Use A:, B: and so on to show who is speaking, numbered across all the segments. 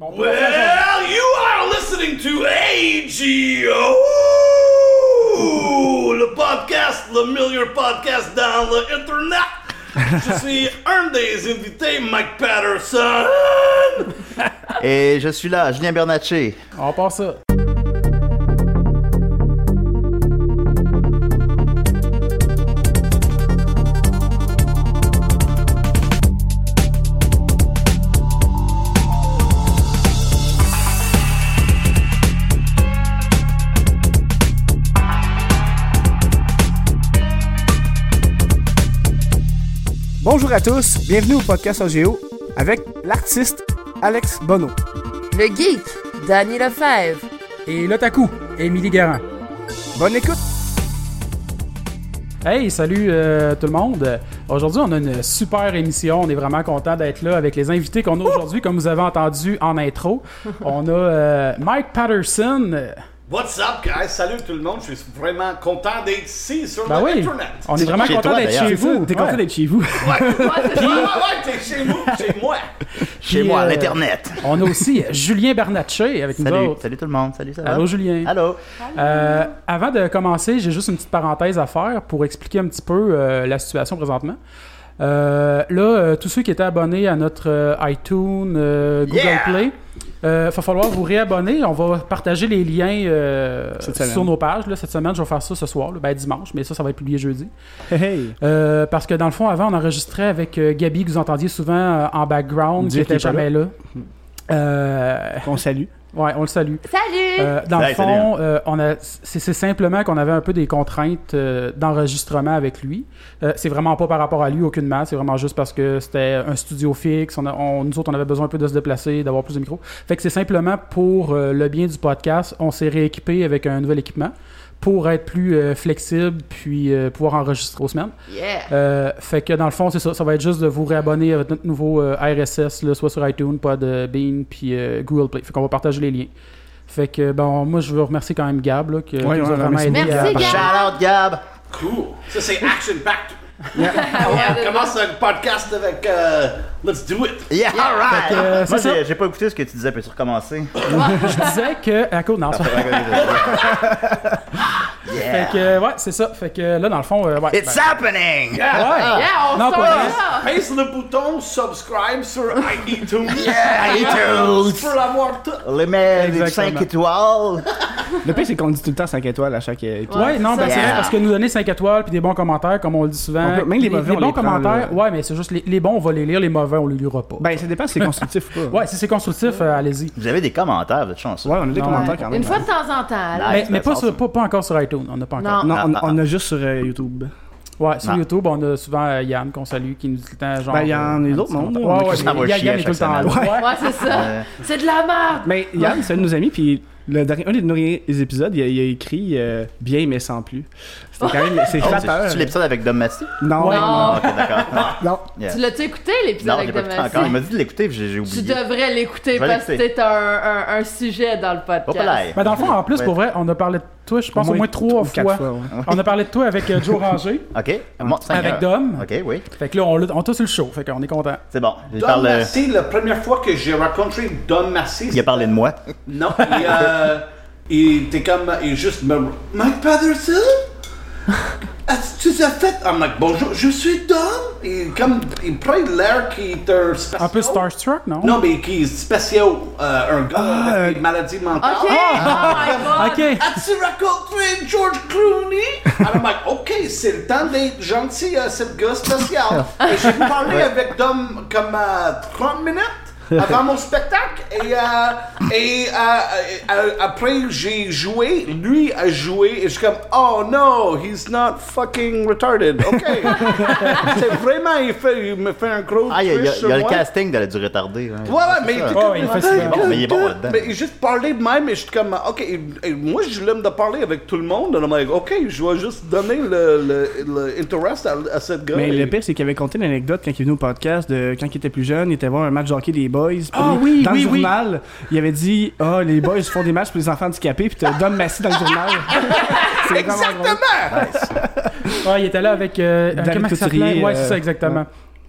A: On peut passer à la
B: Well, you are listening to AGO, le podcast, le meilleur podcast dans l'Internet. Je suis un des invités, Mike Patterson.
C: Et je suis là, Julien Bernatchez.
A: chanson. On part ça.
D: Bonjour à tous, bienvenue au podcast OGO avec l'artiste Alex Bono.
E: Le geek, Danny Lefebvre.
F: Et l'Otaku, Émilie Garant.
D: Bonne écoute!
A: Hey, salut euh, tout le monde. Aujourd'hui, on a une super émission. On est vraiment content d'être là avec les invités qu'on a aujourd'hui, comme vous avez entendu en intro. On a euh, Mike Patterson.
B: What's up, guys? Salut tout le monde. Je suis vraiment content d'être ici sur
A: Ben oui, Oh.
B: l'Internet.
A: on est vraiment
C: Chez
A: content
C: toi,
A: d'être
C: d'ailleurs.
A: chez vous. T'es content d'être chez vous.
B: Ouais, ouais, ouais, ouais, t'es chez moi, chez moi.
C: Chez
A: Puis,
C: moi, à
A: euh,
C: l'Internet.
A: On a aussi euh, Julien Bernatchez avec nous
C: Salut,
A: autres.
C: salut tout le monde. Salut, ça va?
A: Allô, Julien.
C: Allô.
A: Euh, avant de commencer, j'ai juste une petite parenthèse à faire pour expliquer un petit peu euh, la situation présentement. Euh, là, euh, tous ceux qui étaient abonnés à notre euh, iTunes, euh, Google
C: Yeah!
A: Play, il va falloir vous réabonner. On va partager les liens euh,
D: semaine.
A: sur nos pages. là, cette semaine, je vais faire ça ce soir, là, ben, dimanche, mais ça, ça va être publié jeudi.
D: Hey, hey.
A: Euh, parce que dans le fond, avant, on enregistrait avec euh, Gabi, que vous entendiez souvent euh, en background, qui
D: Dieu qui
A: n'était
D: est pas
A: jamais là. Euh,
D: On salue.
A: ouais, on le salue.
E: Salut!
A: Euh, dans
C: Salut,
A: le fond, euh, on a, c'est, c'est simplement qu'on avait un peu des contraintes euh, d'enregistrement avec lui. Euh, c'est vraiment pas par rapport à lui aucunement, c'est vraiment juste parce que c'était un studio fixe. On a- on- nous autres, on avait besoin un peu de se déplacer, d'avoir plus de micros. Fait que c'est simplement pour euh, le bien du podcast, on s'est rééquipé avec un nouvel équipement pour être plus euh, flexible puis euh, pouvoir enregistrer aux semaines.
E: yeah!
A: Euh, fait que dans le fond, c'est ça. Ça va être juste de vous réabonner avec notre nouveau euh, RSS, là, soit sur iTunes, Podbean, puis euh, Google Play. Fait qu'on va partager les liens. Fait que, bon, moi, je veux remercier quand même Gab, là, qui qui
D: ouais,
A: nous a vraiment
D: merci
A: aidé.
E: beaucoup.
A: à-
E: Merci, Gab.
C: Shout out, Gab.
B: Cool. Ça, c'est action packed.
C: Ah,
E: Ah,
B: Ouais, on commence un podcast avec euh, Let's Do It.
C: Yeah, all right.
A: Fait que, euh, c'est
C: Moi,
A: ça.
C: j'ai- j'ai pas écouté ce que tu disais, peux-tu recommencer?
A: Je disais que. À cause, non, ça- Fait
C: yeah.
A: que, euh, ouais, c'est ça. Fait que là, dans le fond, euh, ouais. ben,
C: It's happening!
A: ouais.
E: Yeah, on
A: non,
E: sort
A: pour vrai.
E: ça!
B: Pince le bouton subscribe sur iTunes.
C: Yeah, iTunes.
B: Pour l'avoir tout.
C: Les mêmes
A: Exactement.
C: 5 étoiles.
D: Le pire, c'est qu'on dit tout le temps 5 étoiles à chaque euh, épisode.
A: Ouais, non,
E: c'est
A: ben
E: ça.
A: c'est vrai,
C: Yeah.
A: parce que nous donner 5 étoiles puis des bons commentaires, comme on le dit souvent.
D: On peut- même les mauvais, on
A: bons
D: les prend,
A: commentaires,
D: là.
A: ouais, mais c'est juste les, les bons, on va les lire, les mauvais, on les lira pas.
D: Ben, ça dépend si c'est constructif ou pas.
A: ouais, si c'est constructif, euh, allez-y.
C: Vous avez des commentaires, vous êtes chanceux.
D: Ouais, on a des
A: Non,
D: commentaires
A: ouais.
D: quand même.
E: Une fois de temps en temps, là.
C: Ah,
A: Mais,
C: c'est
A: mais pas,
C: ça,
A: sur-
C: ça.
A: pas, pas encore sur iTunes, on n'a pas encore.
E: Non.
D: Non, on,
C: Ah, ah,
D: on a juste sur euh, YouTube.
A: Ouais, sur
C: Non.
A: YouTube, on a souvent euh, Yann qu'on salue qui nous dit tout le temps genre.
D: Ah. Ben, il y en a
A: euh,
D: d'autres,
A: un petit
D: non?
A: commentaire.
D: On
A: Ouais,
D: a
A: ouais,
C: qui s'en va
A: mais Yann,
C: chier
A: Yann est tout le temps
C: à
A: là.
C: chaque
A: Ouais.
E: Ouais, c'est ça.
C: Euh,
E: C'est de la merde!
D: Mais Yann, c'est un de nos amis, puis le dernier, un des derniers épisodes, il a, il a écrit euh, Bien mais sans plus. C'était quand même. C'est
C: oh,
D: flatteur.
C: c'est- c'est l'épisode avec Dom Massy?
D: Non,
E: Ouais.
D: non,
C: Ah, ok, d'accord.
D: non.
C: Yeah.
E: Tu l'as-tu écouté l'épisode
C: Non, j'ai
E: avec
C: pas écouté
E: Demassi?
C: encore. Il m'a dit de l'écouter, puis j'ai j'ai
E: Tu
C: oublié.
E: devrais l'écouter
C: Je vais
E: parce que
C: l'écouter.
E: c'est un, un, un sujet dans le podcast.
C: Pas l'air.
A: Ben, dans le fond, en plus, pour vrai, on a parlé de toi, je pense, au moins trois
D: ou quatre
A: fois.
D: ouais.
A: On a parlé de toi avec euh, Joe Ranger,
C: OK. Moi, cinq
A: avec
C: heures.
A: Dom.
C: OK, oui.
A: Fait que là, on, l'a- on t'a sur le show, fait qu'on est content.
C: C'est bon. Il
B: Don
C: parle, euh,
B: Massé, la première fois que j'ai rencontré Don Massé,
C: il a parlé de moi.
B: non, il, euh, il était comme, il juste me, Mike Patterson, est-ce que tu as fait, I'm like bonjour, je suis Don, il comme, il prend l'air qui est un spécial.
A: Un peu Starstruck, non?
B: Non, mais qui est spécial, euh, un gars avec
D: euh,
A: Ah,
B: une maladie mentale.
E: Ok! Oh my
A: Ok.
E: god!
B: As-tu rencontré George Clooney? Alors, Mike, OK, c'est le temps d'être gentil à cette gars spécial. Et j'ai parlé avec Dom comme euh, 30 minutes avant mon spectacle. Et, euh, et euh, euh, après, j'ai joué. Lui a joué. Et je suis comme, oh no, he's not fucking retarded. OK. c'est vraiment, il, fait, il me fait un gros
C: Ah, il y a, il y
B: twist
C: a- il y a
B: sur
C: le
B: moi.
C: casting de du retardé. hein.
B: Ouais, ouais, mais il était
A: Ouais,
B: comme,
A: Oh, il fait super
C: bon, mais il est bon
B: good.
C: là-dedans.
B: Mais il juste parlait de même, et je suis comme, ok, et- et moi je l'aime de parler avec tout le monde. Alors, like, ok, je vais juste donner le, le, le interest à, à cette gars.
D: Mais
B: Et-
D: le pire, c'est qu'il avait conté l'anecdote quand il est venu au podcast de quand il était plus jeune, il était voir un match de hockey des boys. puis
A: Ah oui,
D: dans
A: oui,
D: le
A: oui.
D: journal, il avait dit Ah, les boys font des matchs pour les enfants handicapés, puis t'as Dom Massy dans le journal. C'est vraiment drôle.
B: Exactement!
A: Ouais, il était là avec. euh, euh,
D: David
A: comment il
D: Couturier,
A: s'appelait? Ouais,
D: euh,
A: c'est ça, exactement.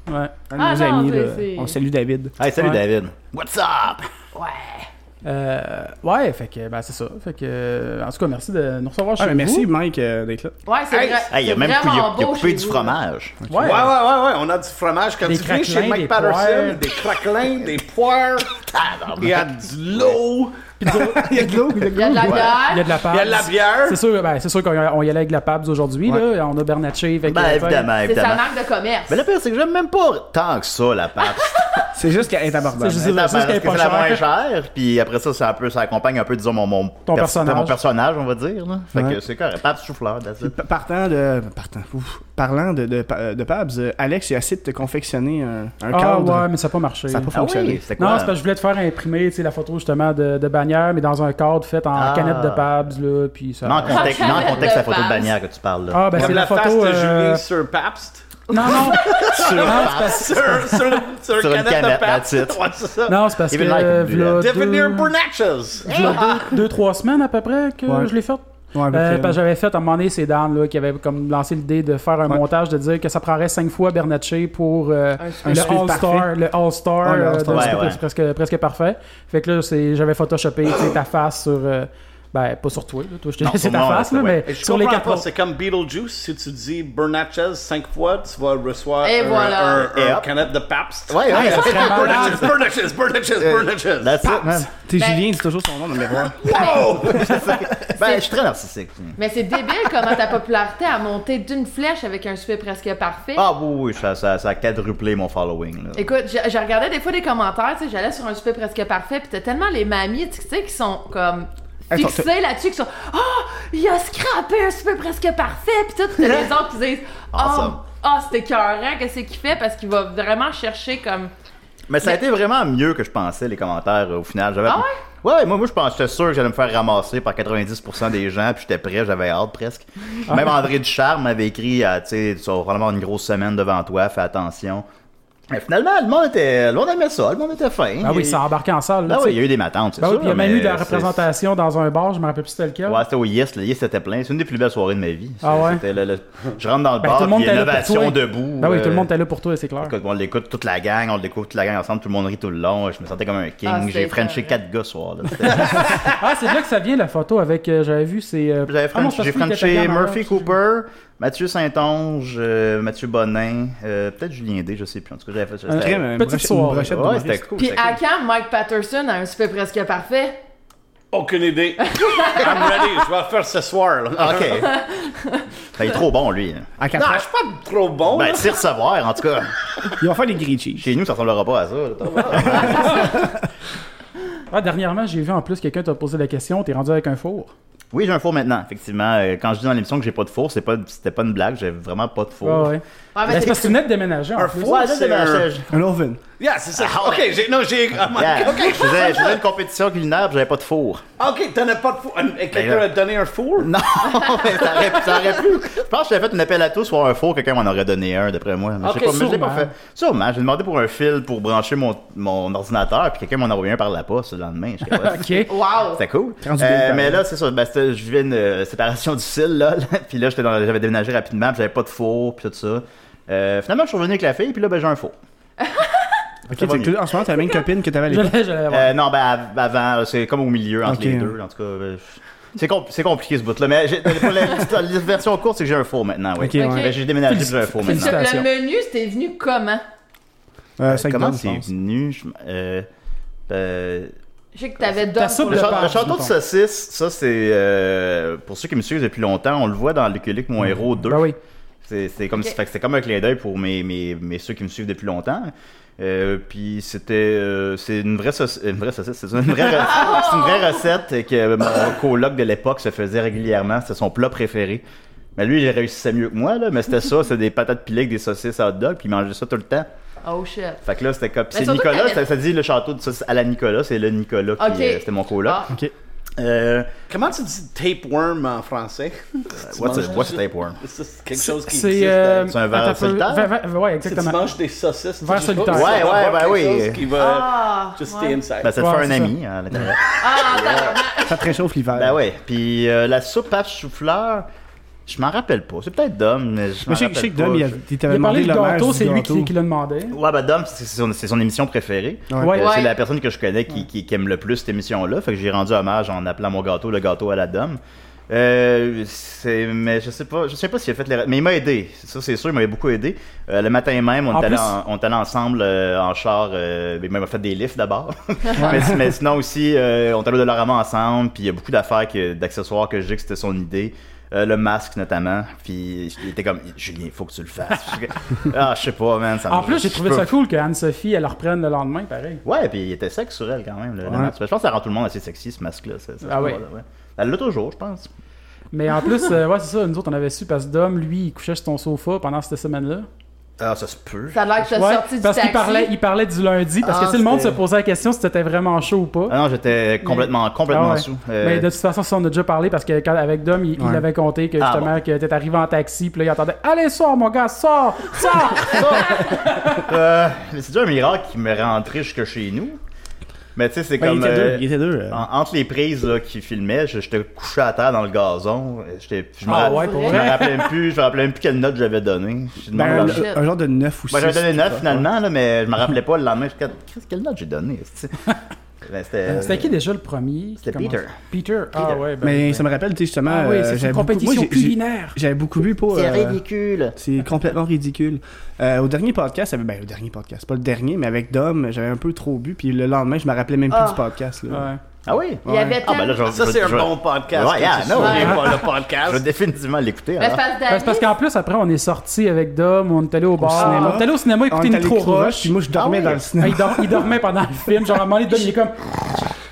A: Ouais.
D: Un de
E: Ah
D: nos
E: non,
D: amis,
E: c'est-
D: là.
E: c'est-
A: Ah,
D: on salue David.
C: Hey, salut
A: Ouais.
C: David. What's up?
E: Ouais!
A: Euh, ouais, fait que, ben, c'est ça. Fait que, euh, en tout cas, merci de nous recevoir
D: Ah,
A: chez
D: mais merci,
A: vous.
D: Mike, euh, d'être là.
E: Ouais, c'est
B: Hey,
E: vrai.
C: Hey, il a
E: c'est
C: même cou- il a-
E: vraiment
C: il a
E: beau
C: coupé
E: chez
C: du
E: vous.
C: fromage.
A: Ouais.
B: Ouais, ouais, ouais, ouais, on a du fromage comme
A: Des
B: tu dis chez
A: craquelins,
B: Mike
A: des
B: Patterson,
A: poires.
B: des craquelins, des poires, il y a de l'eau,
D: Il y a de l'eau, il y a de
E: Il y a de la bière.
A: Il y a de la
B: il
A: pâte.
B: y a de la bière.
A: C'est sûr, ben, c'est sûr qu'on y allait avec de la PABS aujourd'hui. là. On a Bernatchez. Fait que,
C: Ben,
A: euh,
C: évidemment,
E: C'est sa
C: évidemment.
E: marque de commerce.
C: Mais le pire, c'est que j'aime même pas tant que ça la pâte.
D: C'est juste qu'elle est abordable.
A: C'est juste-
C: C'est la
A: parce
C: parce
A: qu'elle est
C: que
A: pas
C: c'est la moins
A: chère.
C: chère, puis après ça, ça, un peu, ça accompagne un peu, disons, mon, mon,
A: Ton
C: pers-
A: personnage.
C: mon personnage, on va dire. Là. Fait
D: Ouais.
C: que c'est correct. Pape souffleur, that's it.
D: P- hein. Partant de. Partant. ouf. parlant de, de, pa- de Pabs, euh, Alex, il a essayé de te confectionner un, un
A: Ah
D: cadre.
A: ouais, mais ça n'a pas marché.
D: Ça a pas
C: Ah
D: fonctionné.
C: oui, c'était quoi?
A: Non, c'est parce que je voulais te faire imprimer tu sais, la photo justement de, de bannière, mais dans un cadre fait en
C: Ah.
A: canette de Pabs. Là, puis ça...
C: Non, en contexte,
E: Ah,
C: non, en contexte, la photo de
E: Pabst.
C: bannière que tu parles. Là.
A: ah, ben c'est
B: Comme
A: la
B: la face
A: photo.
B: de
A: euh,
B: Julie sur Pabst.
A: Non, non,
C: Sur-
B: Sur, sur, sur,
C: Sur une
B: canette de
C: canette,
B: Pabst.
C: that's it.
B: Ouais, c'est ça.
A: non, c'est parce que
C: Even like
A: euh,
C: it,
A: v'là
B: Devenir
A: deux,
B: Bernatchez.
A: v'là deux- deux, trois semaines à peu près que
D: Ouais.
A: je l'ai faite.
D: Ouais, à peu
A: Euh,
D: près,
A: parce que
D: là.
A: j'avais fait à un moment donné, c'est Dan là, qui avait comme lancé l'idée de faire un
D: Ouais.
A: montage de dire que ça prendrait cinq fois Bernatchez pour euh,
E: Un
A: le
D: suivi
A: All-Star,
D: parfait.
A: le All-Star,
D: Ouais, le
A: euh,
D: All-Star,
A: de-
C: ouais,
A: c'était
C: ouais.
A: presque, presque parfait. Fait que là, c'est- j'avais photoshopé tu sais, ta face sur, euh, ben pas sur toi, là, toi je t'ai
C: Non,
A: laissé
C: sur
A: ta
C: moi,
A: face
C: ouais,
A: là,
C: ouais.
A: mais
B: Et je
A: sur les
B: comprends
A: quatre
B: pas,
A: autres.
B: c'est comme Beetlejuice, si tu dis Bernatchez cinq fois, tu vas recevoir
E: Et
B: un,
E: voilà.
B: un- un
C: Et hop.
B: canette de Pabst.
C: Ouais, Euh, ouais, ça serait
A: vraiment
C: malade.
B: Bernatchez, Bernatchez, Bernatchez, Bernatchez.
C: That's it, man.
D: Tu sais,
E: Ben-
D: Julien dit toujours son nom dans le miroir.
C: Ben, je suis très narcissique.
E: Mais c'est débile comment ta popularité a monté d'une flèche avec un sujet presque parfait.
C: Ah oui, oui, ça, ça, ça a quadruplé mon following. Là.
E: Écoute, je, je regardais des fois des commentaires, tu sais, j'allais sur un super presque parfait, pis t'as tellement les mamies, tu sais, qui sont comme
D: Elles sont-
E: fixées là-dessus, qui sont « Ah, il a scrappé un super presque parfait! » Pis tout, t'as les autres qui disent « Ah,
C: Awesome.
E: ah, c'est écœurant, qu'est-ce qu'il fait? » Parce qu'il va vraiment chercher comme...
C: Mais ça a
E: Mais-
C: été vraiment mieux que je pensais, les commentaires, euh, au final. J'avais...
E: Ah
C: ouais? Ouais, moi, moi je pensais j'étais sûr que j'allais me faire ramasser par 90% des gens, puis j'étais prêt, j'avais hâte presque.
E: Ah.
C: Même André Ducharme m'avait écrit, ah, tu sais, tu vas vraiment avoir une grosse semaine devant toi, fais attention. Mais finalement, le monde, était... le monde aimait ça, le monde était fin.
A: Ah oui,
C: Et-
A: ça a embarqué en salle. là,
C: Ah
A: tu
C: oui,
A: sais.
C: il y a eu des matantes, c'est
A: Ben oui,
C: sûr.
A: puis il y a même
C: mais
A: eu de la
C: c'est-
A: représentation dans un bar, je me rappelle plus c'était lequel.
C: Ouais, c'était au Yes, le Yes était plein. C'est une des plus belles soirées de ma vie.
A: Ah ouais?
C: C'était le- le- Je rentre dans le
A: Ben,
C: bar,
A: tout le monde
C: puis il y a
A: était là pour
C: Innovation
A: toi.
C: debout.
A: Ben oui, tout le
C: euh,
A: monde était là pour toi, c'est clair.
C: Écoute, on l'écoute toute la gang, on le découvre toute la gang ensemble, tout le monde rit tout le long. Je me sentais comme un king.
E: Ah, c'est
C: J'ai Frenché
E: vrai.
C: quatre gars ce soir. là. C'était-
A: Ah, c'est de là que ça vient la photo avec, euh, j'avais vu, c'est. euh,
C: J'avais
A: ah non, c'est
C: French- J'ai
A: parce qu'il était
C: Frenché
A: tagué en arrière.
C: Murphy Cooper, Mathieu Saint-Onge, euh, Mathieu Bonin, euh, peut-être Julien D, je sais plus. En tout cas, j'avais fait ça.
D: Crème,
C: C'était-
D: euh, une
A: Euh, petite
D: brochette- une
A: soirée.
D: brochette de
C: Ouais,
D: Maurice.
C: c'était cool.
E: Pis
C: c'était
E: à
C: cool.
E: quand Mike Patterson a un super presque parfait?
B: Aucune idée. I'm ready, je vais le faire ce soir. là.
C: Ah, Ok. Ben, il est trop bon, lui. hein.
A: Ah,
D: À
B: Non,
D: quatre
B: je suis pas trop bon. là.
C: Ben, tire recevoir, en tout cas.
D: ans. Ils vont faire des grilled cheese.
C: Chez nous, ça ressemblera pas à ça. là.
A: Ah, dernièrement, j'ai vu en plus quelqu'un t'a posé la question, t'es rendu avec un four.
C: Oui, j'ai un four maintenant, effectivement. Euh, Quand je dis dans l'émission que j'ai pas de four, c'est pas, c'était pas une blague, j'ai vraiment pas de four.
A: Ouais, ouais.
E: Ouais, mais
A: Ben, c'est
E: c'est-
A: parce que tu venais de déménager en
B: Un
A: plus.
B: four,
C: Ouais, là,
B: c'est
C: c'est
B: un-
C: un-
D: Un oven.
B: Yeah, c'est ça. ok, j'ai, non, j'ai. oh my
C: ah, Yeah.
B: God,
C: Je faisais, je faisais une compétition culinaire, puis j'avais pas de four.
B: Ok, t'en as pas de four. Et
C: Ben
B: quelqu'un
C: là.
B: a donné un four?
C: Non, mais ça aurait, ça aurait pu. Je pense que j'avais fait un appel à tous pour un four, quelqu'un m'en aurait donné un, d'après moi. Mais
A: Ok,
C: je sais pas, mais je l'ai pas
A: sûrement.
C: fait. Sûrement, j'ai demandé pour un fil pour brancher mon, mon ordinateur, puis quelqu'un m'en a envoyé un par la poste le lendemain. Je sais
A: Ah,
C: pas.
A: Ok.
E: Wow!
C: C'était cool.
D: Trans-
C: Euh,
D: bien, pareil.
C: mais là, c'est ça. Ben, c'était- je vivais une euh, séparation difficile, là. là. puis là, j'étais dans- j'avais déménagé rapidement, puis j'avais pas de four, puis tout ça. Euh, finalement, je suis revenu avec la fille, puis là, ben, j'ai un four.
D: Ok,
C: Ça va
D: t'es-
C: mieux.
D: en ce moment, t'as la même copine que t'avais à l'époque.
A: J'allais- j'allais voir.
C: Euh, non, ben av- avant, c'est comme au milieu entre
D: Ok.
C: les deux. En tout cas, euh, c'est compl- c'est compliqué ce bout-là. Mais j'ai- pour la, la version courte, c'est que j'ai un four maintenant. Oui.
D: Ok, ouais.
E: Ok.
C: Ben, j'ai déménagé, puis j'ai un four
A: Félici-
C: maintenant.
A: félicitations.
E: Le menu, c'était venu comment?
D: Euh, ça
C: Comment
D: donne, je
C: c'est
D: pense.
C: venu Je m- euh, euh,
E: Je sais que t'avais
A: Ta
E: donné...
A: soupe
C: le,
A: de
C: cha-
A: pâtes,
C: le château de
A: mettons.
C: saucisse, ça c'est euh, pour ceux qui me suivent depuis longtemps, on le voit dans Luculique mon héros 2.
A: Ben oui.
C: C'est c'est comme,
E: Ok.
C: fait que c'était comme un clin d'œil pour mes, mes, mes ceux qui me suivent depuis longtemps. Euh, puis c'était euh, c'est une vraie sauc- une vraie saucisse, c'est ça, une vraie recette, c'est une vraie recette que mon coloc de l'époque se faisait régulièrement, c'était son plat préféré. Mais lui, il réussissait mieux que moi là, mais c'était ça, c'était des patates pilées avec des saucisses hot dog, puis il mangeait ça tout le temps.
E: Oh shit.
C: Fait que là, c'était comme puis
E: Mais
C: c'est
E: surtout que
C: Nicolas,
E: t'avais-
C: ça, ça dit le château de saucisse à la Nicolas, c'est le Nicolas qui
E: Ok.
C: euh, c'était mon coloc.
E: Ah.
D: Ok.
C: Euh,
B: Comment tu dis tapeworm en français? Tu
C: what's,
B: manges-
C: a, what's a tapeworm?
B: C'est quelque chose qui
A: C'est.
B: existe.
A: euh,
C: C'est un verre
A: attends peu.
C: solitaire?
A: Ver- ver- Ouais,
B: Si tu
A: exactement.
B: manges des saucisses, tu
A: Vers
B: sais
A: solitaire.
B: pas,
C: Ouais,
B: ça va
C: ouais,
B: avoir
C: ben
B: quelque
C: oui.
B: chose qui va
E: Ah!
B: just
E: ouais.
B: stay inside.
C: Ben, ça te
A: Ouais,
C: fait un
A: c'est
C: ami hein, à l'intérieur.
E: Ah, tabarnak.
D: Ça te hein. réchauffe l'hiver.
C: Ben ouais. Puis euh, la soupe à chou-fleur, Je m'en rappelle pas. C'est peut-être Dom, mais je
D: Mais
C: m'en
D: je sais-
C: rappelle
D: je sais que
C: pas.
D: Dom, il, a-
C: Je-
D: il
A: Il
D: t'avait
A: a
D: demandé
A: parlé du
D: l'hommage
A: gâteau,
D: du
A: c'est lui qui,
D: gâteau.
A: qui le demandait.
C: Ouais, bah Dom, c'est c'est son, c'est son émission préférée.
A: Ouais.
C: Euh,
E: Ouais.
C: C'est la personne que je connais qui, qui, qui aime le plus cette émission-là. Fait que j'ai rendu hommage en appelant mon gâteau le gâteau à la dame. Euh, c'est, mais je sais pas, je sais pas s'il a fait les, ra- mais il m'a aidé. Ça, c'est sûr, il m'a beaucoup aidé. Euh, le matin même, on
A: En
C: est allé
A: plus-
C: en- on est allé ensemble euh, en char, euh, mais il m'a fait des lifts d'abord. mais, mais sinon aussi, euh, on est allé au Dolorama ensemble, puis il y a beaucoup d'affaires que, d'accessoires que j'ai que c'était son idée. Euh, le masque notamment, puis il était comme Julien, faut que tu le fasses. ah, je sais pas, man. Ça
A: En
C: me-
A: plus, j'ai
C: je
A: trouvé
C: peux
A: ça cool que Anne-Sophie, elle la reprenne le lendemain, pareil.
C: Ouais, puis il était sec sur elle quand même. le- le
D: Ouais.
C: masque. Je pense que ça rend tout le monde assez sexy, ce masque-là. ce- ce
A: Ah oui.
C: soir-là, ouais. Elle l'a toujours, je pense.
A: Mais en plus, euh, ouais, c'est ça, nous autres, on avait su parce que Dom, lui, il couchait sur ton sofa pendant cette semaine-là.
C: Ah, ça se peut.
E: Ça a l'air que t'as
A: Ouais,
E: sorti du
A: parce
E: taxi.
A: qu'il parlait, il parlait du lundi, parce
C: Ah,
A: que si le monde se
C: c'était-
A: posait la question si t'étais vraiment chaud ou pas.
C: Ah non, j'étais complètement, complètement
A: Ah ouais.
C: sous. Euh,
A: Mais de toute façon, ça, on a déjà parlé parce que quand, avec Dom, il, il
D: Ouais.
A: avait compté que
C: Ah,
A: justement, que t'es arrivé en taxi, puis là, il entendait Allez, sors, mon gars, sors, sors
C: euh, mais c'est déjà un miracle qui me rentrait jusque chez nous. Mais tu sais, c'est
A: Ben,
D: Ouais,
C: comme.
D: il était
C: euh,
D: deux. Il était deux. euh.
C: en- entre les prises là, qui filmaient, je- j'étais couché à terre dans le gazon. euh, j'étais- Je me
A: Ah ouais, pour
C: je me
A: vrai?
C: rappelais même plus, je me rappelais même plus quelle note j'avais donnée. Je demande
D: Ben,
C: à-
D: un,
E: shit.
D: un genre de 9 ou 6.
C: Moi, Ben, j'avais donné 9 finalement, là, mais je me rappelais pas le lendemain. Je Christ, quelle note j'ai donnée? esti? Ben, C'était
A: C'était qui déjà le premier qui
C: C'était
A: commence-
C: Peter.
A: Peter. Ah
C: Peter.
A: ouais, ben,
D: Mais ça me rappelle, tu sais, justement.
A: Ah oui,
D: euh,
A: c'est une
D: j'avais beaucoup-
A: compétition
D: moi, j'ai- j'ai-
A: culinaire.
D: J'avais beaucoup vu pour.
C: C'est
D: euh,
C: ridicule.
D: C'est complètement ridicule. Euh, au dernier podcast, avec- ben, au dernier podcast, pas le dernier, mais avec Dom, j'avais un peu trop bu, puis le lendemain, je me rappelais même plus
E: Ah.
D: du podcast. Là.
A: Ouais.
C: Ah oui?
E: Il y avait
C: Ah ben là,
E: tellement-
C: je vais-
B: Ça, c'est un
C: je vais-
B: bon podcast.
C: Ouais, yeah,
B: que tu
C: no,
B: souviens
C: ouais.
B: pas, le
C: Je vais
B: podcast.
C: définitivement l'écouter.
E: Mais c'est
C: alors.
E: parce que
A: Ben, c'est parce
E: Dany-
A: qu'en plus, après, on est sorti avec Dom, on est allé au bar,
D: cinéma.
A: on est allé au cinéma écouter
D: On est allé
A: Nitro
D: écouter
A: Roche.
D: puis moi, je dormais
C: Ah oui.
D: dans le
A: Ah,
D: cinéma.
A: il, dor- il dormait pendant le film, genre à un moment donné, Dom, il est comme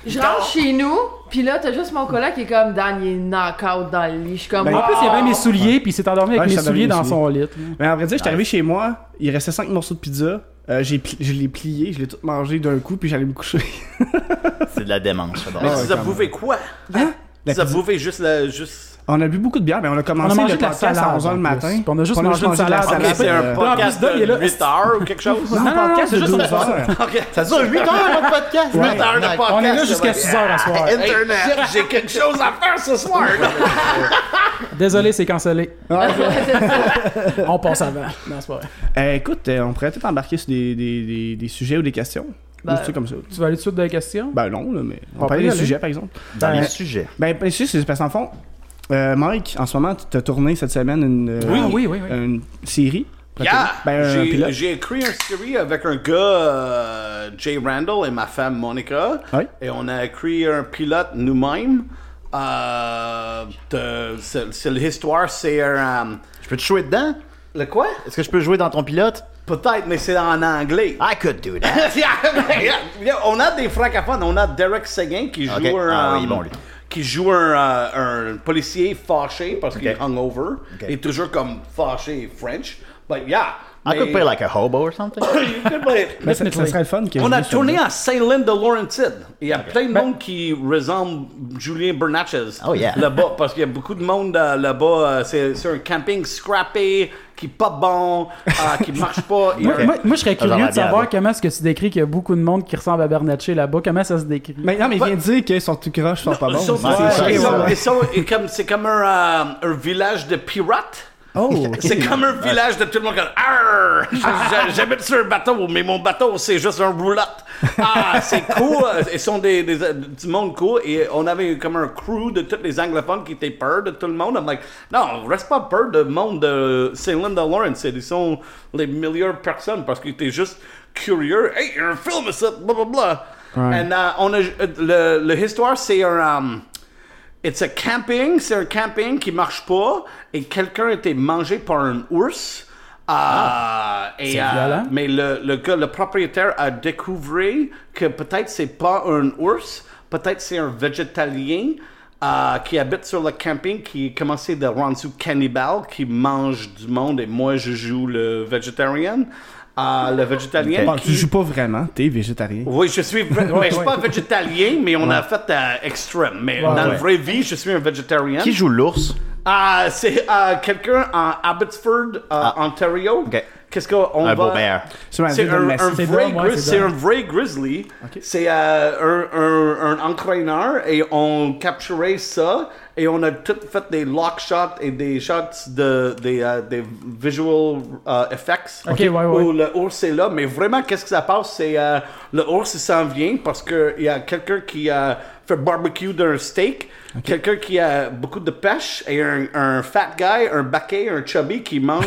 E: je rentre chez nous, puis là, t'as juste mon collègue qui est comme, Dan, il est knock-out dans le lit. Je suis comme,
D: Ben,
A: En plus, il y avait
E: Ah!
A: mes souliers, puis il s'est endormi avec
D: Ouais,
A: mes
D: il s'est
A: souliers
D: endormi,
A: dans
D: mes
A: son lit.
D: Mais en vrai dire, j'étais arrivé chez moi, il restait 5 morceaux de pizza. euh, j'ai pli- je l'ai plié, je l'ai tout mangé d'un coup, puis j'allais me coucher.
C: C'est de la démence. j'adore.
B: Mais
D: Ah,
B: tu as
D: quand
B: bouffé quoi?
A: Hein?
B: Tu
D: La
B: as
D: pizza.
B: bouffé juste le. Juste...
D: On a bu beaucoup de bière, mais on a
A: On
D: commencé
A: a mangé
D: le
A: de la
D: podcast
A: salade,
D: à 11h le
A: en
D: matin.
A: plus. Puis on a juste mangé une
D: de la
A: salade.
B: Ok,
A: Ah,
B: c'est
A: ben,
B: un
A: euh,
B: podcast
A: Dom, il est là.
B: de 8 heures ou quelque chose?
D: C'est un podcast de
A: Non, non,
D: 12
A: non, c'est
D: heures.
B: Ok.
C: Ça dure 8 heures, votre podcast.
B: Ouais.
C: Huit heures.
B: Un
A: Ouais.
B: podcast,
A: On est là
B: ça
A: jusqu'à
B: va.
A: 6 heures à soir.
B: Hey, Internet, j'ai quelque chose à faire ce soir. là.
A: Désolé, c'est cancellé. On passe avant. Non, c'est pas vrai.
D: Euh, écoute, euh, on pourrait peut-être embarquer sur des, des, des, des sujets ou des questions.
E: Ben-
D: Des trucs comme ça.
A: Tu vas aller tout de suite dans les questions?
D: Ben non, là, mais
A: On
D: on parlait
A: peut y
D: des
A: aller.
D: sujets, par exemple.
C: Dans
A: Ben,
C: les sujets.
D: Ben, ben, c'est c'est parce qu'en fond, euh, Mike, en ce moment, tu as tourné cette semaine une, euh,
A: Oui, oui, oui, oui.
D: une série.
B: Yeah!
D: Ben, un
B: J'ai-
D: pilote.
B: J'ai écrit une série avec un gars, euh, Jay Randall, et ma femme Monica.
D: Ouais.
B: Et on a écrit un pilote nous-mêmes. Euh, de- c'est c'est l'histoire, c'est un. euh,
C: Je peux te jouer dedans?
B: le quoi?
C: Est-ce que je peux jouer dans ton pilote?
B: Peut-être, mais c'est en anglais.
C: I could do that.
B: Yeah, yeah, yeah. on a des francophones. On a Derek Seguin qui joue
C: Ok.
B: un.
C: Ah
B: euh,
C: oui, bon, lui.
B: Qui joue un, euh, un policier fâché parce qu'il est
C: Ok.
B: hungover.
C: Ok.
B: Il est toujours comme fâché French. But yeah.
C: I could
B: mais-
C: play like a hobo or something.
B: You could play it.
D: Ben, ça, ça
A: Definitely.
D: serait le fun. que
B: On
D: je
B: a
D: lise
B: tourné
D: ça.
B: à Saint-Lin de Laurentide. Il y a plein de monde qui ressemble Julien Bernatchez
C: Ben- Oh, yeah.
B: là-bas parce qu'il y a beaucoup de monde euh, là-bas. euh, c'est c'est un camping scrappé qui est pas bon, euh, qui marche pas. Il y a
A: Moi,
B: un-
A: moi- moi, je serais
C: Ça, j'en
A: curieux
C: ai
A: de
C: bien
A: savoir
C: avant.
A: comment est-ce que tu décris qu'il y a beaucoup de monde qui ressemble à Bernatchez là-bas. Comment ça se décrit?
D: Mais non, mais il vient de dire que son tout croche sont pas bons.
B: Ils sont-
D: C'est-
C: ouais,
D: c'est-
B: ils
D: c'est-
B: sont-
D: ouais.
B: ils sont- ils comme- C'est comme un, euh, un village de pirates.
D: Oh!
B: C'est comme un village de tout le monde comme Arr! J'- J'habite sur un bateau, mais mon bateau, c'est juste un roulotte. Ah, c'est cool. Ils sont des, des, euh, du monde cool. Et on avait eu comme un crew de tous les anglophones qui étaient peur de tout le monde. I'm like, non, reste pas peur de monde de Saint Linda Lawrence. Ils sont les meilleures personnes parce qu'ils étaient juste curieux. Hey, il y a un film, ça, blablabla. And, euh, on a, euh, le, le histoire, c'est un. um, It's a camping, c'est un camping qui marche pas et quelqu'un a été mangé par un ours. Ah, et,
A: C'est
B: euh,
A: violent.
B: mais le, le gars, le propriétaire a découvert que peut-être c'est pas un ours, peut-être c'est un végétalien euh, qui habite sur le camping qui a commencé de rendre sous cannibale, qui mange du monde et moi je joue le végétarien. Euh, le végétalien.
D: Bon,
B: qui-
D: Tu joues pas vraiment, t'es végétarien.
B: oui, je suis, v- mais je suis pas végétalien, mais on a fait euh, extrême. Mais dans la
C: Ouais.
B: vraie vie, je suis un végétarien.
C: Qui joue l'ours?
B: Ah, c'est euh, quelqu'un en Abbotsford, euh, Ontario.
C: Ah. Ok.
B: Qu'est-ce qu'on va...
C: Un beau bear.
D: C'est
B: C'est un, un
A: C'est
B: vrai
A: Dom, ouais,
B: gris-
A: c'est
B: c'est
A: Dom.
B: un vrai grizzly. C'est euh, un, un, un entraîneur et on capturait ça et on a tout fait des lock shots et des shots de des, euh, des visual euh, effects.
A: Ok, ouais, ouais.
B: Où le ours est là, mais vraiment qu'est-ce que ça passe, c'est euh, le ours il s'en vient parce que il y a quelqu'un qui a fait barbecue d'un steak, quelqu'un qui a beaucoup de pêche et un, un fat guy, un baquet, un chubby qui mange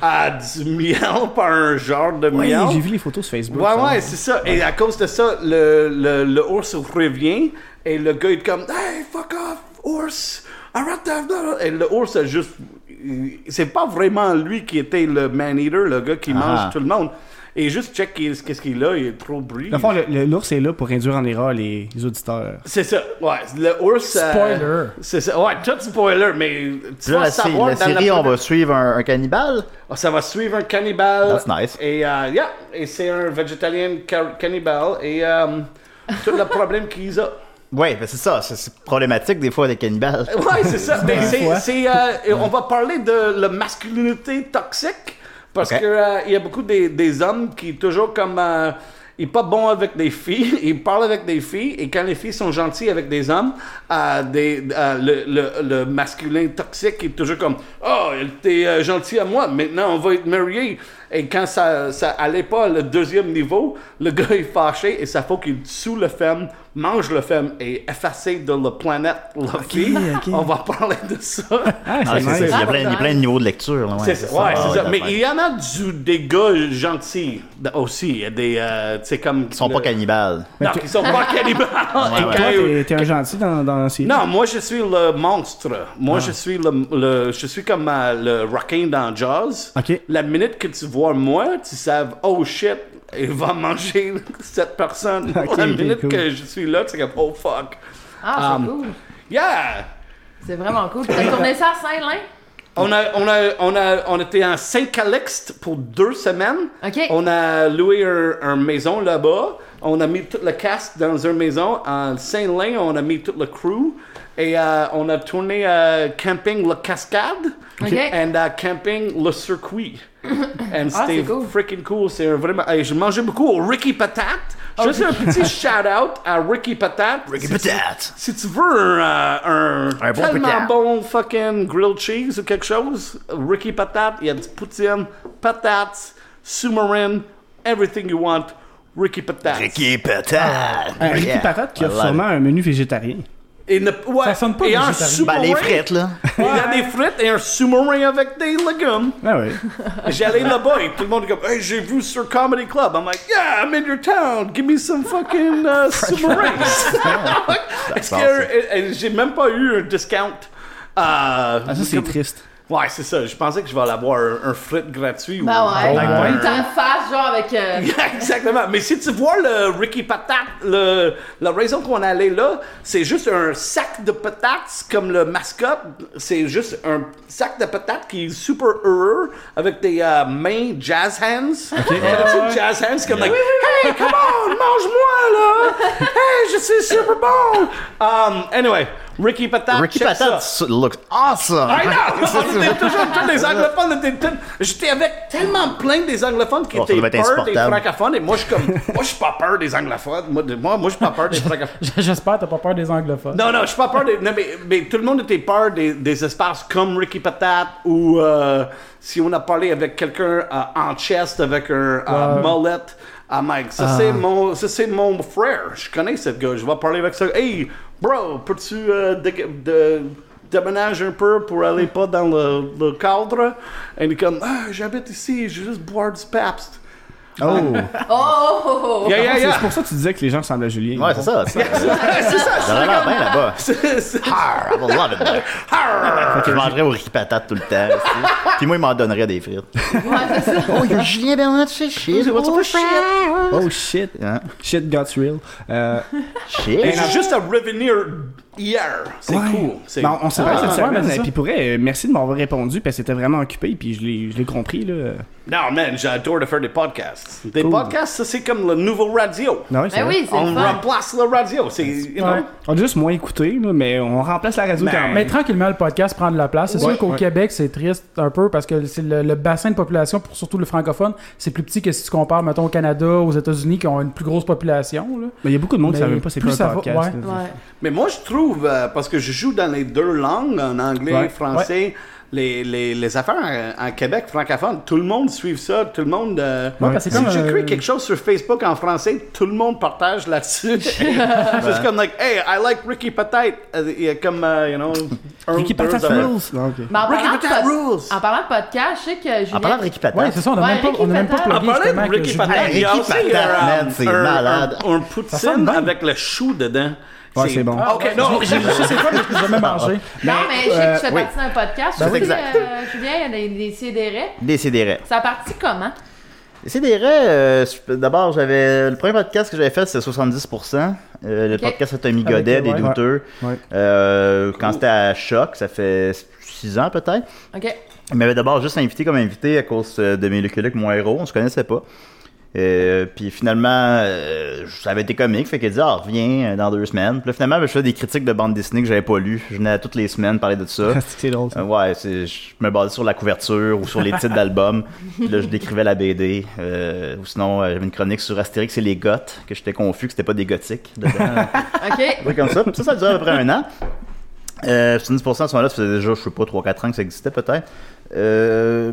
B: à du miel par un genre de
D: Oui,
B: miel.
D: j'ai vu les photos sur Facebook.
B: Ouais,
D: ça.
B: ouais, c'est ça. Et à cause de ça, le, le, le ours revient et le gars il est comme Hey, fuck off, ours! Arrête de. Et le ours a juste. il- C'est pas vraiment lui qui était le man-eater, le gars
C: Ah
B: qui mange tout le monde. Et juste check qu'est- qu'est-ce qu'il a, il est trop bris.
D: Dans le fond, le- le- l'ours est là pour induire en erreur les, les auditeurs.
B: C'est ça, ouais. Le ours. euh,
A: Spoiler.
B: c'est ça, ouais, tout spoiler, mais tu
C: Là,
B: vas
C: la, sé-
B: savoir
C: la
B: dans la
C: série, on
B: première-
C: va suivre un, un cannibale.
B: Ah, Ça va suivre un cannibale.
C: That's nice.
B: Et, euh, yeah, et c'est un végétalien ca- cannibale. Et euh, tout le problème qu'ils ont.
C: Ouais, ben c'est ça. C'est- C'est problématique des fois des cannibales.
B: Ouais, c'est ça. Mais c'est, c'est, euh, et on va parler de la masculinité toxique parce
C: Ok.
B: que euh, il y a beaucoup des, des hommes qui toujours comme euh, ils pas bons avec des filles, ils parlent avec des filles et quand les filles sont gentilles avec des hommes, euh, des, euh, le, le- le masculin toxique est toujours comme oh t'es euh, gentil à moi, maintenant on va être mariés. Et quand ça, ça allait pas le deuxième niveau, le gars est fâché et ça faut qu'il sous le femme, mange le femme et effacer de la planète la fille.
D: ok.
B: On va parler de ça.
D: Ah,
C: Ah,
D: c'est
C: c'est ça,
D: nice.
C: il, y a plein, il y a plein de niveaux de lecture. là,
B: C'est ça, ouais, c'est ça.
C: ouais, Ah,
B: Mais
C: ouais.
B: il y en a du, des gars gentils d- aussi. Il y a des. euh, tu sais, comme.
C: Ils sont pas cannibales.
B: Non, ils sont pas cannibales. Et
C: ouais.
B: quand-
D: Toi, t'es- t'es un gentil dans, dans ces
B: Non, moi je suis le monstre. Moi je suis le, le- je suis comme euh, le requin dans Jaws.
D: Ok.
B: La minute que tu vois moi, tu sais oh shit, il va manger cette personne.
D: Ok,
B: la
D: ok,
B: minute
D: cool.
B: que je suis là, tu es comme oh fuck.
E: Ah, c'est
B: Um,
E: cool.
B: Yeah.
E: C'est vraiment cool. T'as tourné ça à Saint-Lin?
B: On a, on a, on a, on était en Saint-Calixte pour deux semaines.
E: Ok.
B: On a loué un, un maison là-bas. On a mis toute la cast dans une maison. En Saint-Lin, on a mis toute la crew. Et euh, on a tourné euh, Camping La Cascade.
E: Ok.
B: Et Camping Le Circuit. And
E: Ah,
B: c'était
E: c'est cool.
B: freaking cool. C'est un vraiment. et je mangeais beaucoup au Ricky Patate.
E: Oh.
B: Juste un petit shout-out à Ricky Patate.
C: Ricky Patate.
B: Si tu veux un, euh, un,
C: Un bon
B: tellement
C: patate.
B: bon fucking grilled cheese ou quelque chose, Ricky Patate, il y a du poutine, patates, sous-marine, everything you want, Ricky Patate.
C: Ricky Ah, Patate.
D: Un Ricky
C: Yeah.
D: Patate qui
C: I
D: offre
C: love it.
D: sûrement un menu végétarien.
B: Et ne- ouais,
A: Ça sonne pas
B: et un
A: végétarien.
C: Ben,
B: sous-marin.
C: les frites, là.
B: Il y a des frites et un sous-marin avec des légumes.
D: Ah ouais.
B: J'allais là-bas et tout le monde est comme Hey, j'ai vu sur Comedy Club. I'm like, Yeah, I'm in your town. Give me some fucking uh, sous-marins. Est-ce que- et- et j'ai même pas eu un discount? Euh,
D: Ah, ça, c'est
B: comme-
D: triste.
B: Ouais, c'est ça. Je pensais que je vais aller avoir un, un frit gratuit.
E: Ben ouais.
B: Like that.
E: Ou t'en fasses, genre, avec... euh,
B: Exactement. Mais si tu vois le Ricky Patate, le, la raison qu'on est allé là, c'est juste un sac de patates comme le mascotte. C'est juste un sac de patates qui est super heureux avec des euh, mains jazz hands. Tu sais, jazz hands comme like, hey, come on, mange-moi là. Hey, je suis super bon. Um, anyway, Ricky Patate.
C: Ricky
B: Ah, check ça.
C: Patate so- looks awesome.
B: I know! On était toujours tous les anglophones. on était tous- J'étais avec tellement plein des anglophones qui
C: Oh, ça
B: étaient
C: doit être
B: peur des
C: insupportable.
B: francophones. Et moi, je suis comme, moi, je suis pas peur des anglophones. Moi, de- moi, moi, je suis pas peur des francophones.
A: J'espère que t'as pas peur des anglophones.
B: Non, non, je suis pas peur des. Non, mais, mais tout le monde était peur des, des espaces comme Ricky Patate ou euh, si on a parlé avec quelqu'un euh, en chest avec un euh, mullet. Ah, Mike, ça, c'est mon, ça, c'est mon frère. Je connais ce gars. Je vais parler avec ça. Hey, bro, peux-tu euh, dé- de- déménager un peu pour aller pas dans le, le cadre? Et il est comme, ah, j'habite ici, je vais juste boire du Pabst.
D: Oh!
E: Oh, oh, oh, oh.
B: Yeah, yeah, yeah.
D: C'est pour ça que tu disais que les gens ressemblent à Julien.
C: Ouais, c'est ça. c'est ça.
B: c'est ça.
C: Ça a l'air bien là-bas.
B: c'est- c'est-
C: Arr, I will love it there.
B: Arr!
C: Je mangerais au riz patate tout le temps. aussi. Puis moi, il m'en donnerait des frites.
E: Ouais, c'est ça.
C: Oh, il y a Julien Bernard de chez Shit.
B: Oh, shit.
D: Oh shit!
C: Hein?
D: Shit got real. Euh,
C: Shit.
B: Et juste à revenir hier. C'est
D: Ouais.
B: cool. C'est
D: Ben, on s'est parlé
A: Ah,
D: cette
A: ouais,
D: semaine.
A: mais c'est
D: et
A: ça.
D: puis pour vrai, euh, merci de m'avoir répondu, parce que c'était vraiment occupé, puis je l'ai, je l'ai compris, là.
B: Non, man, j'adore de faire des podcasts. Des
D: Cool.
B: podcasts, ça, c'est comme le nouveau radio.
D: Non,
E: Ben oui, c'est
B: On
E: le fun.
B: remplace le radio. C'est, you know,
A: Ouais.
D: On a juste moins écouté, là, mais on remplace la radio
B: Ben,
D: quand même.
A: Mais tranquillement, le podcast prend de la place. C'est
D: Ouais,
A: sûr qu'au
D: ouais.
A: Québec, c'est triste un peu parce que c'est le, le bassin de population, pour surtout le francophone, c'est plus petit que si tu compares, mettons, au Canada, aux États-Unis, qui ont une plus grosse population. là.
D: Mais il y a beaucoup de monde
A: Mais
D: qui ne savent même pas c'est
A: ben, plus
D: quoi
A: ça va-
D: un podcast.
A: ouais.
D: là.
E: Ouais.
B: Mais moi, je trouve, euh, parce que je joue dans les deux langues, en anglais
A: Ouais,
B: et français, les, les, les affaires euh, en, en Québec francophone, tout le monde suit ça, tout le monde... euh,
A: Ouais, parce que c'est
B: si
A: comme,
B: j'écris
A: euh,
B: quelque chose sur Facebook en français, tout le monde partage là-dessus. C'est comme, like, hey, I like Ricky Patate. Euh, il y a comme, euh, you know...
D: Ricky
B: Earl
D: Patate
B: Durham.
D: Rules. Non, ok.
E: Mais en,
B: Ricky
E: parlant de
B: Patate
E: pod-
B: rules.
E: en parlant de podcast, je sais que Julien...
C: En parlant de Ricky Patate,
A: Ouais, c'est ça, on n'a
E: Ouais,
A: même pas,
E: Ricky
A: on a même pas
E: Patate.
B: En
A: plugué,
B: parlant
A: justement,
B: de
A: que
B: Ricky
A: je-
B: Patate, il y a
C: Ricky
B: aussi
C: Patate,
B: un-
C: man, c'est
B: un-
C: malade.
B: Un, un
A: sonne
B: poutine
A: bien.
B: avec le chou dedans.
D: Ouais, c'est bon.
B: Ah, Ok, non,
A: Je je sais pas, mais je l'ai jamais
D: Ah,
A: mangé.
E: Non, mais je sais que tu fais
C: oui.
E: partie d'un podcast.
C: Ben,
E: Je sais,
C: c'est exact.
E: euh, Julien, il y a des, des sidérés.
C: Décidérez.
E: Ça a parti comment?
C: C'est des raies. D'abord, j'avais le premier podcast que j'avais fait, c'était 70%. Euh, le
E: Ok.
C: podcast Atomy Godet,
A: Avec,
C: des
A: ouais.
C: douteux.
D: Ouais.
C: Euh, quand c'était à Choc, ça fait 6 ans peut-être.
E: OK.
C: Il m'avait d'abord juste invité comme invité à cause euh, de mes Lucky Luke, mon héros, on se connaissait pas. Euh, puis finalement, euh, ça avait été comique, fait qu'il dit Ah, reviens euh, dans deux semaines. Puis là, finalement, ben, je fais des critiques de bande Disney que j'avais pas lues. Je venais à toutes les semaines parler de ça.
D: C'est drôle.
C: Euh,
D: ça.
C: ouais, c'est- je me basais sur la couverture ou sur les titres d'albums. Puis là, je décrivais la BD. euh, ou sinon, euh, j'avais une chronique sur Astérix et les Goths, que j'étais confus que c'était pas des gothiques. dedans.
E: OK.
C: Un truc comme ça. Puis ça, ça a duré à peu près un an. Euh, 70% à ce moment-là, ça faisait déjà, je sais pas, 3-4 ans que ça existait peut-être. Euh,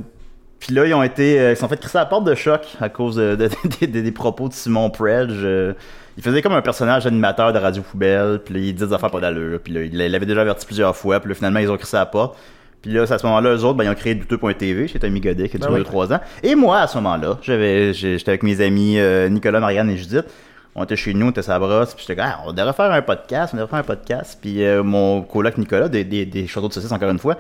C: puis là, ils ont été. euh, ils se sont fait crisser à la porte de choc à cause de- de- des- des- des propos de Simon Predge. euh. il faisait comme un personnage animateur de Radio Poubelle, puis là, il dit des affaires pas d'allure, puis là, il l'avait déjà averti plusieurs fois, puis là, finalement, ils ont crissé à la porte. Puis là, c'est à ce moment-là, eux autres, ben, ils ont créé douteux.tv, chez Tommy Godet, qui a duré
A: Ben oui.
C: 3 ans. Et moi, à ce moment-là, j'avais, j'ai- j'étais avec mes amis euh, Nicolas, Marianne et Judith. On était chez nous, on était sa brosse, puis j'étais comme, ah, on devrait faire un podcast, on devrait faire un podcast. Puis euh, mon coloc Nicolas, des, des, des Châteaux de Saucisse, encore une fois,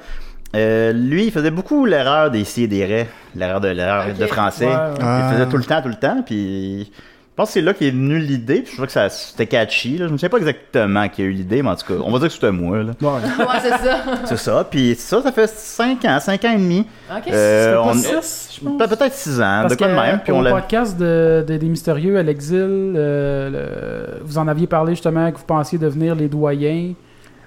C: euh, lui, il faisait beaucoup l'erreur des si et des raies, l'erreur de, l'erreur
E: Ok.
C: de français.
A: Ouais, ouais.
D: Ah.
C: Il faisait tout le temps, tout le temps, puis je pense que c'est là qu'est venue l'idée, puis je crois que ça, c'était catchy, là. Je ne sais pas exactement qui a eu l'idée, mais en tout cas, on va dire que c'était moi, là.
D: Ouais.
E: Ouais, c'est ça.
C: C'est ça, puis ça, ça fait 5 ans, 5 ans et demi.
E: OK.
C: Euh, on-
A: six, je pense.
C: Pe- Peut-être 6 ans,
A: Parce
C: de quoi
A: que,
C: de même, puis
A: au
C: on l'a...
A: podcast de, de- des Mystérieux à l'exil, euh, le- vous en aviez parlé justement que vous pensiez devenir les doyens.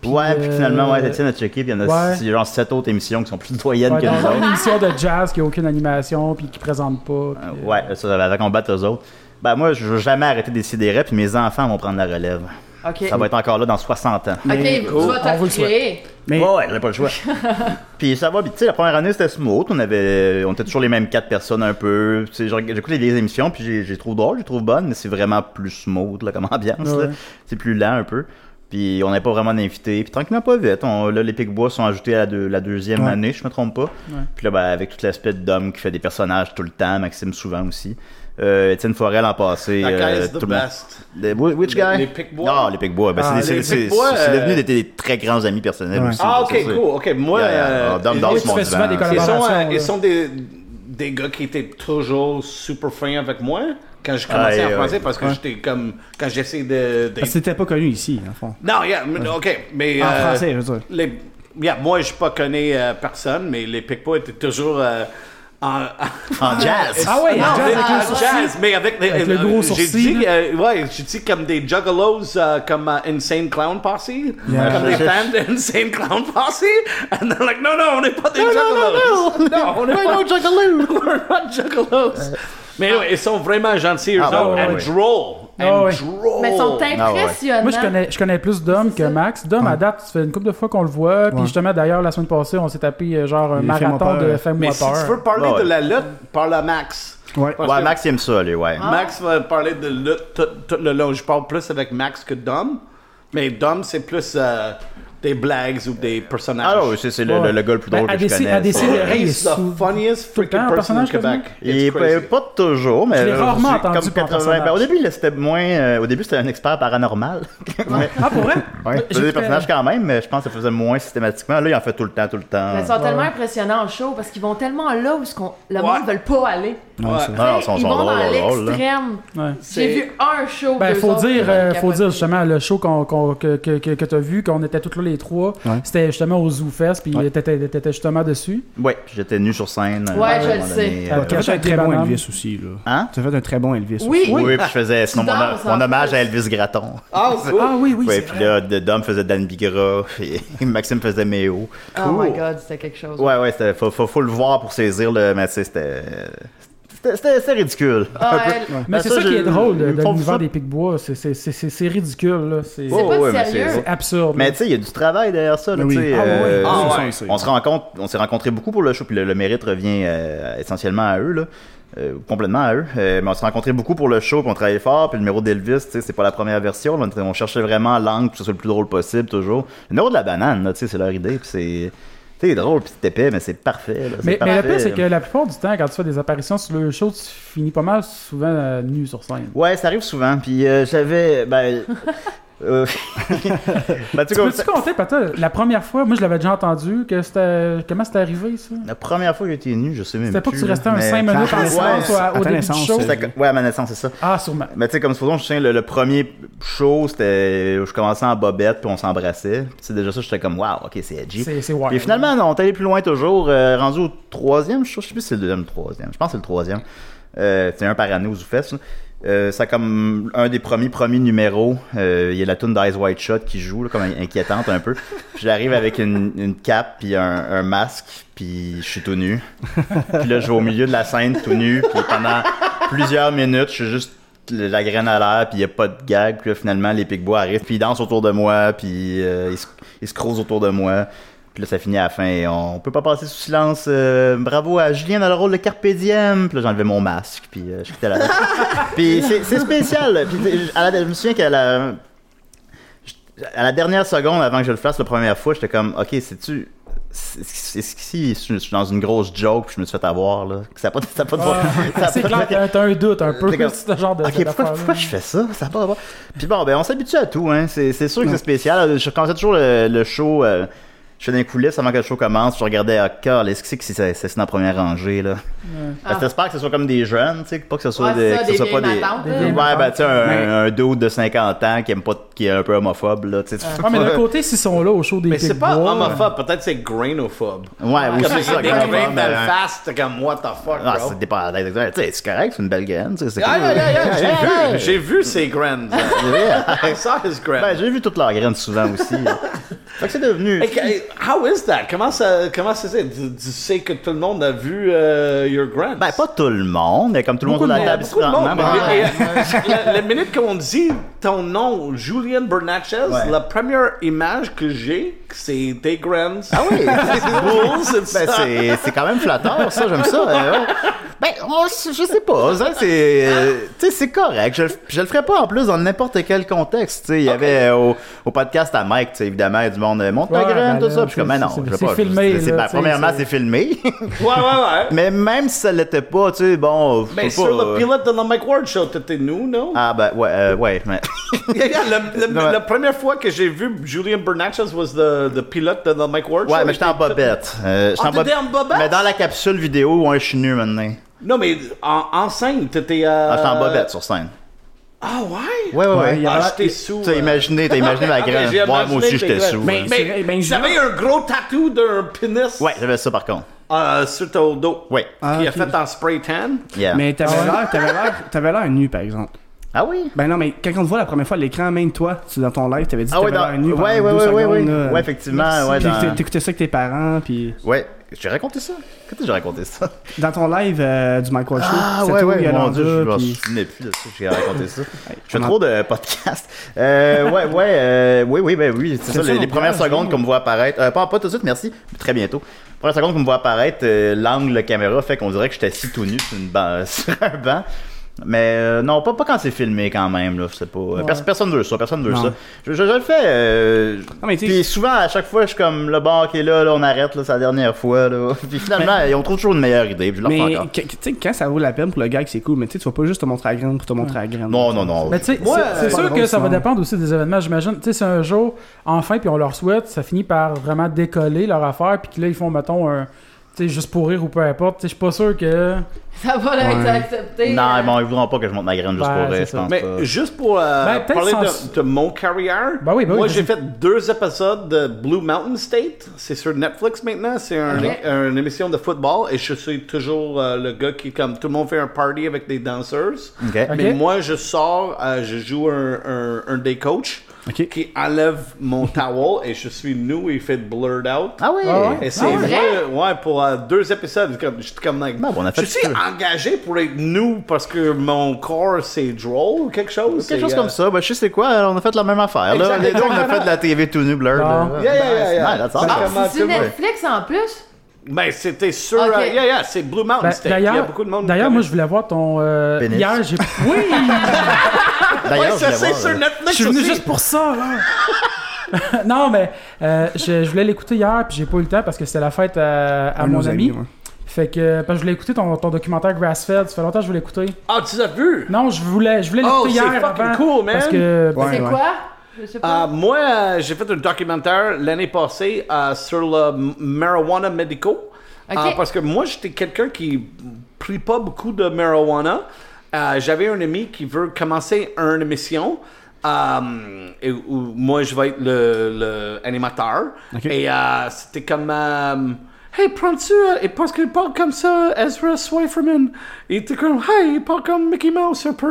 C: ouais, puis
A: euh,
C: finalement, ouais, Étienne a checké, puis il y en a
A: ouais.
C: six- genre 7 autres émissions qui sont plus doyennes
A: Ouais,
C: que nous
A: dans une
C: autres.
A: émission de jazz qui a aucune animation puis qui présente pas. puis,
C: Euh,
A: euh,
C: Ouais, ça, ça va combattre eux autres. Ben moi, je veux jamais arrêter des sidérés, puis mes enfants vont prendre la relève.
E: OK.
C: Ça va être encore là dans 60 ans.
E: OK,
D: Mais-
E: tu
D: Oh,
E: vas
A: on vous le
E: te créer.
D: Mais-
C: Ouais, ouais, j'avais pas le choix. puis ça va, puis tu sais, la première année c'était smooth, on avait, on était toujours les mêmes quatre personnes un peu. Tu sais, genre, j'écoute les vieilles émissions, puis j'ai- je les trouve drôles, je les trouve bonnes, mais c'est vraiment plus smooth là, comme ambiance. là.
A: Ouais.
C: C'est plus lent un peu. Puis on n'avait pas vraiment d'invités. Puis tranquillement, pas vite. On, là, les Pic-Bois sont ajoutés à la, deux- la deuxième
D: Ouais.
C: année, je me trompe pas. Puis là, ben, avec tout l'aspect d'homme qui fait des personnages tout le temps, Maxime souvent aussi. Euh, Étienne Forel en passé.
B: That guy
C: euh,
B: is the
C: tout le monde.
B: best.
C: Les- which
B: Les-
C: guy?
B: les Pic-Bois.
C: Ah, les Pic-Bois. Ben,
D: Ah,
C: c'est des-
B: les
C: c'est- c'est-
B: Pic-Bois,
C: c'est devenu
B: euh,
C: des, des très grands amis personnels
D: Ouais.
C: aussi.
B: Ah,
C: ça,
B: ok,
C: c'est-
B: cool. Ok, moi.
C: Yeah, Oh, yeah.
B: euh,
C: Dame
B: ils-
C: Dance,
A: oui, tu
C: mon
A: fais souvent
C: divan,
A: des
C: hein.
B: Ils
A: collaborations.
B: sont, euh,
A: là.
B: ils sont des, des gars qui étaient toujours super fins avec moi quand je
C: Aïe,
B: commençais en
C: aïe.
B: français parce que j'étais comme. Quand j'essayais de. de-
D: Parce que c'était pas connu ici, en fond.
B: Non, yeah, mais- ok, mais.
D: En
B: euh,
D: français, hein. je veux dire.
B: les- yeah, moi, je ne connais euh, personne, mais les Pic-Bois étaient toujours euh, en.
C: En jazz.
A: Ah ouais,
B: non,
A: jazz
B: mais,
A: avec le
B: euh,
A: sourcil.
B: jazz, mais avec, les-
A: Avec le
B: euh,
A: gros
B: J'ai
A: sourcil,
B: dit, euh, ouais, j'ai dit comme des juggalos, euh, comme euh, Insane Clown Posse, comme des fans d'Insane Clown Posse, and they're like, non, non, on n'est pas des juggalos. Non, on n'est pas juggalos. We're not juggalos. Mais ouais, ils sont vraiment gentils, eux
C: Ah,
B: autres,
C: ouais,
B: and
C: ouais.
B: drôle,
A: Ah,
B: and
A: ouais.
B: drôle.
E: Mais ils sont impressionnants.
A: Moi, je connais, je connais plus Dom que Max. Dom, à date, ça fait une couple de fois qu'on le voit. Puis
D: Ouais.
A: justement, d'ailleurs, la semaine passée, on s'est tapé euh, genre un
D: Les
A: marathon
D: Fais-moi peur.
A: de Fais-moi
B: Mais
A: peur.
B: si tu veux parler
C: Ouais.
B: de la lutte, parle à Max.
D: Ouais.
B: Parce
C: Ouais,
B: que
C: Max il aime ça, lui, ouais.
A: Ah,
B: Max va parler de lutte tout, tout le long. Je parle plus avec Max que Dom, mais Dom, c'est plus euh, des blagues ou des personnages.
C: Ah oui, c'est c'est le,
A: Ouais.
C: le, le gars le plus
A: Ben, euh,
C: drôle que je
A: ADC
C: connais.
A: ADC,
C: ça.
A: le Ray est
B: He's the
A: sou-
B: funniest
A: tout le temps
B: freaking
A: un
B: person in
A: personnage quasiment.
B: Quebec.
C: Il
B: It's
C: est
B: crazy.
C: pas toujours, mais
A: Je l'ai rarement
C: aujourd'hui,
A: entendu pour un
C: comme 80, ben, au
A: personnage.
C: début, là, c'était moins. euh, au début, c'était un expert paranormal. Mais-
A: Ah, pour vrai?
C: ouais, il faisait des
A: J'écoutais-
C: personnages quand même, mais je pense que ça faisait moins systématiquement. Là, il en fait tout le temps, tout le temps.
E: Mais ils sont tellement impressionnants en show parce qu'ils vont tellement là où ce qu'on- le
B: Ouais.
E: monde ne veulent pas aller.
B: Ouais.
C: Ah, ils
E: ils
C: sont-
E: vont
C: sont drôles,
E: dans
C: drôles, drôles, là.
E: l'extrême.
A: Ouais.
E: J'ai
B: C'est-
E: vu un show.
A: Ben,
E: d'eux
A: faut
E: autres,
A: dire,
E: j'ai
A: euh, faut
E: capoté.
A: dire justement le show qu'on qu'on- que, que, que, que t'as vu, qu'on était tous là les trois,
D: Ouais.
A: c'était justement au Zoo Fest, puis
C: Ouais.
A: t'étais t'étais justement dessus.
C: Ouais, puis j'étais nu sur scène. euh,
E: Ouais,
C: à un
E: je
C: moment donné,
E: le
A: sais.
C: euh,
A: Ok.
D: T'as fait un
A: Cachette des
D: très bon
A: bananes.
D: Elvis aussi, là.
C: Hein?
D: T'as fait un très bon Elvis aussi.
E: Oui.
C: Oui, puis je faisais sinon mon,
E: danses,
C: mon
E: en
C: hommage
E: plus.
C: à Elvis Gratton.
B: Ah, cool.
A: Ah oui, oui,
C: ouais,
A: c'est
C: puis là, de- Dom faisait Dan Bigra, et Maxime faisait Méo.
E: Oh my
B: Cool.
E: god, c'était quelque chose.
C: Ouais, ouais, c'était- faut, faut, faut le voir pour saisir, le mais tu sais, c'était. c'était- C'était c'était ridicule.
E: Ah,
C: Un peu.
E: elle-
A: Mais
C: Ben,
A: c'est
C: ça,
A: ça qui
C: je-
A: est drôle de,
C: ils
A: de
C: font
A: l'univers
C: ça-
A: des Pic-Bois. C'est- C'est c'est- c'est ridicule, là. C'est
E: C'est pas
C: ouais, mais
E: sérieux.
C: c'est-
A: c'est absurde.
C: Oh. Mais tu sais, il y a du travail derrière ça. Là,
D: Oui.
C: tu sais,
A: Ah,
C: euh,
A: ouais.
B: Ah, ouais.
D: ça,
C: On se rencontre, on s'est rencontrés beaucoup pour le show, puis le, le mérite revient euh, essentiellement à eux là. euh, complètement à eux. Euh, mais on s'est rencontrés beaucoup pour le show, puis on travaillait fort, puis le numéro d'Elvis, tu sais, c'est pas la première version. là, on, on cherchait vraiment l'angle pour que ce soit le plus drôle possible, toujours. Le numéro de la banane, là, tu sais, c'est leur idée, puis c'est. Tu sais, il est drôle, puis c'est épais, mais c'est parfait. là, c'est
A: Mais, mais le
C: parfait. hein.
A: pire, c'est que la plupart du temps, quand tu fais des apparitions sur le show, tu finis pas mal souvent euh, nu sur scène.
C: Ouais, ça arrive souvent, puis euh, j'avais. Ben. euh, ben,
A: Tu
C: tu sais, comme
A: peux-tu
C: ça-
A: compter, Pata, la première fois, moi je l'avais déjà entendu, que c'était. Comment c'était arrivé ça
C: La première fois que j'étais nu, je sais même
A: C'était pas que
C: plus,
A: tu
C: là,
A: restais un
C: mais-
A: 5 minutes en
C: Ouais,
A: silence ou à-
D: à
A: au
D: ta
A: début du
D: naissance,
A: show
D: c'est-
C: c'était- Ouais, à ma naissance, Oh, c'est ça.
A: Ah, sûrement.
C: Mais tu sais, comme supposons, je tiens, le, le premier show, c'était. Je commençais en bobette, puis on s'embrassait. Puis c'est déjà ça, j'étais comme, waouh, ok, c'est edgy.
A: C'est c'est wild.
C: Et finalement, non, on est allé plus loin toujours, euh, rendu au troisième, je, je sais plus si c'est le deuxième ou le troisième. Je pense que c'est le troisième. Euh, c'est un par année aux Zoufest. Euh, c'est comme un des premiers premiers numéros. Euh, Il y a la tune d'Eyes White Shot qui joue, là, comme inquiétante un peu. Puis j'arrive avec une, une cape puis un, un masque, puis je suis tout nu. Puis là, je vais au milieu de la scène tout nu, puis pendant plusieurs minutes, je suis juste la graine à l'air, puis il n'y a pas de gag. Puis là, finalement, les Picbois arrivent, puis ils dansent autour de moi, puis euh, ils, se, ils se croisent autour de moi. Puis là, ça finit à la fin. Et on peut pas passer sous silence. euh, bravo à Julien dans le rôle de Carpe Diem. Puis là, j'enlevais mon masque, puis euh, je quittais la... puis c'est c'est spécial. là. Puis à la- je me souviens qu'à la... À la dernière seconde, avant que je le fasse la première fois, j'étais comme, ok, c'est-tu... Est-ce est-ce que si je suis dans une grosse joke puis je me suis fait avoir, là, que ça n'a pas, ça a pas de bon- ça a
A: C'est
C: pas de-
A: clair, t'as- t'as un doute un peu.
C: T'es comme-
A: C'est ce genre de.
C: Ok, pourquoi,
A: d'affaire-là.
C: pourquoi je fais ça? Ça n'a pas rapport. Puis bon, ben, on s'habitue à tout, hein. C'est c'est sûr que c'est spécial. Euh, Je commençais toujours le, le show. euh, je faisais des coulisses avant que le show commence. Je regardais à cœur, est-ce que c'est que c'est c'est dans la première rangée, là? Parce que j'espère que ce soit comme des jeunes, tu sais, pas que ce soit
E: Ouais,
C: des.
E: ça,
C: que ce
E: des
C: soit pas
E: vieilles
C: des.
E: matantes,
B: hein.
A: là.
C: ouais, ben, tu sais, un, un dude de 50 ans qui aime pas, qui est un peu homophobe, là, tu sais. tu peux
A: Ouais, mais d'un
C: pas-
A: côté, s'ils sont là au show des
B: Mais c'est
A: Big
B: pas
A: Bois, euh,
B: homophobe, peut-être c'est grainophobe.
C: Ouais, oui,
B: Comme
C: c'est ça,
B: les
C: quand même,
A: hein,
B: grains
C: mais-
B: dans le face, t'es comme what the fuck,
C: Ah,
B: bro.
C: c'est dépend. Tu sais, c'est correct, c'est une belle graine, tu sais. c'est
B: Ah,
C: cool.
B: yeah, yeah, yeah,
C: Yeah, yeah.
B: j'ai vu, j'ai vu ces graines. I saw his
C: Ben,
B: graines.
C: j'ai vu toute leur graine souvent aussi. là. fait que c'est devenu.
B: Hey, hey, how is that? Comment ça, comment ça c'est? Tu, tu sais que tout le monde a vu euh, your grains?
C: Ben, pas tout le monde, mais comme tout le monde
B: Beaucoup
C: sur
B: de
C: la
B: monde,
C: table ici,
B: beaucoup de monde.
C: présentement, ben,
B: Mais, euh, la, la minute qu'on dit ton nom, Julien Bernatchez,
C: Ouais.
B: la première image que j'ai, c'est tes grains. Ah
C: oui.
B: bulls, c'est
C: ben,
B: ça.
C: c'est- c'est quand même flatteur, ça, j'aime ça. euh, ouais. Ben, on- je sais pas, ça, c'est. euh, Tu sais, c'est correct. Je, le- je le ferais pas en plus dans n'importe quel contexte. Tu sais, il y avait euh, au, au podcast à Mike, tu sais, évidemment, il y a du monde, euh, monte ta
A: Ouais,
C: graine,
A: ben
C: tout
A: là,
C: ça. Puis je suis comme,
A: c'est-
C: ben non,
A: c'est-
C: je veux
A: c'est
C: pas.
A: filmé,
C: c'est- c'est-
A: là,
C: ben,
A: tu sais,
C: premièrement,
A: c'est-
C: c'est filmé.
B: Ouais, ouais, ouais.
C: Mais même si ça l'était pas, tu sais, bon. je
B: Mais
C: sais pas,
B: Ben, sur le
C: euh,
B: pilote de la Mike Ward Show, t'étais nous, non?
C: Ah, ben, ouais, euh, ouais, mais.
B: Yeah, yeah, le- le-
C: Non, mais-
B: La première fois que j'ai vu Julian Bernatchez was the, the pilote de the Mike Ward Show.
C: Ouais, mais j'étais en bobette. Euh, j'étais
B: Ah, t'étais en bobette?
C: Mais dans la capsule vidéo, ouais, je suis nu maintenant.
B: Non, mais en, en scène, t'étais... Euh...
C: Ah, j'étais en bobette sur scène.
B: Ah ouais?
C: Ouais, ouais,
D: Ouais, il y
C: ouais.
D: a-
B: Ah,
D: Ah,
B: j'étais sous.
C: T'as
B: euh.
C: imaginé, t'as imaginé ma
B: Ok,
C: graine.
B: j'ai
C: Ouais, moi
B: imaginé
C: aussi,
B: tes
C: j'étais
B: graines.
C: sous.
D: Mais-
C: ouais.
D: C'est vrai,
B: Mais
D: ben,
B: j'avais un gros tatou d'un pénis
C: Ouais, j'avais ça par contre.
B: euh, sur ton dos.
C: Ouais.
D: Ah,
B: qui a
D: ok.
B: fait en spray tan.
C: Yeah.
D: Mais t'avais l'air, t'avais l'air, t'avais l'air nu, par exemple.
C: Ah oui?
D: Ben non, mais quand on te voit la première fois à l'écran, même toi, tu, dans ton live, t'avais dit que
C: Ah oui,
D: t'avais
C: dans...
D: l'air nu. pendant
C: ouais, ouais,
D: deux
C: ouais, ouais,
D: secondes,
C: ouais.
D: là.
C: Ouais, effectivement, ouais,
D: Puis t'é-
C: dans...
D: t'écoutais ça avec tes parents, puis
C: Ouais. J'ai raconté ça? Quand j'ai raconté ça?
D: dans ton live euh, du Mike Ward Show, c'est toi, il y a
C: Ah, Mon Dieu, je
D: Yolanda,
C: m'en
D: puis-
C: souvenais plus de ça, j'ai raconté ça. Je fais
D: comment-
C: trop de podcasts. Euh, ouais, ouais, euh, oui, oui, ben oui, c'est ça,
D: ça,
C: les,
D: mon
C: les premières
D: voyage,
C: secondes
D: oui.
C: qu'on me voit apparaître, euh, pas, pas tout de suite, merci, mais très bientôt. Les premières secondes qu'on me voit apparaître, euh, l'angle de la caméra fait qu'on dirait que j'étais assis tout nu sur, une ban- sur un banc. Mais euh, non, pas, pas quand c'est filmé quand même. Là, c'est pas, euh,
D: Ouais.
C: pers- personne veut ça, personne veut
D: Non.
C: ça. Je, je- je le fais. euh,
D: Non, mais tu sais-
C: puis souvent, à chaque fois, je suis comme le bar qui est là, là on arrête, là, c'est la dernière fois. Là. Puis finalement, ils ont toujours une meilleure idée. Puis je leur fais
D: Mais
C: encore.
D: que- tu sais, quand ça vaut la peine pour le gars, que c'est cool. Mais tu sais, tu vas pas juste te montrer à la graine pour te montrer à la graine.
C: Non, non, non.
A: Mais tu sais,
B: Ouais,
A: c'est- c'est
B: c'est pas
A: sûr
D: drôle,
A: que ça va
D: sinon.
A: dépendre aussi des événements, j'imagine. Tu sais, c'est un jour, enfin, puis on leur souhaite, ça finit par vraiment décoller leur affaire, puis que là, ils font, mettons, un. Tu sais, juste pour rire ou peu importe. Tu sais, je suis pas sûr que.
E: Ça va là, être
D: Ouais.
E: accepté.
C: Non,
E: euh,
C: bon, ils voudront pas que je monte ma graine juste
A: Ouais,
C: pour
A: c'est
C: rire, je
A: ça.
C: pense
B: Mais
C: pas.
B: juste pour euh,
A: Ben, peut-être
B: parler
A: sans-
B: de, de mon carrière,
A: Ben oui, ben oui,
B: moi
A: vas-y.
B: j'ai fait deux épisodes de Blue Mountain State. C'est sur Netflix maintenant. C'est un-
E: Ok.
B: un- une émission de football et je suis toujours euh, le gars qui, comme tout le monde, fait un party avec des danseuses.
C: Ok.
B: Mais
A: Ok.
B: moi, je sors, euh, je joue un, un, un des coachs
D: Ok.
B: qui enlève mon towel et je suis nu et fait blurred out.
C: Ah oui!
A: Ah ouais?
B: Et c'est vrai, ouais, pour euh, deux épisodes, comme, j'étais comme, like,
C: Non, on a fait
B: je suis
C: deux.
B: engagé pour être nous parce que mon corps c'est drôle ou quelque chose.
C: Quelque
B: c'est,
C: chose
B: euh,
C: comme ça. Ben, je sais c'est quoi, on a fait la même affaire. Là.
B: Exact.
C: Les deux, on a fait de la TV tout nu, blur. là.
A: Bon.
B: Yeah, yeah, yeah,
C: Nice.
B: yeah.
C: Nice, that's awesome.
B: Ah,
E: C'est
B: Comment
E: sur
B: tu-
E: Netflix en plus?
B: Mais c'était sur,
E: Ok.
B: euh, yeah, yeah, c'est Blue Mountain
A: Ben,
B: State. Il y a
A: D'ailleurs,
B: beaucoup de monde.
A: d'ailleurs, moi, je voulais voir ton. euh,
C: Pénis.
A: hier, j'ai. Oui!
B: Ouais,
C: D'ailleurs, je
B: ça
C: voulais
B: c'est
C: voir, euh,
B: sur
C: là.
A: Je
B: Netflix
A: suis venu
B: aussi.
A: juste pour ça, là. non, mais euh, je, je voulais l'écouter hier, puis j'ai pas eu le temps parce que c'était la fête à, à
D: Un de
A: mon
D: nos
A: ami.
D: amis, ouais.
A: Fait que, euh, parce que je voulais écouter ton, ton documentaire Grassfed. Ça fait longtemps que je voulais l'écouter.
B: Ah, tu l'as vu?
A: Non, je voulais, je voulais l'écouter
B: Oh, c'est
A: hier.
B: fucking
A: avant,
B: cool, man.
A: Parce que.
D: Ouais,
E: c'est
D: ouais.
E: quoi? Je sais
B: Euh,
E: pas.
B: moi, euh, j'ai fait un documentaire l'année passée euh, sur le m- marijuana médical.
E: Ok.
B: Euh, parce que moi, j'étais quelqu'un qui prit pas beaucoup de marijuana. Euh, J'avais un ami qui veut commencer une émission. euh, et où moi, je vais être le, le animateur.
D: Ok.
B: Et euh, c'était comme. euh, Hey, prends-tu. euh, Et parce qu'il parle comme ça, Ezra Swiferman. Il était comme. Oh, Hey, il parle comme Mickey Mouse un peu.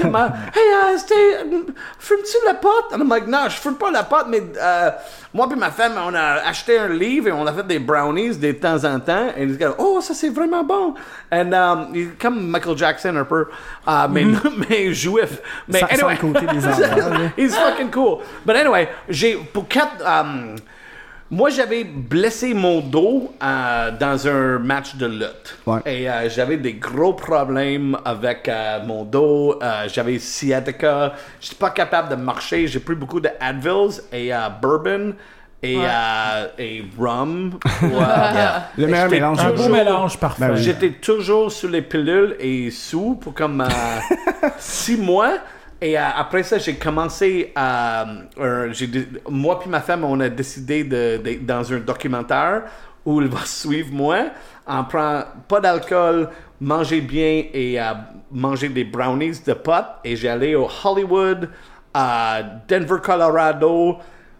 B: comme. euh, hey, euh, c'était- fumes-tu la pote? And I'm like, non, je fume pas la pote, mais euh, moi puis ma femme, on a acheté un livre et on a fait des brownies de temps en temps. Et il dit, oh, ça c'est vraiment bon. And, um, il est comme Michael Jackson un peu. Ah, mais,
D: Mm-hmm.
B: mais juif. Mais
D: Sans- sans
B: anyway.
D: le côté des enfants, là.
B: He's fucking cool. But anyway, j'ai pour quatre. um, moi, j'avais blessé mon dos euh, dans un match de lutte.
D: Ouais.
B: Et euh, j'avais des gros problèmes avec euh, mon dos. euh, j'avais sciatica. J'étais pas capable de marcher. J'ai pris beaucoup de Advils et euh, bourbon et,
E: Ouais.
B: euh, et rum. Ouais, yeah.
D: Le meilleur
B: J'étais
D: mélange.
A: Un
D: de
A: beau
D: tout.
A: mélange parfait.
D: Ben oui.
B: J'étais toujours sur les pilules et sous pour comme euh, six mois. Et euh, après ça, j'ai commencé à. euh, j'ai dé- moi puis ma femme, on a décidé de, d'être dans un documentaire où il va suivre moi. On prend pas d'alcool, manger bien et euh, manger des brownies de potes. Et j'ai allé au Hollywood, à Denver, Colorado,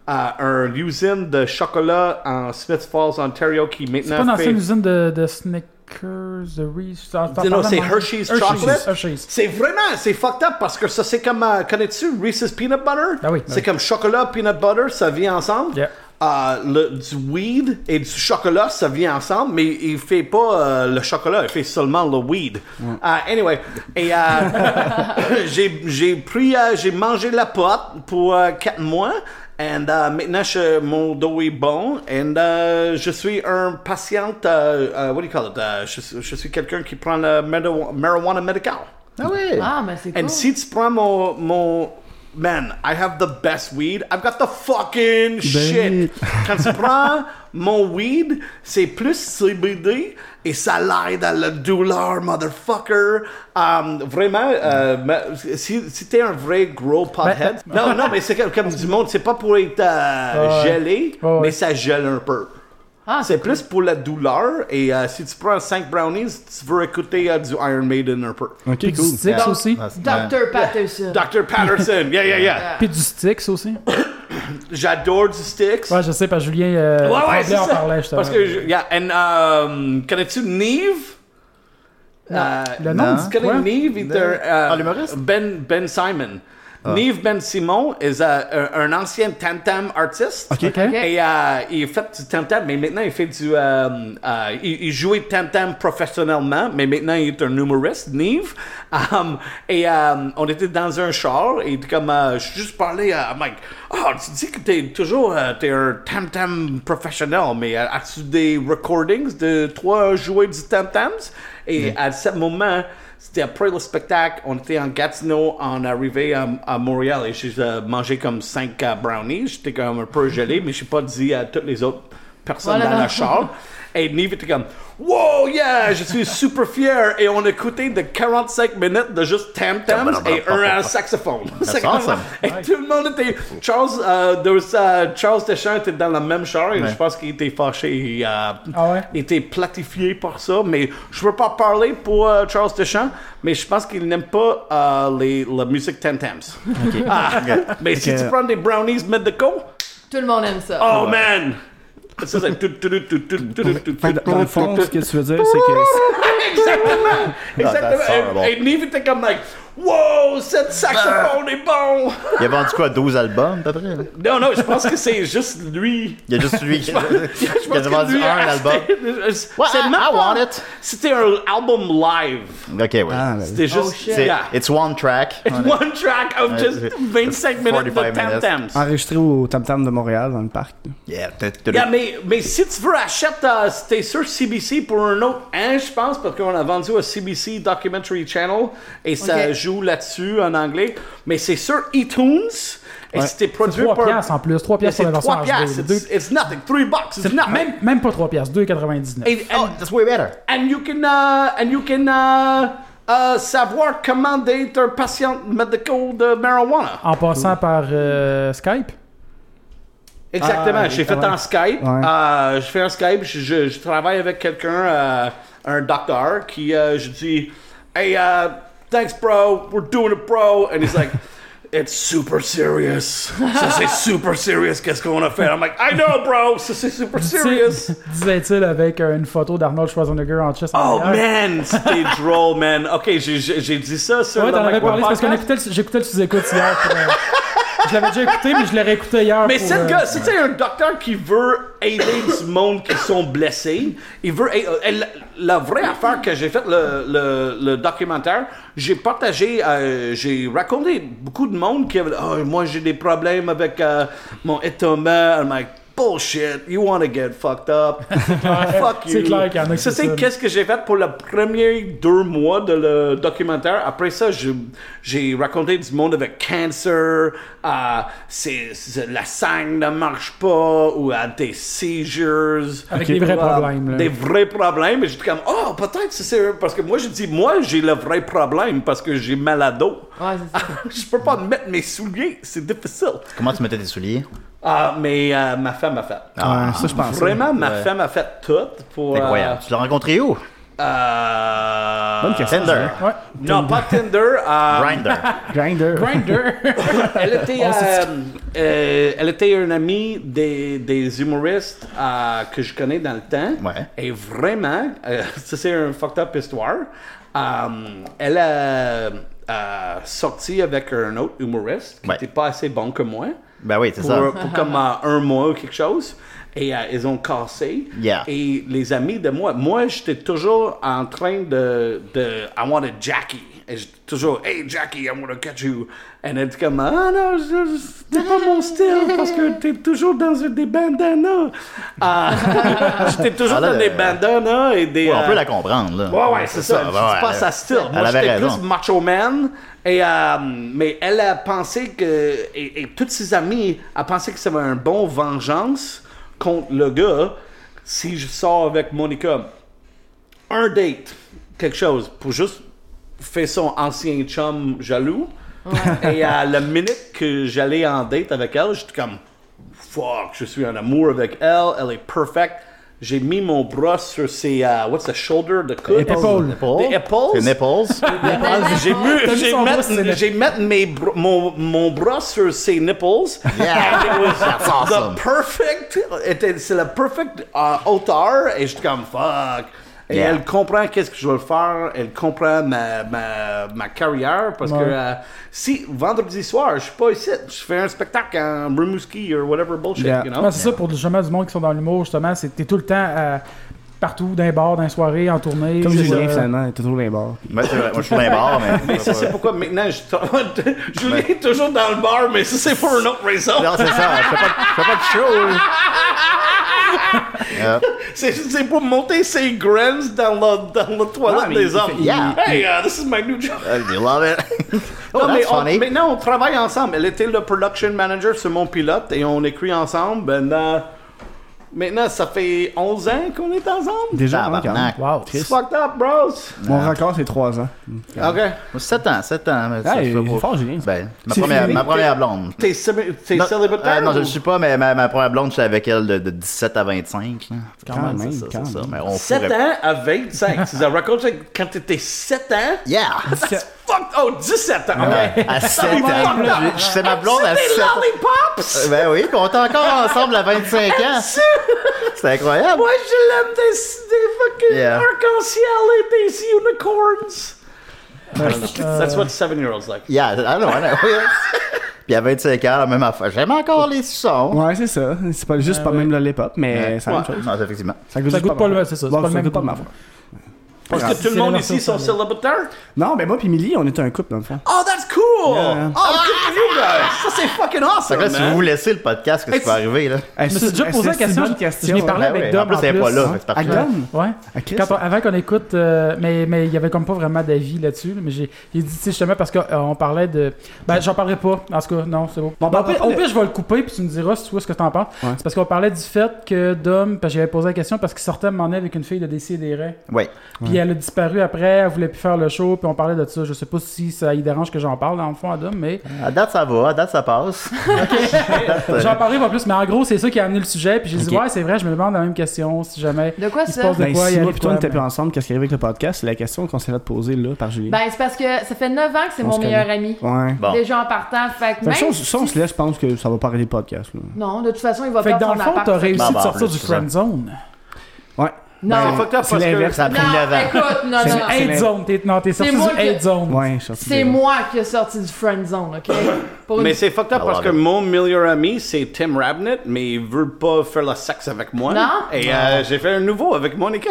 B: à une usine de chocolat en Smith Falls, Ontario, qui maintenant
A: C'est pas dans
B: fait-
A: une usine de, de Snickers, de Reese. t'en- t'en
B: non,
A: parles
B: c'est
A: à moi?
B: Hershey's Chocolate.
A: Hershey's.
B: C'est vraiment, c'est fucked up parce que ça, c'est comme, euh, connais-tu Reese's Peanut Butter?
A: Ah oui, ah
B: c'est
A: oui.
B: comme chocolat, peanut butter, ça vient ensemble.
A: Yeah.
B: Euh, le, du weed et du chocolat, ça vient ensemble, mais il fait pas euh, le chocolat, il fait seulement le weed. Euh, anyway, et euh, j'ai, j'ai pris, euh, j'ai mangé la pote pour euh, quatre mois. And euh, maintenant, je- mon dos est bon. And euh, je suis un patient, euh, euh, what do you call it? Euh, je, je suis quelqu'un qui prend le marijuana- marijuana medical.
C: Ah oui!
E: Ah, mais c'est cool.
A: Oh.
B: And si tu prends mon, mon... Man, I have the best weed. I've got the fucking shit. Quand tu prends mon weed, c'est plus CBD et ça l'aide à la douleur, motherfucker. Um, vraiment, euh, ma- si, si t'es un vrai gros pothead... non, non, mais c'est comme, comme du monde, c'est pas pour être euh,
A: Ouais.
B: gelé,
A: Ouais, ouais.
B: mais ça gèle un peu.
E: Ah,
B: C'est plus pour la douleur et euh, si tu prends 5 brownies, tu veux écouter euh, du Iron Maiden un peu.
A: Puis
D: Ok,
A: du
D: cool.
A: Styx
C: Yeah.
A: aussi.
C: Ah, c'est- ouais.
E: Dr. Patterson.
B: Dr. Patterson, yeah, yeah, yeah.
A: Puis du Styx aussi.
B: J'adore du Styx.
A: Ouais, je sais, parce que Julien euh,
B: Ouais, ouais,
A: Tremblay
B: c'est
A: en
B: ça.
A: parlait justement.
B: Parce que, je- yeah, and, um, connais-tu Neve? Euh,
A: Le nom
C: Non.
A: dit
B: tu connais
A: quoi?
B: Neve? Il est un, euh,
C: Ah, l'humoriste?
B: Ben, ben Simon. Neve Ben Simon est euh, un, un ancien tam-tam artiste.
A: Ok.
B: Et euh, il fait du tam-tam, mais maintenant il fait du. euh, euh, il, il jouait tam-tam professionnellement, mais maintenant il est un humoriste, Neve. Um, et euh, on était dans un char, et comme euh, je juste parlais à Mike, oh, tu dis que t'es toujours euh, t'es un tam-tam professionnel, mais euh, as-tu des recordings de toi jouer du tam-tams? Et à ce moment, C'était après le spectacle, on était en Gatineau, on arrivait à, à Montréal et j'ai euh, mangé comme 5 brownies. J'étais comme un peu gelé, mais j'ai pas dit à toutes les autres personnes
E: Voilà.
B: dans la chambre. Et Nive était comme Wow, yeah, je suis super fier. Et on écoutait de 45 minutes de juste Tam Tams et un à saxophone. C'est comme-
C: awesome.
B: Et tout le monde était. Charles, euh, there was, euh, Charles Deschamps était dans la même char et
C: Ouais.
B: je pense qu'il était fâché. et, euh,
A: Ah ouais?
B: il était platifié par ça, mais je veux pas parler pour euh, Charles Deschamps, mais je pense qu'il n'aime pas euh, les, la musique Ten Tams. Ah, mais si tu prends des brownies medical,
E: Tout le monde aime ça.
C: Ah.
B: oh man! Ça, c'est tout, tout, tout, tout, tout, tout, tout,
D: Fait que Dans le fond, ce
B: tout,
D: que tu veux dire, c'est que.
B: Exactement!
C: that's
B: Exactement!
C: horrible.
B: Et, et Neve était comme, like, wow, cette saxophone est bon!
C: Il a vendu quoi 12 albums, à peu près là?
B: Non, non, je pense que c'est juste lui.
C: Il y a juste lui qui
B: Je pense
C: qui a
B: que
C: vendu
B: lui
C: un
B: a acheté-
C: album. Well,
B: C'est
C: I-
B: même
C: I
B: pas-
C: want it.
B: C'était un album live.
C: Ok, ouais.
D: Ah, ben,
B: C'était
C: Oh,
B: juste.
E: shit.
C: C'est-
B: yeah.
C: It's one track.
B: One track of just
C: c'est-
B: 25 minutes de
C: 45
B: Tam
C: minutes.
B: Tams.
D: Enregistré au Tam Tam de Montréal, dans le parc.
C: Yeah, t'as- t'as-
B: Yeah, mais, mais si tu veux, achète, euh, c'était sur CBC pour un autre an, je pense, parce qu'on a vendu à CBC Documentary Channel et ça
E: Ok.
B: joue là-dessus en anglais. Mais c'est sur iTunes et c'était produit
A: 3
B: par.
A: piastres en plus, 3
B: Yeah,
A: piastres
B: c'est
A: pour la version
B: 3
A: HD.
B: piastres.
A: Deux-
B: It's, it's nothing. 3 bucks. It's nothing.
A: même, même pas 3 piastres, 2,99.
B: Et- and-
C: Oh, that's way better.
B: And you can, uh, and you can uh, uh, savoir comment d'être un patient médical de marijuana.
A: En passant par euh, Skype.
B: Exactement.
D: Ah,
B: j'ai fait
D: ouais.
B: en Skype.
D: Ouais.
B: Euh, je fais un Skype. Je, je- je travaille avec quelqu'un, euh, un docteur, qui euh, je dis, hey, uh, thanks bro, we're doing it bro, and he's like. It's super serious. Ça c'est super serious. Qu'est-ce qu'on a fait? I'm like, I know, bro. Ça c'est super serious.
A: Dis- Disait-il avec euh, une photo d'Arnold Schwarzenegger en chest.
B: Oh
A: arrière.
B: man, c'était drôle, man. Ok, j'ai- j'ai j'ai dit ça sur
A: Ouais,
B: le
A: t'en avais
B: Mike Ward
A: parlé, c'est parce qu'on
B: podcast.
A: écoutait, le- j'écoutais le sous-écoute hier. pour, euh, je l'avais déjà écouté, mais je l'ai réécouté hier.
B: Mais
A: pour,
B: c'est le
A: euh,
B: gars, c'est un docteur qui veut aider du monde qui sont blessés. Il veut. et- et la, la vraie affaire que j'ai fait le, le, le documentaire, j'ai partagé, euh, j'ai raconté beaucoup de monde qui avait. Oh, moi j'ai des problèmes avec euh, mon estomac. I'm like, Bullshit, you wanna get fucked up. Fuck you.
A: C'est clair qu'il y en a qui
B: Ça,
A: font
B: c'est
A: ça.
B: qu'est-ce que j'ai fait pour les premiers deux mois de le documentaire. Après ça, je- j'ai raconté du monde avec cancer, euh, c'est, c'est- la sangle ne marche pas, ou euh, des seizures.
A: Avec des vrais
B: Ou, euh,
A: problèmes, là.
B: Des vrais problèmes. Et j'étais comme, oh, peut-être que c'est... Parce que moi, je dis, moi, j'ai le vrai problème parce que j'ai mal à dos.
E: Ouais,
C: Ah.
E: c'est ça.
B: je peux pas mettre mes souliers, c'est difficile.
C: Comment tu mettais tes souliers
B: Ah, mais euh, ma femme a fait.
C: Ah,
D: Ouais, ça, je pense.
B: Vraiment, ma femme a fait tout pour...
C: Incroyable. Tu l'as rencontré où
B: euh, euh,
D: Bonne question.
C: Tinder.
A: Ouais.
B: Non, pas Tinder. euh,
C: Grindr.
D: Grinder.
A: Grindr.
B: elle, était,
C: Oh,
B: euh, euh, elle était une amie des, des humoristes euh, que je connais dans le temps.
C: Ouais.
B: Et vraiment, euh, ça c'est une fucked up histoire. Euh, elle a euh, sorti avec un autre humoriste qui
C: Ouais.
B: n'était pas assez bon que moi
C: Ben oui, c'est
B: pour,
C: ça.
B: pour comme euh, un mois ou quelque chose. Et euh, ils ont cassé.
C: Yeah.
B: Et les amis de moi, moi, j'étais toujours en train de, de I want a Jackie. Et j'étais toujours, hey Jackie, I want to catch you. Et elle dit comme, ah non, je- je- c'est pas mon style parce que t'es toujours dans des bandanas. Ah, j'étais toujours
C: Ah, là,
B: dans des
C: euh,
B: bandanas et des.
C: Ouais, on peut
B: euh,
C: la comprendre, là.
B: Ouais, ouais, c'est ça.
C: ouais,
B: C'est pas
C: ouais.
B: sa style. Moi,
C: Elle avait
B: j'étais
C: raison.
B: plus macho man. Et, euh, mais elle a pensé que. Et, et toutes ses amies a pensé que c'était un bon vengeance contre le gars si je sors avec Monica. Un date, quelque chose, pour juste faire son ancien chum jaloux. et à la minute que j'allais en date avec elle, j'étais comme fuck, je suis en amour avec elle, elle est perfect. J'ai mis mon bras sur ses, euh, what's the shoulder, the coude?
A: Épaule.
B: Des épaules.
C: Des nipples.
B: Ah,
A: Ben,
B: J'ai mis,
A: mis
B: j'ai
A: son
B: mis,
A: bras sur ses
B: j'ai mis mes br- mon, mon bras sur ses nipples.
C: Yeah.
B: And it was
C: That's awesome.
B: The perfect, était- c'est la perfect euh, hauteur. Et je suis comme fuck. Et
C: Yeah.
B: elle comprend qu'est-ce que je veux faire. Elle comprend ma, ma, ma carrière. Parce que
A: Ouais.
B: euh, si vendredi soir, je suis pas ici, je fais un spectacle en Rimouski or whatever bullshit,
D: Yeah.
B: you
A: Ouais,
B: know?
A: c'est ça pour justement du monde qui sont dans l'humour, justement. c'est- T'es tout le temps euh, partout, dans les bars, dans les soirées, en tournée.
D: Comme
A: c'est,
D: Julien,
A: euh,
D: finalement, il est toujours dans les bars.
C: Moi, c'est vrai. Moi, je suis dans les bars, mais.
B: Mais ça, c'est pourquoi maintenant je tra- Julien est toujours dans le bar, mais ça, c'est pour une autre raison.
C: Non, c'est ça. Je fais pas, je fais pas de show. Yeah.
B: C'est- C'est pour monter ses grams dans le, dans le toilette
D: Ouais, mais
B: des
D: il
B: hommes.
D: fait-
C: Yeah.
B: Hey, uh, this is my new job.
C: Uh, they love it. oh,
B: non, mais
C: that's
B: on,
C: funny.
B: maintenant, on travaille ensemble. Elle était le production manager sur mon pilote et on écrit ensemble. Maintenant, maintenant ça fait 11 ans qu'on est ensemble.
D: Déjà, hein, quand même.
C: Tabarnak.
A: Wow.
B: It's fucked up, bros.
D: Mon record, c'est 3 ans.
B: OK.
C: 7 ans, 7 ans. mais ça,
D: Ah,
C: je sais
D: il est
C: pas.
D: fort, Julien.
C: Ben, ma
D: C'est
C: première,
D: fini.
C: ma première blonde.
B: T'es célib- t'es
C: Non,
B: célibataire?
C: euh, non, je
B: ou-
C: le suis pas, mais ma, ma première blonde, j'étais avec elle de, de 17 à 25. là.
D: Quand même,
C: c'est ça,
D: quand
C: c'est ça.
D: même.
C: Mais on
B: 7
C: pourrait-
B: ans à 25. C'est un record c'est quand t'étais 7 ans.
C: Yeah!
B: Fuck, oh, 17 ans.
C: Ouais, à 7 ans. Je- Je fais ma blonde à 7
B: C'était
C: ans.
B: Lollipops!
C: Euh, Ben oui, puis on est encore ensemble à 25 ans. C'est incroyable.
B: Moi, je l'aime des, des fucking
C: Yeah.
B: arc-en-ciel et des unicorns. That's what seven-year-olds like.
C: Yeah, I know, I know. Puis à 25 ans, la même affaire. J'aime encore les suçons.
D: Ouais, c'est ça. C'est pas juste pas même le lip-up, mais c'est la même
B: Ouais.
D: chose.
C: Non, c'est effectivement.
A: Ça
D: juste
A: goûte pas
D: ma
A: le-
D: foi.
A: c'est ça, c'est
D: Bon,
A: pas le même
D: goûte pas
A: goût.
D: ma foi.
B: Parce que tout le
A: la
B: monde
A: version
B: ici sont célibataires.
D: Non, mais moi puis Millie, on était un couple, dans le fond.
B: Oh, that's cool!
D: Yeah.
B: Oh, good for you guys! Ça, c'est fucking
C: Fait
B: awesome,
C: que là, si
B: man.
C: vous laissez le podcast, qu'est-ce qui va arriver, là?
D: Je
A: me suis déjà posé la question, je- je l'ai parlé.
C: Ben
A: avec
C: oui,
A: Dom,
C: en plus,
A: en
C: elle est pas
A: plus,
C: là.
A: hein.
C: fait que c'est parfait.
D: À Glenn.
A: Ouais.
D: À Chris.
A: Quand on- avant qu'on écoute, euh, mais mais il y avait comme pas vraiment d'avis là-dessus, là, mais j'ai il dit tu sais, justement parce qu'on parlait de, ben j'en parlerai pas, en tout cas non c'est bon.
D: Bon,
A: Bon,
D: ben,
A: au pire,
D: après,
A: au pire, je vais le couper puis tu me diras si tu vois ce que t'en penses.
D: Ouais.
A: C'est parce qu'on parlait du fait que Dom, parce que j'avais posé la question parce qu'il sortait à un moment donné avec une fille de Décideret.
C: Oui.
A: Puis elle a disparu après, elle voulait plus faire le show, puis on parlait de ça. Je sais pas si ça y dérange que j'en parle dans le fond à Dom, mais
C: À date, ça va. À date, ça passe. Ben.
A: j'en parlerai pas plus. Mais en gros, c'est ça qui a amené le sujet. Puis j'ai dit,
D: Ok.
A: ouais, c'est vrai, je me demande la même question si jamais.
E: De quoi
A: Il se
E: ça?
A: passe de
D: Ben,
A: quoi, il y
D: si
A: a
D: moi
A: de
D: puis toi, on
A: quoi,
D: était
A: mais-
D: plus ensemble, qu'est-ce qui arrive avec le podcast? C'est la question qu'on s'est fait poser, là, par Julien.
E: Ben, c'est parce que ça fait 9 ans que c'est
D: On
E: mon
D: se
E: meilleur ami.
D: Ouais.
C: Bon.
E: Déjà en partant, fait que
D: Fait que
E: même
D: ça, on-
E: si-
D: ça, on se laisse, je pense que ça va pas arrêter le podcast. Là.
E: Non, de toute façon, il va
A: Fait que dans
E: perdre
A: le
E: son
A: fond,
E: appart.
A: t'as
E: fait que-
A: réussi
C: Bah,
A: de
C: bah,
A: sortir
C: plus,
A: du
C: c'est ça.
A: friend zone.
D: Ouais.
E: Non.
B: C'est fucked up parce
D: C'est
B: que...
D: l'inverse.
C: Ça a pris
E: Non,
C: 9 ans.
E: écoute, non,
C: Ah.
E: non.
D: C'est-
A: Hate zone, t'es- non, t'es sorti
E: moi
A: du
E: qui-
A: hate zone.
D: Ouais, je suis sorti
E: C'est
D: de-
E: moi qui ai sorti du friend zone, OK? Pour une-
B: Mais c'est fucked up
C: I
B: parce
C: love
B: que
C: it.
B: mon meilleur ami, c'est Tim Rabnett, mais il veut pas faire le sexe avec moi.
E: Non.
B: Et euh, j'ai fait un nouveau avec Monica.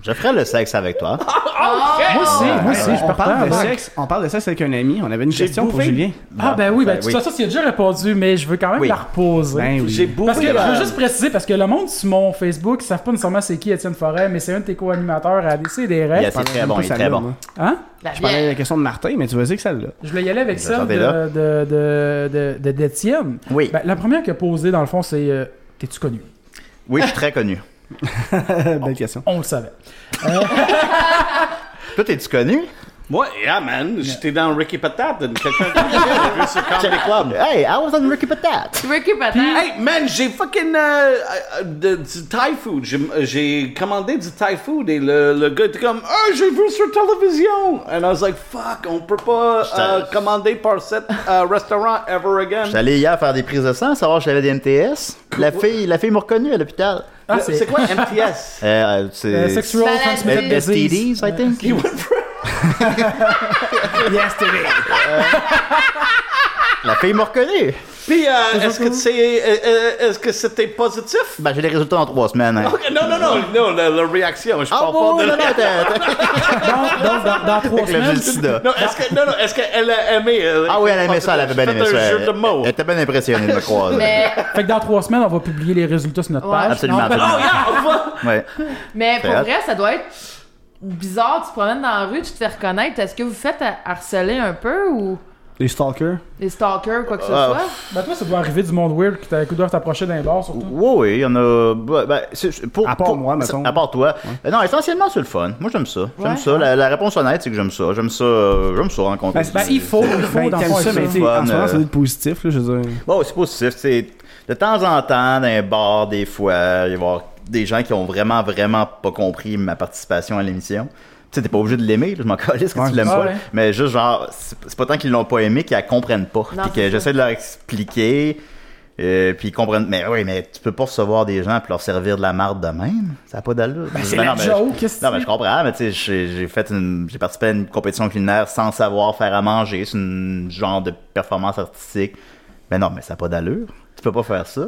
C: Je ferai le sexe avec toi.
A: Moi aussi,
D: Ah.
A: moi aussi, je
D: on parle, de
A: partage.
D: sexe, on parle de sexe avec un ami. On avait une
B: J'ai
D: question pour
B: bouffé.
D: Julien.
A: Ah ben oui, ben de
C: oui.
A: toute façon, tu as déjà répondu, mais je veux quand même
C: Oui.
A: la reposer.
D: Ben oui.
B: J'ai euh, beaucoup
A: Parce que je veux juste préciser, parce que le monde sur mon Facebook, ils savent pas nécessairement c'est qui Étienne Forêt, mais c'est un de tes co-animateurs à ADC des
C: Yes.
A: rêves.
C: C'est très
D: Même
C: bon,
D: pas
C: il est
D: celle-là,
C: très bon.
D: moi.
A: Hein?
E: La
D: Je parlais de
E: vieille.
D: la question de Martin, mais tu vas dire que celle-là.
A: Je voulais y aller avec
C: Je
A: celle
C: savais là.
A: de, de, de, de- de- d'Étienne.
C: Oui.
A: Ben, la première qu'il a posée, dans le fond, c'est euh, T'es-tu connu?
C: Oui, je suis très connu.
D: Belle question.
A: On le savait.
C: Toi, t'es-tu connu?
B: Moi, yeah, man. J'étais dans Ricky Patate. Quelqu'un qui m'a vu sur Comedy Club.
C: Hey, I was on Ricky Patat.
E: Ricky Patin.
B: Hey, man, j'ai fucking euh, euh, de- du Thai food. J'ai- euh, J'ai commandé du Thai food et le, le gars était comme, ah, j'ai vu sur télévision. And I was like, fuck, on peut pas euh,
C: J'étais-
B: commander par cet euh, restaurant ever again.
C: J'allais hier faire des prises de sang, savoir si j'avais des MTS. La fille, la fille m'a reconnu à l'hôpital.
A: Ah,
B: C'est quoi MTS?
C: Euh,
A: euh,
C: c'est.
A: Sexual
E: Maladie.
A: Transmitted
C: S-
A: Disease.
C: STDs, I think.
B: He went for-
C: La fille m'a reconnu.
B: Puis, euh, est-ce que c'est, euh, euh, est-ce que c'était positif?
C: Ben, j'ai les résultats en trois semaines. hein.
B: Ok, Non, non, non, non, la, la réaction. Je
C: Ah,
B: parle
C: bon,
B: pas
C: non,
B: de
C: non, attends, attends.
A: Donc, donc, dans, dans trois
C: Avec le jeu
A: semaines,
C: de sida.
B: Non, est-ce que, non, non, est-ce qu'elle a aimé? euh,
C: Ah oui, elle aimait ça, elle avait bien aimé
B: Faites
C: ça.
B: un jeu de
C: Elle,
B: mots.
C: elle était bien impressionnée de me croiser.
E: Mais,
A: fait que dans trois semaines, on va publier les résultats sur notre
E: Ouais.
A: page.
C: Absolument,
A: Non, ben,
C: absolument.
E: Oh,
C: Ouais.
E: mais pour
C: Fred.
E: vrai, ça doit être bizarre. Tu te promènes dans la rue, tu te fais reconnaître. Est-ce que vous faites à- harceler un peu ou
D: Les stalkers.
E: les stalkers, quoi que ce
C: Ah,
E: soit?
A: ben, toi, ça doit arriver du monde weird qui t'a- qui doivent t'approcher d'un bar, surtout.
C: Oui, oui, il y en a. bah, bah, c'est- pour,
D: À part
C: pour-
D: moi,
C: c'est-
D: mettons.
C: À part toi. Euh, Non, essentiellement, c'est le fun. Moi, j'aime ça. J'aime
E: Ouais.
C: ça. La, la réponse honnête, c'est que j'aime ça. J'aime ça, euh, j'aime ça rencontrer.
D: Ben,
C: des
A: Ben, il faut, il faut,
D: Ben,
A: dans le
D: t'aimes
A: fond,
D: ça,
A: il faut.
D: mais tu sais,
C: fun,
D: en ce moment,
C: euh.
D: ça doit être positif, là, je veux dire.
C: Bon, c'est positif. C'est de temps en temps, dans les bars, des fois, il va y avoir des gens qui ont vraiment, vraiment pas compris ma participation à l'émission. Tu sais, t'es pas obligé de l'aimer, là, je m'en calisse que
D: Ouais,
C: tu l'aimes
A: c'est
C: pas.
A: ça. Ouais.
C: Mais juste genre, c'est c'est pas tant qu'ils l'ont pas aimé qu'ils la comprennent pas. Puis
E: Non, c'est
C: que
E: ça.
C: j'essaie de leur expliquer, euh, puis ils comprennent. Mais oui, mais tu peux pas recevoir des gens puis leur servir de la marde de même. Ça a pas d'allure. Ben,
A: c'est la
C: non, mais
A: joke,
C: je-
A: qu'est-ce que
C: Non,
A: tu-
C: mais je comprends, mais tu sais, j'ai j'ai fait une, j'ai participé à une compétition culinaire sans savoir faire à manger. C'est une genre de performance artistique. Mais non, mais ça n'a pas d'allure. Tu peux pas faire ça.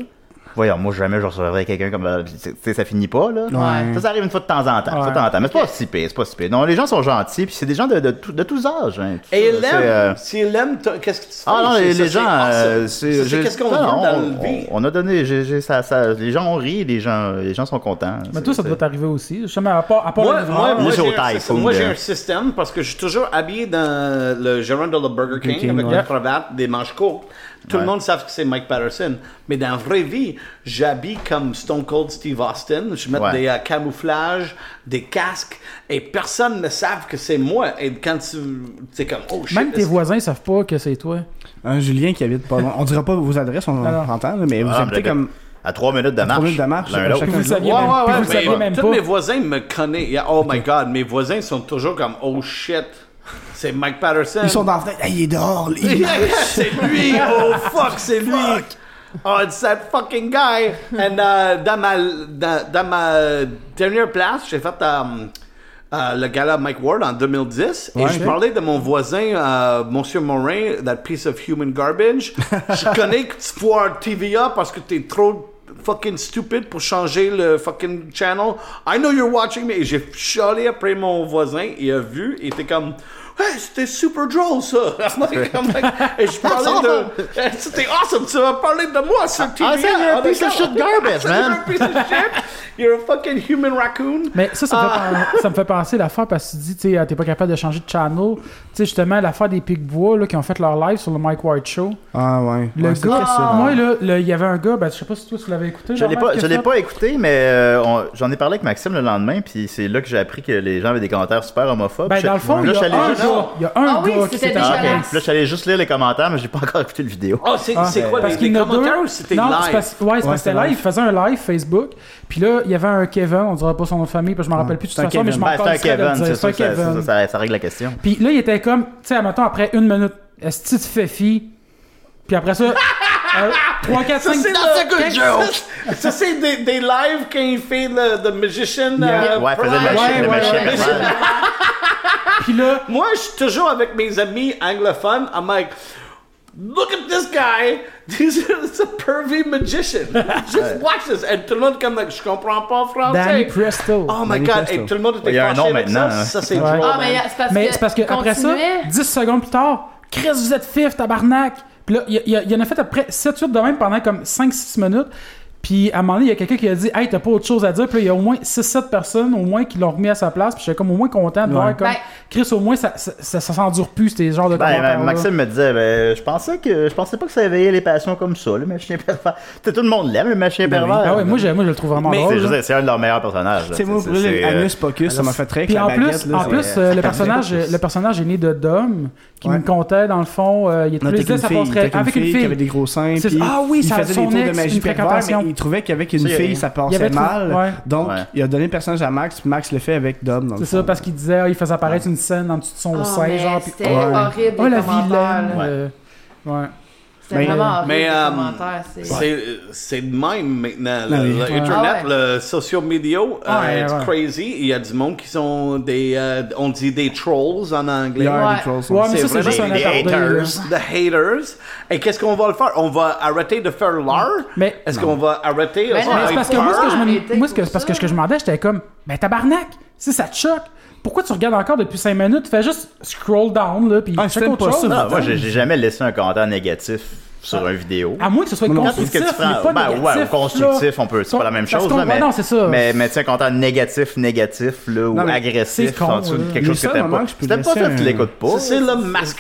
C: voyons, moi jamais je recevrais quelqu'un comme. euh, Tu sais, ça finit pas, là.
A: Ouais.
C: Ça, ça arrive une fois de temps en temps. de
A: Ouais.
C: temps en temps. Mais c'est pas si pire, c'est pas si pire. Non, les gens sont gentils, puis c'est des gens de, de, tout- de tous âges. Hein, tout
B: Et
C: ça,
B: elle
C: c'est, euh,
B: aime. Si elle aime, t'as- qu'est-ce que tu fais?
C: Ah non,
B: C'est-
C: les,
B: ça,
C: les
B: c'est
C: gens, euh,
B: awesome.
C: c'est
B: Ça,
C: je-
B: c'est qu'est-ce qu'on
C: non,
B: vient
C: non,
B: dans
C: on,
B: le vie.
C: on a donné, j'ai- j'ai- ça, ça- les gens ont ri, les gens, les gens sont contents.
A: Mais
C: C'est-
A: toi, ça
C: c'est-
A: doit t'arriver aussi. Justement, à part, à part
B: Moi,
A: le
B: moi,
A: livreur,
B: moi,
C: j'ai
B: j'ai
C: au
B: un
C: typhoon,
B: système- moi, j'ai
C: euh.
B: un système parce que je suis toujours habillé dans le gerundle de Burger King,
D: King,
B: avec
D: ouais.
B: la cravate, des manches courtes. Tout
C: Ouais.
B: le monde sait que c'est Mike Patterson. Mais dans la vraie vie, j'habille comme Stone Cold Steve Austin. Je mets
C: Ouais.
B: des euh, camouflages, des casques, et personne ne savent que c'est moi. Et quand tu. C'est comme, oh shit.
A: même tes
B: est-ce que-
A: voisins savent pas que c'est toi.
D: Un Julien qui habite pas loin. On dira pas vos adresses, on
A: non.
D: entend, là, mais vous
C: Ah, mais
D: habitez
C: la-
D: comme.
C: À 3 minutes de marche.
D: minutes de marche,
C: l'un
D: à
C: l'autre.
D: chacun.
A: Puis vous le saviez
B: Ouais,
A: même,
B: ouais,
A: puis vous
B: ouais,
A: le saviez
B: mais
A: même
B: tous
A: pas.
B: mes voisins me connaissent. Yeah, Oh my god, mes voisins sont toujours comme oh shit, c'est Mike Patterson.
D: Ils sont dans la fenêtre. Ah, il est dehors, lui.
B: Yeah, c'est lui. Oh fuck, c'est lui. Oh, it's that fucking guy. And euh, dans, ma, dans, dans ma dernière place, j'ai fait euh, euh, le gala Mike Ward en 2010. et
D: Ouais,
B: je
D: ok.
B: parlais de mon voisin, euh, Monsieur Morin, that piece of human garbage. je connais que tu vois TVA parce que t'es trop fucking stupide pour changer le fucking channel. I know you're watching me. Et j'ai chialé après mon voisin. Il a vu. Il était comme... Hey, c'était super drôle ça! I'm like- I'm like- et je parlais de. C'était awesome! Tu vas parler de moi sur TV!
C: I said you're a Ah, piece of shit garbage, man.
B: You're a piece of shit! You're a fucking human raccoon!
A: Mais ça, ça me, fait, pen- ça me fait penser l'affaire parce que tu dis, tu sais, euh, t'es pas capable de changer de channel. Tu sais, justement, l'affaire des Pigbois là, qui ont fait leur live sur le Mike White Show.
D: Ah, ouais.
A: Le
D: Ouais, c'est
A: gars,
D: très ça.
A: moi, là, le- il y avait un gars, ben, je sais pas si toi tu l'avais écouté.
C: Je l'ai
A: Jean-Marc,
C: pas, je l'ai
A: Christophe.
C: pas écouté, mais euh, on- j'en ai parlé avec Maxime le lendemain, puis c'est là que j'ai appris que les gens avaient des commentaires super homophobes.
A: Ben,
C: Je-
A: dans le fond,
C: là,
A: il y
C: je
A: a un
C: suis allé juste-
A: gars, il y a un
E: Ah oui,
A: gars qui
E: c'était
A: s'est
C: Ah, ok.
E: dégueulasse.
C: Là, je suis allé juste lire les commentaires, mais j'ai pas encore écouté le vidéo.
B: Oh, c'est c'est quoi?
A: Ah. Parce
B: les-
A: qu'il y
B: les
A: en a
B: commentaires
A: deux.
B: ou c'était
A: non,
B: live?
A: c'est parce- ouais, c'est parce que c'était live. Il faisait un live Facebook. Puis là, il y avait un Kevin, on dirait pas son nom de famille, puis je m'en rappelle plus de
D: c'est
A: toute façon,
D: un
A: mais je
D: Kevin.
A: m'en
C: Ben, c'est
A: rappelle
C: un Kevin,
A: C'est
C: c'est sûr
A: un
C: que ça, ça,
A: Kevin.
C: ça- ça règle la question.
A: Puis là, il était comme, tu sais, admettons, après une minute, est-ce que tu te fais fi? Puis après ça, euh, 3, 4, 5...
B: C'est
C: That's a good
B: quand- ça- Ça, c'est des, des lives quand il fait le the magician.
A: Yeah.
B: euh,
C: Ouais, faisait le
B: prize.
C: machin,
A: ouais,
C: le
A: ouais,
C: machin,
A: ouais.
C: machin.
A: Puis là,
B: Moi, je suis toujours avec mes amis anglophones. I'm like, look at this guy. This is a pervy magician. Just watch this. Et tout le monde comme, like, je comprends pas en français.
A: Danny Presto.
B: Oh my
D: Danny
B: god,
D: Presto.
B: et tout le monde était
C: Il y a un
B: fâché
C: nom
B: avec
C: maintenant,
B: ça.
C: hein.
B: Ça, c'est
A: Ouais.
B: drôle.
E: Ah,
B: man.
E: mais c'est parce
A: Mais
E: que.
A: c'est parce que après ça,
E: continuait.
A: 10 secondes plus tard, Chris, vous êtes fif, tabarnak. Puis là, il y, a- il y en a fait après 7-8 de même pendant comme 5-6 minutes. Puis à un moment donné, il y a quelqu'un qui a dit Hey, t'as pas autre chose à dire. Puis là, il y a au moins 6-7 personnes au moins qui l'ont remis à sa place. Puis j'étais comme au moins content de voir comme
E: Ben-
A: Chris, au moins ça, ça, ça, ça s'endure plus, ces genres de
C: Ben,
A: commentaires.
C: ben, Maxime me disait, ben, je pensais que je pensais pas que ça éveillait les passions comme ça, le machin pervers. T'sais, tout le monde l'aime, le machin pervers.
A: Ben Ah ouais, moi, j'ai- moi, je le trouve vraiment
D: Mais-
A: drôle.
C: C'est
A: là.
C: juste- c'est un de leurs meilleurs personnages. là.
D: C'est moi, pour
C: c'est-
D: le
C: euh,
D: Anus Pocus, ça m'a fait très
A: Puis en plus, en
C: c'est-
A: plus euh, le, personnage, le personnage est né de Dom, qui
D: Ouais.
A: me contait dans le fond, euh, il était plus
D: avec une,
A: ça
D: fille,
A: passerait avec une
D: qui
A: fille.
D: avait des gros seins.
A: C'est-
D: puis
A: ah oui,
D: il
A: ça-
D: faisait
A: son
D: des tours de
A: ex,
D: magie
A: une
D: pervers,
A: fréquentation.
D: mais il trouvait qu'avec une
C: C'est-
D: fille, ça
A: Il avait
D: passait
A: tout-
D: mal.
A: ouais.
D: Donc,
C: Ouais.
D: il a donné le personnage à Max. Max le fait avec Dom. dans le
A: C'est
D: fond.
A: ça, parce qu'il disait, ah, il faisait apparaître une scène en dessous de son
E: Oh,
A: sein,
E: mais
A: genre. puis-
E: C'était horrible.
A: Oh
E: les
A: la
E: commentaires,
A: vilaine!
E: là.
A: euh, Ouais.
E: C'était
D: Mais-
E: vraiment horrible.
B: Mais,
E: les
B: euh,
E: commentaires, c'est-
B: C'est c'est de même maintenant.
D: Ah
B: Le,
D: oui.
B: le
D: Ouais.
B: Internet,
E: Ah
B: le social media,
A: Ouais,
B: euh, it's
A: ouais.
B: crazy. Il y a du monde qui sont des. euh, on dit des trolls en anglais.
D: Il y a
E: Ouais.
D: des trolls,
A: Ouais,
D: ça.
A: mais ça, c'est
B: vrai,
A: juste
B: les-
A: un
C: les
A: attardé,
C: haters.
A: là.
B: The haters. Et qu'est-ce qu'on va le faire? On va arrêter de faire l'art?
A: Mais-
B: Est-ce qu'on va arrêter? Est-ce qu'on
E: non,
A: Mais
B: va
A: c'est parce que
B: faire?
A: moi, ce que je
E: Arrêtez
A: me, moi, ce que,
E: pour
A: parce que
E: ça.
A: ce que je me demandais, j'étais comme, ben tabarnak, si ça te choque, pourquoi tu regardes encore depuis 5 minutes? Fais juste scroll down, là, puis
D: Ah,
A: check
D: j'aime
A: autre
D: pas
A: chose.
D: ça,
C: Non, moi, j'ai j'ai jamais laissé un commentaire négatif sur une vidéo.
A: À moins que ce soit
D: Non, non,
C: Tout ce que
A: constructif,
C: tu prends-
A: mais pas
C: ben,
A: négatif.
C: ouais,
A: là.
C: constructif, on peut, c'est pas la même
A: Parce
C: chose,
A: qu'on-
C: là,
A: ouais,
C: mais,
A: non, c'est ça.
C: mais, mais tu sais, un content négatif, négatif, là, ou
D: Non, mais
A: c'est
C: agressif,
A: con,
C: en dessous de
A: là.
C: quelque
D: Le
C: chose que
D: seul
C: t'aimes
D: moment
C: pas.
D: que je peux
C: Si t'aimes pas
D: laisser
C: ça, tu
D: un-
C: l'écoutes pas.
B: Ça, c'est la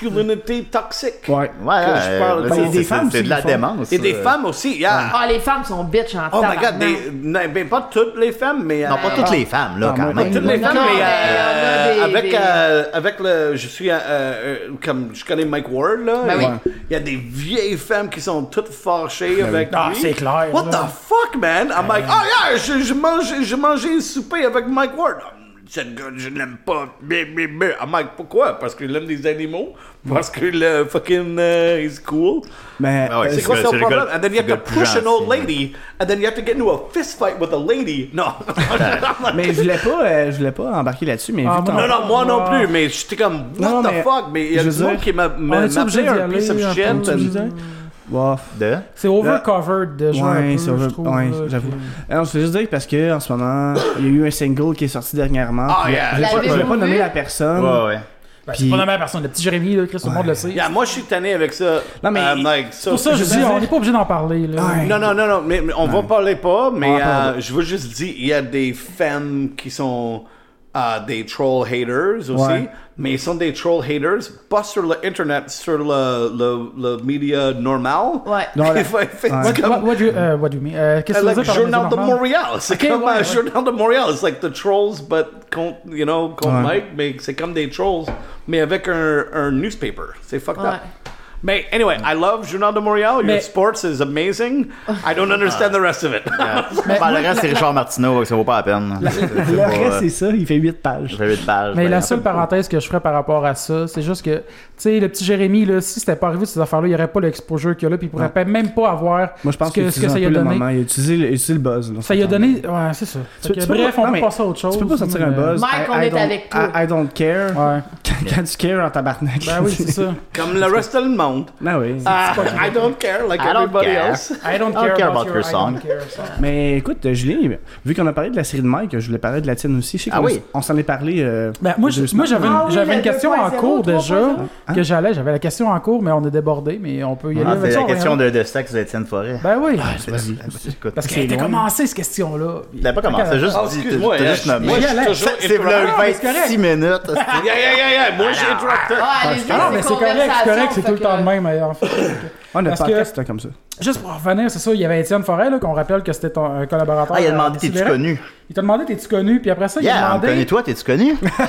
B: masculinité toxique.
D: Ouais.
C: Ouais,
B: que je parle.
C: euh,
B: Ben, il y a
C: c'est-
D: des
C: c'est-
D: femmes
C: c'est
D: qui
C: de la
D: le font.
C: démence.
B: Et des
C: euh.
B: femmes aussi. yeah.
E: Ah, les femmes sont bitches en
B: Oh my god,
E: tabarnak.
B: des- non, ben, pas toutes les femmes, mais.
C: Non, pas
B: euh,
C: toutes les femmes, là,
D: Ah,
C: quand
D: moi,
C: même.
B: Toutes
D: Non,
B: les
E: non,
B: femmes,
E: mais
B: mais euh,
E: on a des-
B: avec,
E: des-
B: euh, avec le. Je suis. euh, euh, comme je connais Mike Ward, là.
E: Ben
B: et
E: oui.
B: Il y a des vieilles femmes qui sont toutes fâchées avec.
A: Ah,
B: lui.
A: c'est clair,
B: What
A: là.
B: the fuck, man? I'm like, oh yeah, je, je mangeais je mangeais un souper avec Mike Ward. Oh, Cette gueule, je l'aime pas. Mais, mais, mais. I'm like, pourquoi? Parce qu'il aime les animaux? Parce que le fucking. euh, he's cool?
D: Mais
C: Ah ouais,
D: euh,
B: C'est quoi
C: le-
B: son
C: c'est le
B: problème?
C: gars-
B: And then you have
C: le
B: to
C: gars le plus
B: push an
C: gentil,
B: old lady, and then you have to get into a fist fight with a lady. Non.
D: mais je voulais pas, euh, je voulais pas embarquer là-dessus, mais
A: Ah,
D: vu que
A: moi,
D: t'en-
B: Non, non, moi non
A: Wow.
B: plus, mais j'étais comme, what
D: Non,
B: the
D: mais-
B: fuck, mais il y a
D: je
B: du
D: veux
B: monde
D: dire,
B: qui m'a
A: on
B: m'a-
A: est-tu
B: m'a
A: obligé
B: appelé
A: d'y
B: un piece of
A: aller, on
B: shit.
A: est-tu obligé
B: and-
A: d'y aller?
D: bof.
C: De?
A: C'est overcovered déjà. un
D: Ouais,
A: peu,
D: c'est
A: je
D: over-
A: trouve,
D: ouais,
A: là,
D: j'avoue.
A: puis-
D: Alors, je veux juste dire que parce que en ce moment, il y a eu un single qui est sorti dernièrement.
B: Ah,
D: puis
B: yeah.
D: je vais pas- je vais
E: L'avez-vous
D: pas nommer
E: vu?
D: la personne.
C: Ouais, ouais.
A: Ben,
D: Puis-
A: C'est pas la même personne. Le petit Jérémy, là, Chris, tout le monde le sait.
B: Yeah, moi, je suis tanné avec ça.
D: Non, mais-
B: Euh, like, ça-
A: Pour ça, je
D: Je
A: dis,
D: veux
A: on
D: dire-
A: n'est pas obligé d'en parler. Là.
D: Ouais.
B: Non, non, non, non, mais, mais on va parler pas, mais
D: On va parler.
B: euh, je veux juste dire, il y a des femmes qui sont euh, des troll haters aussi,
D: Ouais.
B: mais ils sont des troll haters, pas sur l'Internet, sur le, le, le média normal.
E: Ouais.
D: Non, la-
B: Ils font- ils font
D: Ouais.
B: comme-
A: What, what do you, euh, what do you mean? Euh, Qu'est-ce que
B: like
A: tu veux dire par
B: Journal
A: maison
B: de
A: normale?
B: Montréal. C'est
A: Ok,
B: comme
A: ouais,
B: un
A: ouais.
B: Journal de Montréal. C'est like the trolls, but contre, you know, contre
D: Ouais.
B: Mike, mais c'est comme des trolls, mais avec un, un newspaper. C'est fucked
E: Ouais.
B: up. Mais anyway, I love Journal de Montréal. Your
A: Mais-
B: sports is amazing. I don't understand the rest of it.
C: Ben, le reste, c'est Richard Martineau, ça vaut pas la peine. C'est- c'est
D: Le
C: pas,
D: reste,
C: euh,
D: c'est ça, il fait 8 pages.
C: J'avais de pages.
A: Mais
C: ben, en
A: la
C: fait,
A: seule parenthèse que je ferais par rapport à ça, c'est juste que, tu sais, le petit Jérémy, là, si c'était pas arrivé ces affaires-là, il n'y aurait pas l'exposure qu'il y a là, puis il pourrait pas- même pas avoir
D: Moi, je pense
A: ce que,
D: que,
A: ce que ça lui a
D: le
A: donné.
D: moment. Il a utilisé le, il a utilisé le buzz. dans
A: Ça
D: ce
A: lui a
D: temps-là.
A: donné. Ouais, c'est ça.
D: Tu-
A: Fait
D: tu
A: que,
D: peux
A: bref,
D: pas- non,
A: on peut
D: mais
A: passer à autre chose.
D: Tu peux pas sortir un
A: mais-
D: buzz.
E: Mike,
D: I-
E: on
D: I
E: est
D: don't-
E: avec toi.
D: I, I don't care.
A: Ouais.
D: Quand, quand tu cares en tabarnak.
A: Ben oui, c'est ça.
B: Comme le reste du monde.
D: Ah oui.
B: Ah, I don't care like
C: I don't
B: everybody
C: care.
B: else.
A: I don't
C: I
A: care, about, your, I don't
C: song.
A: care song.
D: Mais écoute, euh, Julien, vu qu'on a parlé de la série de Mike, je voulais parler de la tienne aussi. Je sais
C: Ah
D: qu'on
C: oui.
D: s- on s'en est parlé. euh,
A: Ben, moi, je-
D: deux
A: moi,
D: semaines.
A: j'avais
E: Ah
A: une,
E: oui,
A: j'avais
E: le
A: une question en
E: 2.0,
A: cours déjà
E: 3.0.
A: que j'allais. J'avais la question en cours, mais on est débordé, mais on peut y aller.
C: Hein? Ah,
A: avec
C: c'est
A: ça,
C: la
A: on va y
C: question
A: aller.
C: de, de sexe d'Étienne Forêt.
A: Ben oui.
C: Vas-y. Écoute,
A: Parce
D: c'est
A: qu'elle était
D: loin.
A: commencée, cette question-là.
C: il n'a pas commencé, juste
B: Oh,
C: dit,
B: excuse-moi,
C: t'as
B: euh,
C: juste nommé.
B: moi, je suis
A: Yeah,
B: toujours
C: C'est
B: interrupted.
C: le
A: mais c'est correct.
C: 26 minutes. hostie.
B: Yeah, yeah, yeah, yeah. Moi, j'ai interrupted.
E: Ouais, allez-y,
A: Ah non, mais
E: c'est
A: c'est correct, c'est correct, c'est tout le temps de
E: conversation,
A: même, hein, en fait.
D: On a
A: Parce que-
D: podcast hein, comme ça.
A: Juste pour revenir, c'est ça, il y avait Étienne Forêt, là, qu'on rappelle que c'était ton- un collaborateur.
C: Ah, il a
A: à-
C: demandé,
A: à
C: t'es-tu
A: Sidéré.
C: connu?
A: Il t'a demandé, t'es-tu connu, puis après ça, il
C: Yeah,
A: a
C: on me connaît
A: demandé.
C: toi, t'es-tu connu? Ah.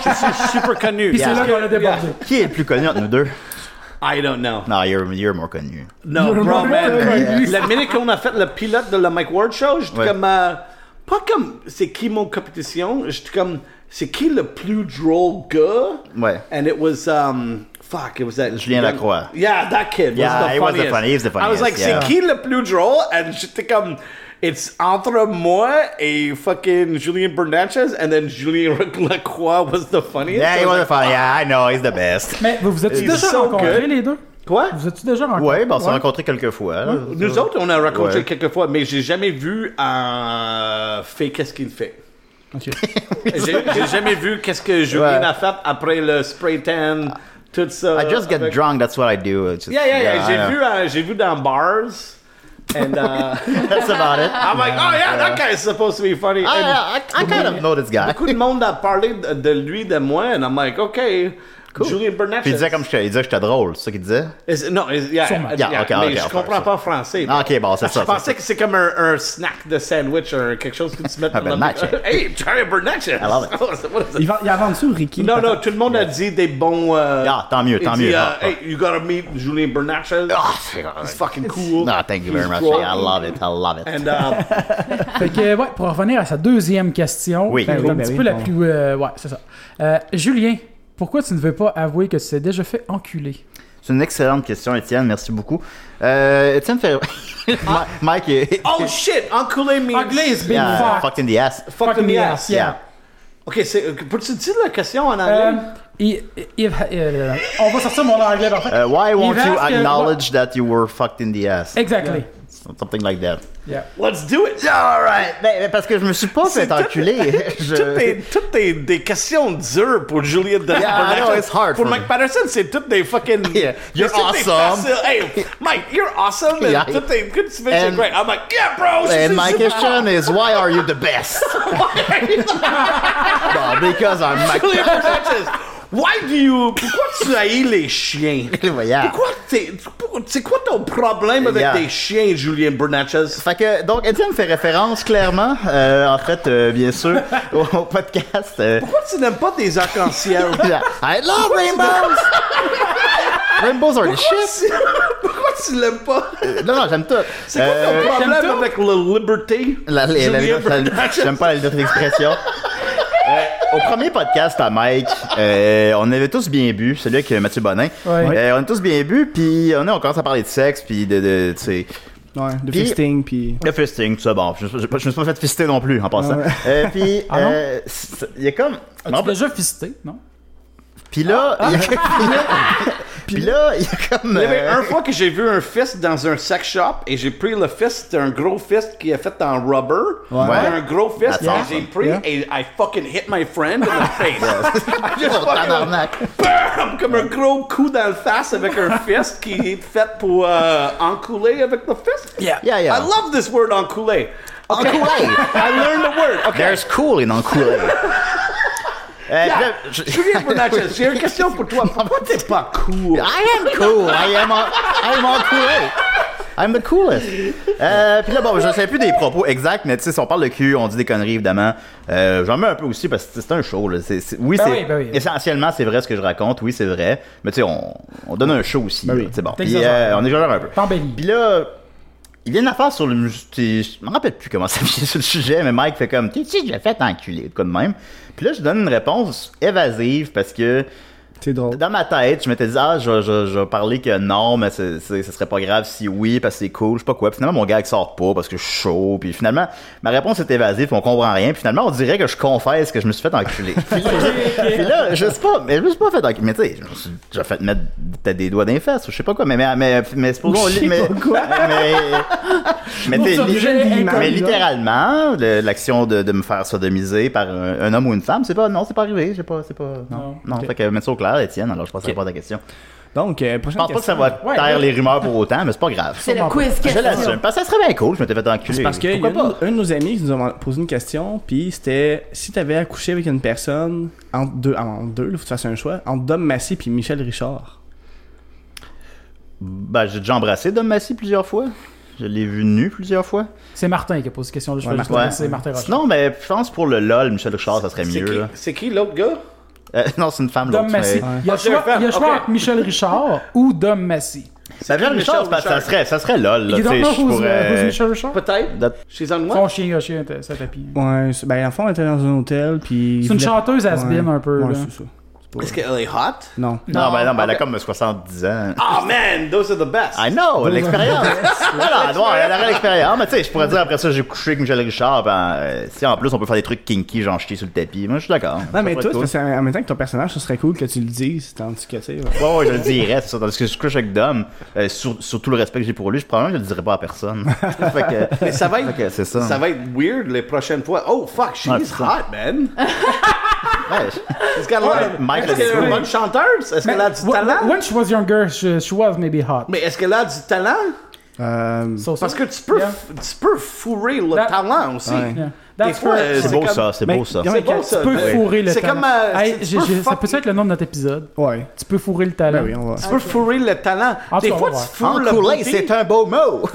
B: Super connu.
A: Puis c'est là qu'on a débordé.
C: Qui est le plus connu entre nous deux?
B: I don't know.
C: Non, you're, you're more connu.
B: Non, bro,
A: Vraiment,
B: man.
A: ouais.
B: La minute qu'on a fait le pilote de la Mike Ward Show, j'étais
C: Ouais.
B: comme. euh, pas comme c'est qui mon compétition, j'étais comme c'est qui le plus drôle gars.
C: Ouais.
B: And it was. Um, fuck, it was that.
C: Julien Lacroix.
B: Yeah, that kid.
C: Yeah,
B: was the
C: he was the
B: funniest.
C: funny- he was the
B: I was
C: funniest,
B: like,
C: yeah.
B: c'est qui le plus drôle? And j'étais comme. It's entre moi et fucking Julien Bernatchez, and then Julien Lacroix was the funniest.
C: Yeah,
B: I
C: he
B: was
C: was
B: like,
C: the funny. Yeah, I know, he's the best.
A: Mais vous vous êtes-tu
B: It's
A: déjà
B: so
A: rencontrés,
B: good.
A: les deux
B: Quoi?
A: Vous êtes-tu déjà rencontrés
C: Ouais, ben on s'est rencontrés quelques fois. là.
B: Nous autres, on a rencontré
C: Ouais.
B: quelques fois, mais j'ai jamais vu un fait qu'est-ce qu'il fait. j'ai j'ai jamais vu qu'est-ce que Julien
C: Ouais.
B: a fait après le spray tan, tout ça.
C: I just get
B: avec-
C: drunk, that's what I do. It's just-
B: Yeah, yeah, yeah.
C: I
B: j'ai
C: know.
B: vu, euh, j'ai vu dans bars. And uh,
C: That's about it.
B: I'm like, oh yeah, that guy is supposed to be funny.
C: I,
B: And
C: I, Ah, I kind of know this guy.
B: beaucoup de monde a parlé de, de lui, de moi, and I'm like, okay, Julien Bernatchez.
C: Puis il disait comme je, il disait que j'étais drôle, c'est ça qu'il disait.
B: Is- Non, is- yeah,
A: Sûrement.
B: yeah,
C: Yeah, okay,
B: mais
C: okay,
B: je
C: I'll
B: comprends
C: fix
B: pas français.
C: Ah, ok, bon, c'est ça.
B: Je pensais que c'est comme un, un snack de sandwich ou quelque chose que tu mets
C: Ah, ben, match, eh.
B: Hey, try a Bernatchez! I
C: love it.
D: Il va, il a vendu ça, Ricky.
B: Non, non, tout le monde a dit des bons. euh,
C: Ah, tant mieux,
B: il
C: tant
B: dit,
C: mieux.
B: euh,
C: Ah, ah.
B: hey, you gotta meet Julien Bernatchez.
C: Ah,
B: He's
C: c'est-
B: fucking cool.
C: No, Ah, thank you very
B: He's
C: much.
B: drunk.
C: I love it. I love it.
B: And, uh,
A: Fait que, ouais, pour revenir à sa deuxième question,
C: Oui.
A: qui est
D: Ben oui,
A: un
D: ben
A: petit
D: oui,
A: peu la
D: on-
A: plus. euh, ouais, c'est ça. Euh, Julien, pourquoi tu ne veux pas avouer que tu t'es déjà fait enculer
C: C'est une excellente question, Étienne. Merci beaucoup. Euh, Étienne fait. Ma- Mike est.
B: Ah. oh shit, enculé means.
A: Enculé is big
C: Yeah,
A: fuck.
C: fucked in the ass.
B: Fuck in the ass.
A: yeah.
C: Yeah.
B: Ok, c'est- euh, peux-tu dire la question en
A: Euh,
B: anglais?
A: il- il- euh, on va sortir mon anglais parfait.
C: Uh, why won't
A: Il
C: you
A: reste que-
C: acknowledge that you were fucked in the ass?
A: Exactly.
C: Something like that.
A: Yeah.
B: Let's do it!
C: Alright! Ben, ben, parce que je me suis pas fait
B: tout-
C: enculer. Je-
B: Toutes, des, toutes des, des questions dures pour Juliette de
C: Yeah, I know,
B: Bernatchez.
C: it's hard
B: Pour
C: for
B: Mike
C: me.
B: Patterson, c'est toutes des fucking.
C: Yeah, you're
B: c'est toutes des
C: awesome.
B: faciles. Hey, Mike, you're awesome. And
C: Yeah.
B: toutes des good speeches are
C: And-
B: great. I'm like, yeah, bro. she's-
C: And my
B: she's-
C: question is, why are you the best? No, because I'm Mike.
B: Juliette Bernatchez, Why do you. Pourquoi tu haïs les chiens?
C: Yeah.
B: Pourquoi t'es. pour- C'est quoi ton problème avec
C: Yeah.
B: les chiens, Julien Bernatchez?
C: Fait que, donc, Étienne fait référence clairement, euh, en fait, euh, bien sûr, au, au podcast. euh,
B: Pourquoi tu n'aimes pas tes arcs-en-ciel?
C: I love rainbows! rainbows are the shit!
B: Pourquoi tu- Pourquoi tu l'aimes pas?
C: Non, non, j'aime tout.
B: C'est quoi
C: Euh,
B: ton
A: j'aime
B: problème
A: tout.
B: avec la liberté?
C: la- la- la-
B: Julien
C: la- la-
B: Bernatchez.
C: J'aime pas la liberté d'expression. Euh, au premier podcast à Mike, euh, on avait tous bien bu, celui avec Mathieu Bonin.
A: Ouais.
C: Euh, on a tous bien bu, puis on, est- on commence à parler de sexe, puis de, de tu sais,
D: Ouais, de
C: Puis-
D: fisting, puis.
C: Le fisting, tout ça, bon. Je, je- je me suis pas fait fister non plus en passant.
D: Ah ouais.
C: Euh, puis,
A: Ah non?
C: euh,
A: ben-
C: c'est- il y a comme.
A: As-tu déjà fisté, non?
C: Puis là, il y a- Puis là, il y a comme.
B: Il y avait
C: euh,
B: Eh un fois que j'ai vu un fist dans un sex shop et j'ai pris le fist, c'était un gros fist qui est fait en rubber. C'était Un gros fist
C: That's
B: que j'ai
C: awesome.
B: pris
D: Yeah.
B: et I fucking hit my friend in the face. I just
C: Oh,
B: fucking
C: tabarnak.
B: bam! Comme un gros coup dans le face avec un fist qui est fait pour euh, encouler avec le fist.
C: Yeah, yeah.
B: I love this word encouler. Okay.
C: Enculé.
B: I learned the word. Okay.
C: There's cool in enculé. Euh, je- je-
B: Julien Bonaccia, j'ai une question pour toi. Pourquoi t'es pas cool?
C: I am cool. I am, en- I am enculé. I'm the coolest. Euh, puis là, bon, je ne sais plus des propos exacts, mais tu sais, si on parle de cul, on dit des conneries, évidemment. Euh, J'en mets un peu aussi parce que c'est un show. Là. C'est- c'est- oui,
A: Ben
C: c'est
A: oui, ben oui.
C: essentiellement, c'est vrai ce que je raconte. Oui, c'est vrai. Mais tu sais, on, on donne un show aussi. là, tu sais, bon. Puis,
A: T'exagères.
C: euh, on exagère un peu.
A: T'embellis.
C: Puis là, il y a une affaire sur le. mu- tu sais, Je me rappelle plus comment ça vient sur le sujet, mais Mike fait comme. Tu sais, j'ai fait enculer, de quoi de même. Puis là, je donne une réponse évasive parce que.
D: C'est drôle.
C: Dans ma tête, je m'étais dit, ah, je, je, je vais parler que non, mais c'est- c'est- ce serait pas grave si oui, parce que c'est cool, je sais pas quoi. Puis finalement, mon gars, il sort pas parce que je suis chaud. Puis finalement, ma réponse est évasive, puis on comprend rien. Puis finalement, on dirait que je confesse que je me suis fait enculer. puis, là, puis là, je sais pas, mais je me suis pas fait enculer. Mais tu sais, je me suis déjà fait mettre peut-être des doigts dans les fesses, ou je sais pas quoi. Mais, mais, mais, mais supposons,
D: Je sais
C: mais,
D: pas quoi.
C: mais, mais,
D: Pour
C: t'es-
D: ça, j'ai une image,
C: mais
D: là.
C: littéralement, le- l'action de, de me faire sodomiser par un, un homme ou une femme, c'est pas, non, c'est pas arrivé, j'ai pas, c'est pas, non.
A: Non.
C: Non, fait que mettre ça au clair, Étienne, alors je pense que ça
D: Ok.
C: pas ta question.
D: Donc, euh,
C: Je
D: prochaine
C: pense pas que ça
D: question.
C: va
A: Ouais,
C: taire
A: ouais.
C: les rumeurs pour autant, mais c'est pas grave.
E: C'est le quiz
C: Je
E: question.
C: l'assume, parce que ça serait bien cool, je m'étais fait enculer.
D: C'est parce que y a
C: Pourquoi pas?
D: un, un de nos amis qui nous a posé une question, puis c'était si t'avais accouché avec une personne entre deux, en deux, là, faut que tu fasses un choix, entre Dom Massy puis Michel Richard.
C: Ben, j'ai déjà embrassé Dom Massy plusieurs fois. Je l'ai vu nu plusieurs fois.
A: C'est Martin qui a posé cette question. Je vais
D: Ouais,
A: juste
C: Ouais.
A: laisser Martin Roche.
C: Non, mais je pense pour le LOL, Michel Richard, ça serait
B: C'est qui,
C: mieux. là.
B: c'est qui l'autre gars?
C: Euh, non, c'est une femme
A: Dom
C: l'autre.
A: Massy.
C: mais- Ben,
A: Il y a le
B: Ah, c'est
A: choix,
B: un fan,
A: il y a le choix
B: ok.
A: entre Michel Richard ou Dom Massy.
C: Ça vient de
B: Michel
C: Richard, parce que ça
B: Richard?
C: serait, ça serait LOL. Là,
A: You
C: tu
A: don't
C: sais,
A: know
C: je
A: who's,
C: pourrais-
A: uh, who's Michel Richard?
B: Peut-être.
C: That-
B: She's on
A: Son
B: what?
A: chien, un chien, ça tapis.
D: Ouais, c'est- ben, en fond, elle était dans un hôtel, puis.
A: C'est une chanteuse has
D: asbine
A: been un peu, là.
D: Ouais, c'est ça. C'est pas-
B: Est-ce qu'elle est hot?
D: Non.
C: Non, ben non, ben, elle a
B: ok.
C: comme 70 ans.
B: Ah man, those are the best.
C: Ah, I know, l'expérience. voilà, bon, elle aurait l'expérience. Ah, Mais tu sais, je pourrais dire après ça, j'ai couché avec Michel Richard. Ben, euh, si en plus on peut faire des trucs kinky, genre chier sur le tapis, moi je suis d'accord.
D: Non, mais
C: Ça
D: toi,
C: pourrait
D: c'est
C: être
D: parce qu'en en même temps que ton personnage, ce serait cool que tu le dises, tandis que, tu sais. ouais.
C: cool. Ouais, ouais, je le dirais, c'est ça. Tandis que je couche avec Dom, euh, sur, sur tout le respect que j'ai pour lui, je probablement je le dirais pas à personne. fait que,
B: Mais ça va être,
C: Fait que c'est ça.
B: ça va être weird les prochaines fois. Oh fuck, she's
C: Ouais, c'est ça.
B: hot man.
C: Ouais,
B: She's got a lot of-
C: Mike
B: Est-ce qu'elle est
C: Levesque.
B: une bonne chanteuse? Est-ce
A: Mais,
B: qu'elle a du
A: wh-
B: talent?
A: When she was younger, she, she was maybe hot.
B: Mais est-ce qu'elle a du talent?
D: Euh,
A: So, so-
B: Parce que tu peux,
A: Yeah.
B: tu peux fourrer le
A: That-
B: talent aussi.
D: Ouais.
A: Yeah.
B: Des
A: That's
B: fois,
A: where-
B: euh,
C: c'est
B: c'est
C: beau
B: comme-
C: ça, c'est
D: mais-
C: beau ça.
D: non,
B: C'est bon
A: Tu
B: ça.
A: peux
B: mais-
A: fourrer le
B: C'est
A: talent.
B: comme, euh,
A: Hey,
B: tu
A: j'ai-
B: peux
A: j'ai- Ça peut
B: fucking-
A: être le nom de notre épisode.
D: ouais.
A: Tu peux fourrer le talent.
D: Ben oui, on va.
B: Tu peux fourrer le talent.
A: En tout
B: Des
A: cas, on
B: fois,
A: va
B: tu
A: voir.
B: fourres le
C: Enculé,
B: booty.
C: c'est un beau mot.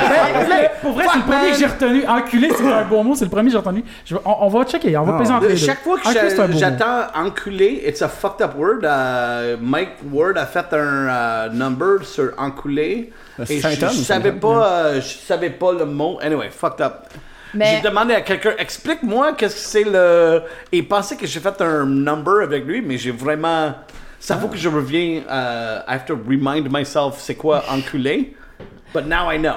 A: Le- Pour vrai, c'est le premier que j'ai retenu. Enculé, c'est un beau mot. C'est le premier que j'ai retenu. Je vais- on, on va checker. On va
D: Ah.
A: présenter.
B: Euh,
A: les
B: Chaque
A: deux.
B: fois que
A: Enculé, c'est un beau
B: j'a-
A: mot.
B: j'attends enculé, it's a fucked up word. euh, Mike Ward a fait un euh, number sur enculé.
A: Euh,
D: Le
B: Et je,
D: symptôme,
B: je
D: le
B: savais
D: symptôme,
B: pas, euh, je savais pas le mot. Anyway, fucked up.
E: Mais-
B: J'ai demandé à quelqu'un, explique-moi qu'est-ce que c'est le. Et il pensait que j'ai fait un number avec lui, mais j'ai vraiment. Ça
A: Ah.
B: faut que je revienne. euh, I have to remind myself c'est quoi enculé. But now I know.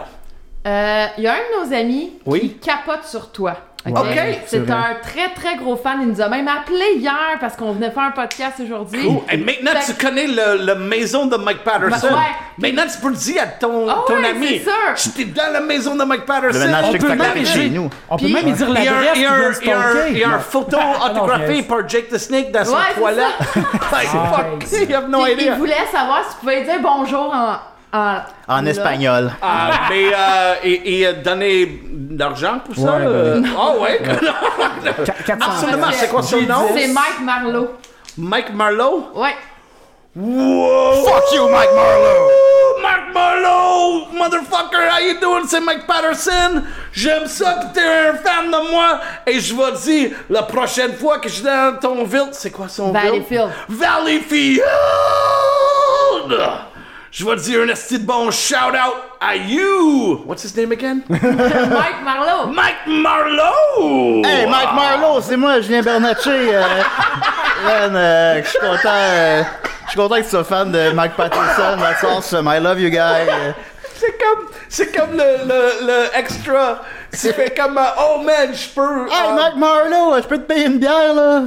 E: Euh, Il y a un de nos amis
B: Oui.
E: qui capote sur toi. OK.
B: Ok,
D: c'est
E: C'est
D: vrai.
E: un très très gros fan. Il nous a même appelé hier parce qu'on venait faire un podcast aujourd'hui.
B: Oh, et maintenant,
E: Fait-
B: tu connais le, le maison de Mike Patterson.
E: Bah, ouais.
B: Maintenant, tu peux le dire à ton,
E: Ah
B: ton
E: ouais,
B: ami.
E: c'est sûr.
B: J'étais dans la maison de Mike Patterson.
C: Le ménage
A: On peut
C: Check
A: même
C: ta carte chez
A: dire-
C: nous.
A: On peut
E: Puis-
A: même y dire
B: Il y a un-
A: l'adresse
B: il
A: qui
B: y a
A: vient
B: un-
A: de
B: il y a un- il y a un photo
A: Ah
B: autographié
A: autographié
B: par Jake the Snake dans son
E: Ah, Ouais, c'est
B: toilette. Like,
A: Ah.
B: fuck, you have no
E: Puis il
B: idea.
E: voulait savoir si tu pouvais dire bonjour en. En,
C: En
E: là.
C: espagnol.
B: Ah, mais euh, et, et euh, donner de l'argent pour ça?
D: Ouais,
B: euh,
D: ben
B: Ah ouais?
D: Qu- 400
B: Absolument, c'est quoi son nom?
E: C'est Mike Marlowe.
B: Mike Marlowe?
E: Ouais.
B: Whoa!
C: Fuck you, Mike Marlowe!
B: Mark Marlowe! Motherfucker, how you doing? C'est Mike Patterson! J'aime ça que t'es un fan de moi! Et je vais te dire, la prochaine fois que je suis dans ton ville, c'est quoi son ville?
E: Valleyfield.
B: Valleyfield! Je vais te dire un esti de bon shout-out à you! What's his name again?
E: Mike Marlowe.
B: Mike Marlowe!
C: Hey, Mike Marlowe, c'est moi, Julien Bernatchez. Euh, man, euh, je suis content. euh, je suis content que tu sois fan de Mike Patterson. That's awesome. I love you, guy. Euh,
B: C'est comme, c'est comme le, le, le extra C'est fait comme euh, Oh man, je peux.
C: Hey,
B: euh,
C: Mike Marlowe, je peux te payer une bière, là!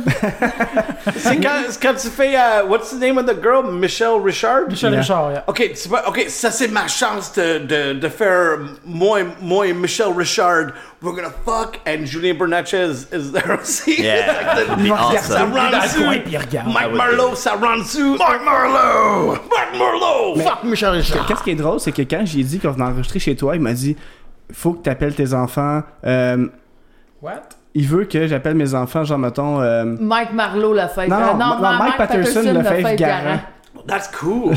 B: c'est quand, c'est quand tu fais euh, What's the name of the girl? Michelle Richard?
A: Michel
D: Yeah.
A: Richard, yeah.
B: Ok, tu vois, ok, ça c'est ma chance de, de, de faire moi, et- moi et Michel Richard, we're gonna fuck, and Julien Bernatchez is there aussi.
C: Yeah, that would be
B: ça
C: awesome.
B: rentre
A: coin puis il
B: dessus.
A: regarde.
C: Ah,
B: Mike
C: oui.
B: Marlowe, ça rentre dessus. Mike Marlowe! Mike Marlowe! Fuck!
C: Michel Richard.
D: Qu'est-ce qui est drôle, c'est que quand j'ai dit qu'on venait enregistrer chez toi, il m'a dit Faut que t'appelles tes enfants. Euh,
A: What?
D: il veut que j'appelle mes enfants, genre, mettons. euh,
E: Mike Marlowe l'a fait.
D: Non,
E: Euh,
D: non, non, Mike Patterson l'a fait Garant.
B: That's cool.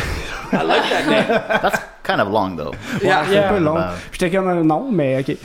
B: I like that name.
C: That's kind of long, though.
B: Yeah,
D: c'est un peu long.
C: Bah.
D: J'étais comme euh, non, mais ok.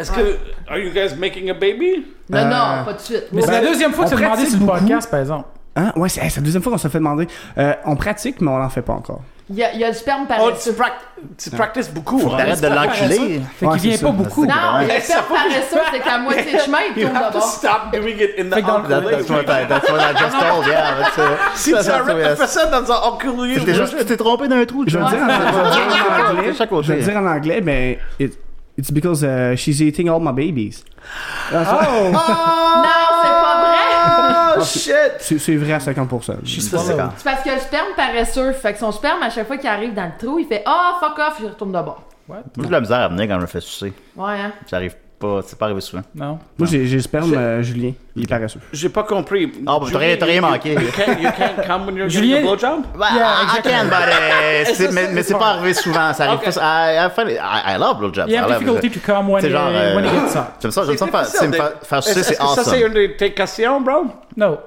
B: Est-ce que, are you guys making a baby?
E: Non,
D: Euh,
E: non, pas de suite.
A: Mais c'est la deuxième fois que tu
D: on
A: as demandé
D: pratique
A: sur le
D: beaucoup.
A: podcast, par exemple.
D: Hein? Ouais, c'est hey, c'est la deuxième fois qu'on se fait demander. Euh, on pratique, mais on n'en fait pas encore.
E: Il y, a- il y a du sperme
B: Oh, tu,
E: paresseux.
B: prac- tu practices beaucoup.
C: Faut que
B: hein?
C: t'arrêtes de l'enculer.
A: Fait
D: Ouais,
A: qu'il
D: c'est
A: vient
D: ça.
A: pas beaucoup.
E: Non,
C: Ouais.
E: le sperme paresseux, c'est qu'à moitié de chemin, il
B: You
E: tourne
B: have to
E: d'abord.
B: stop doing it in the
A: Fait que dans le-
C: That-
B: enculé.
C: that's, what I, that's what I just told, yeah. That's, uh,
B: Si tu
C: that's what
B: arrêtes de
C: I-
B: faire ça dans un enculé,
C: T'es déjà- tu t'es trompé d'un trou,
D: Je vais le dire en- je vais le dire en anglais.
C: De chaque côté.
D: Je vais le dire en anglais, mais it- it's because uh, she's eating all my babies. Ah, ça-
E: Non, c'est pas vrai!
B: Oh shit!
D: C'est c'est vrai à 50%.
C: Ça, Ah, c'est quand-
E: C'est parce que le sperme paresseux, fait que son sperme, à chaque fois qu'il arrive dans le trou, il fait Ah, fuck off, je retourne d'abord.
C: Moi, j'ai de la misère à venir quand je me fais sucer.
E: Ouais, hein.
C: Ça arrive pas, c'est pas arrivé souvent.
A: Non.
D: Moi, j'ai j'ai le sperme euh, Julien. Il est paresseux.
B: J'ai pas compris.
C: Ah, bah, t'as
B: Julien,
C: rien- t'as rien
B: you-
C: manqué.
B: You can't, you can't come when you're
A: Julien-
B: getting a blowjob?
C: Bah, I can, but, euh, c'est-
A: ça,
C: mais,
A: c'est
C: mais c'est
A: bon.
C: pas arrivé souvent. Ça arrive
B: Ok.
C: plus. I, I, find it- I, I love blowjobs.
A: Il y a
C: I love-
A: difficulty to come when,
C: C'est genre,
A: uh,
C: euh,
A: when he gets up.
C: J'aime ça, j'aime ça me faire, c'est me faire, faire sucer,
B: Est-ce
C: c'est
B: que Ça,
C: awesome.
B: c'est une de tes questions, bro?
A: No.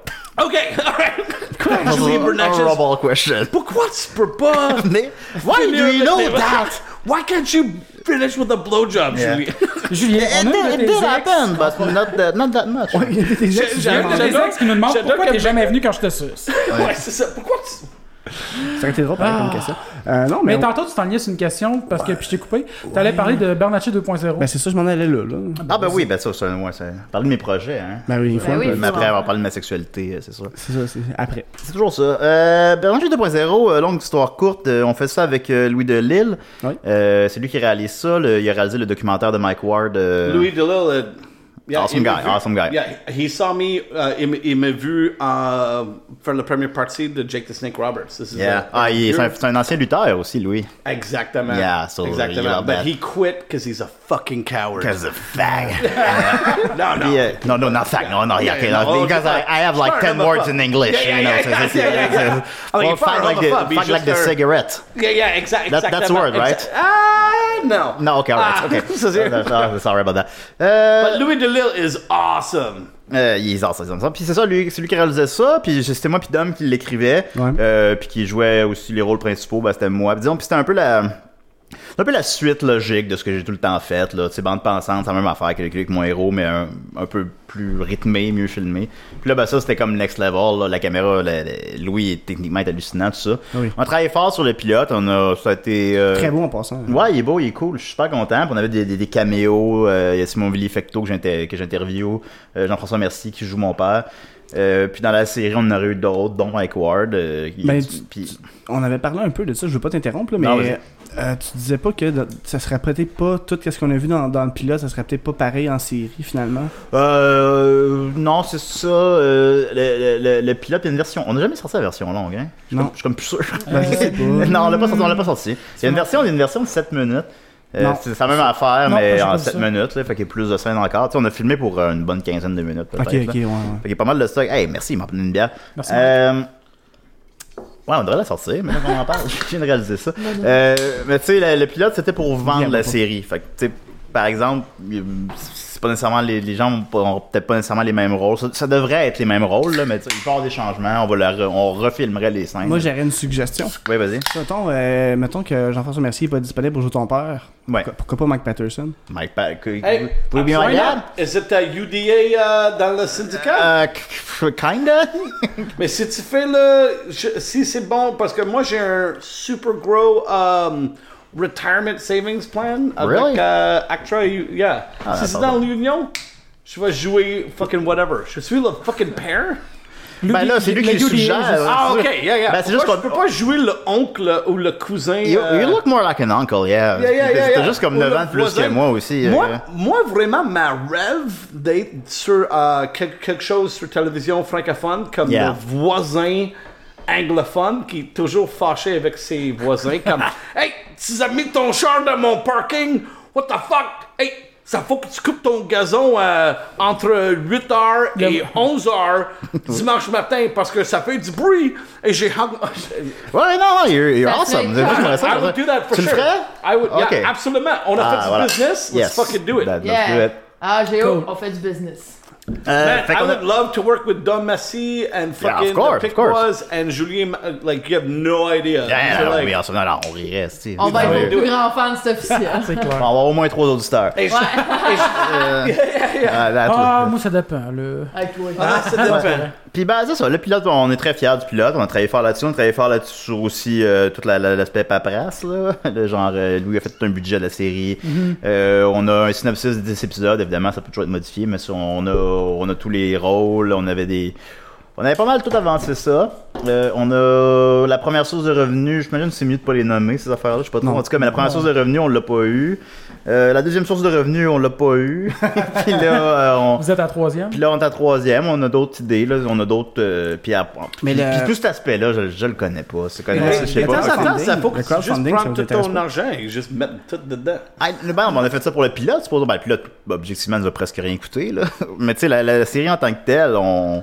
B: Ok, alright. Quoi, Julien Bernatchez?
C: Honorable question.
B: Pourquoi tu peux pas?
C: Mais, why do you know that?
B: Why can't you finish with a blowjob,
C: Yeah.
B: Julien?
A: Julien,
C: It
A: on a un
C: did,
A: de
C: it did
A: tes ex-
C: happen, but not that, not that much.
D: Il y a des gens qui
B: J'ai-
A: un de tes
B: J'adore-
A: ex qui nous demande
B: j'adore
A: pourquoi
B: que-
A: t'es jamais venu quand je te suce.
B: Ouais, c'est ça. Pourquoi tu.
D: Ça aurait été drôle pareil, comme question. Euh, non, mais.
A: Mais
D: on-
A: tantôt, tu t'enlignais sur une question parce que puis je t'ai coupé. T'allais parler de Bernacchi 2.0.
D: Ben, c'est ça, je m'en allais là. là.
C: Ah, ben oui, ben ça, c'est un. Ouais, c'est- parler de mes projets, hein.
D: Ben oui, il faut
E: Ben
D: un
E: oui,
D: peu.
C: Mais après
E: souvent.
C: avoir parlé de ma sexualité, euh, c'est ça.
D: C'est ça, c'est après.
C: C'est toujours ça. Euh, Berlanger 2.0, euh, longue histoire courte, euh, on fait ça avec euh, Louis de Lille.
D: Oui.
C: Euh, c'est lui qui réalise ça. le- il a réalisé le documentaire de Mike Ward. euh,
B: Louis DeLille. euh, yeah,
C: Awesome
B: il m'a
C: guy,
B: vu-
C: awesome guy.
B: Yeah, he saw me, euh, il m- il m'a vu euh, faire la première partie de Jake the Snake Roberts. This is
C: Yeah.
B: a-
C: Ah, il est, c'est un, c'est un ancien lutteur aussi, Louis.
B: Exactement.
C: Yeah, so you
B: Exactement.
C: love
B: But
C: that.
B: he quit because he's a fucking coward.
C: Because of fag.
B: No, no.
C: Puis, euh, non, non, non, fag, non, non, yeah, okay,
B: Yeah,
C: no,
B: no,
C: because
B: oh,
C: I, I have like
B: smart
C: 10
B: motherfucker.
C: words in English,
B: Yeah, yeah,
C: you know,
B: yeah,
C: so it's-
B: yeah, Oh, yeah, yeah. I mean,
C: well,
B: fag,
C: fag like the,
B: motherfucker, he's
C: fag like
B: just
C: the
B: a-
C: cigarette.
B: Yeah, yeah, exactly.
C: That- that's the word, right?
B: Ah, no.
C: No, okay, all right,
B: Ah,
C: okay.
B: so
C: Uh,
B: there-
C: uh, sorry about that. Euh,
B: But Louis DeLille is awesome.
C: Euh, il est awesome, ça. Puis c'est ça, lui, c'est lui qui réalisait ça. Puis c'était moi puis Dom qui l'écrivait.
D: Ouais.
C: Euh, puis qui jouait aussi les rôles principaux, bah, c'était moi. Puis disons, puis c'était un peu la... C'est un peu la suite logique de ce que j'ai tout le temps fait. Là. Tu sais, bande pensante, c'est la même affaire que que mon héros, mais un, un peu plus rythmé, mieux filmé. Puis là, ben, ça, c'était comme next level. là. La caméra, la- la- Louis, est techniquement, est hallucinant, tout ça.
D: Ah Oui.
C: On travaillait fort sur le pilote. On a, ça a été... euh,
D: Très beau en passant.
C: Ouais, il est beau, il est cool. Je suis super content. Puis On avait des, des, des caméos. euh, Il y a Simon Villifecto que j'inter- que j'interview. euh, Jean-François Merci qui joue mon père. Euh, puis dans la série, on en aurait eu d'autres, dont Mike Ward. euh, qui-
D: Ben, tu-
C: puis-
D: On avait parlé un peu de ça, je veux pas t'interrompre, là, mais
C: Non, vas-y.
D: euh, tu disais pas que dans- ça serait peut-être pas tout ce qu'on a vu dans, dans le pilote, ça serait peut-être pas pareil en série finalement.
C: Euh, non, c'est ça. euh, le, le- le- le pilote, il y a une version. On n'a jamais sorti la version longue, hein? Je suis
D: Non.
C: comme- Je suis comme plus sûr.
D: Ben, je sais pas.
C: non, on l'a pas sorti. On l'a pas sorti. Il y a une version, il y a une version de 7 minutes. Euh,
D: Non.
C: c'est la même affaire,
A: Non, moi,
C: mais
A: j'ai
C: en
A: pas vu
C: 7
A: ça.
C: minutes, là, fait qu'il y a plus de scènes encore. Tu sais, on a filmé pour euh, une bonne quinzaine de minutes, peut-être.
D: Ok,
C: là.
D: ok, ouais. ouais.
C: Fait qu'il y a pas mal de stock. Hey, merci, il m'a donné une bière.
A: Merci,
C: Euh, Ouais, on devrait la sortir, mais là qu'on en parle, je viens de réaliser ça. Euh, mais tu sais, le, le pilote, c'était pour vendre
D: Il y a
C: la
D: pas.
C: série. Fait que, tu sais, par exemple, il- c'est pas nécessairement les, les gens ont pas- ont peut-être pas nécessairement les mêmes rôles. Ça, ça devrait être les mêmes rôles, là, mais tu sais, il va y avoir des changements, on, va la re- on refilmerait les scènes.
D: Moi j'aurais une suggestion.
C: Ouais, vas-y.
D: Mettons, euh, mettons que Jean-François Mercier est pas disponible pour jouer ton père.
C: Ouais.
D: Pourquoi- Pourquoi pas Mike Patterson?
C: Mike, pa- que-
B: Hey,
C: will you
B: I'm
C: be my
B: sorry,
C: dad?
B: man. Is it uh, UDA euh, dans le syndicat?
C: Euh, k- kinda?
B: Mais si tu fais le. je- si c'est bon, parce que moi j'ai un super gros um, retirement savings plan avec
C: Really?
B: euh, Actra. U- Yeah.
C: Ah,
B: si c'est
C: pardon.
B: dans l'union, je vais jouer fucking whatever. Je suis le fucking père.
C: Ben là, c'est lui qui le suggère.
B: Ah, ok, yeah, yeah.
C: Ben, c'est juste
B: Pourquoi je
C: qu'on-
B: peux pas jouer le oncle ou le cousin.
C: You,
B: euh,
C: you look more like an uncle,
B: Yeah,
C: yeah.
B: yeah, yeah,
C: T'as
B: yeah.
C: juste comme
B: Ou
C: 9
B: le
C: ans de plus
B: voisin.
C: que moi aussi.
B: Moi,
C: euh.
B: moi, vraiment, ma rêve d'être sur euh, quel- quelque chose sur télévision francophone comme
C: Yeah.
B: le voisin anglophone qui est toujours fâché avec ses voisins comme « Hey, tu as mis ton char dans mon parking, what the fuck? Hey, ça faut que tu coupes ton gazon euh, entre 8h et 11h dimanche matin parce que ça fait du bruit et j'ai... hang-
C: Ouais, non, non, you're, you're
E: Ça
C: awesome.
E: fait-
C: Moi, j'aimerais ça.
B: I would do that for
C: tu
B: sure.
C: le ferais?
B: I would, yeah,
C: Ok.
B: absolument. On a
C: Ah,
B: fait du
C: voilà.
B: business. Let's
C: Yes.
B: fucking do it.
C: That- let's do
E: Yeah.
C: it.
E: Ah, Géo,
A: Cool.
E: on fait du business.
C: Euh,
B: Man,
C: fait
B: I
C: qu'on a-
B: would love to work with Don Massey and
C: Yeah, of
B: fucking
C: course,
B: the
C: of course.
B: Pickwas and Julien. uh, Like you have no idea.
C: Yeah,
B: So,
C: non,
B: like,
C: oui, en ce moment, non, on rirait, c'est-
E: On va
C: Ah
E: être
C: oui.
E: vos plus grands fans, c'est officiel.
A: C'est
C: On va
A: clair.
C: avoir au moins trois auditeurs.
B: et je- et je-
C: Ah, là,
A: Ah,
C: toi.
B: Um,
A: moi, ça dépend. Le...
E: Avec toi.
B: Ah, ça dépend.
C: Puis ben c'est ça, le pilote, on est très fiers du pilote, on a travaillé fort là-dessus, on a travaillé fort là-dessus sur aussi euh, tout la- la- l'aspect paperasse, là. Le genre, euh, Louis a fait tout un budget de la série.
D: Mm-hmm.
C: Euh, on a un synopsis de 10 épisodes, évidemment, ça peut toujours être modifié, mais ça, on a, on a tous les rôles, on avait des... On avait pas mal tout avancé ça. Euh, on a la première source de revenus, j'imagine que c'est mieux de pas les nommer, ces affaires-là, je sais pas trop,
D: Non.
C: en tout cas, mais la première source de revenus, on l'a pas eu. Euh, la deuxième source de revenus, on l'a pas eu. Puis là, euh, on...
A: Vous êtes à troisième?
C: Puis là, on est à troisième, on a d'autres idées, là, on a d'autres. euh, puis, à-
D: Mais
C: puis-
D: le-
C: puis tout cet aspect-là, je, je le connais pas. C'est connu,
D: Mais-
C: je sais
D: mais
C: pas.
B: Attends,
D: attends,
B: attends, ça faut que
D: Le
B: tu juste
D: crowdfunding, ça
B: prendre
D: vous
B: tout ton
D: intéresse pas.
B: argent et juste mettre tout dedans.
C: Ah, ben, on a fait ça pour le pilote, supposons. Ben, le pilote, ben, objectivement, nous a presque rien coûté. Là. Mais tu sais, la, la série en tant que telle, on.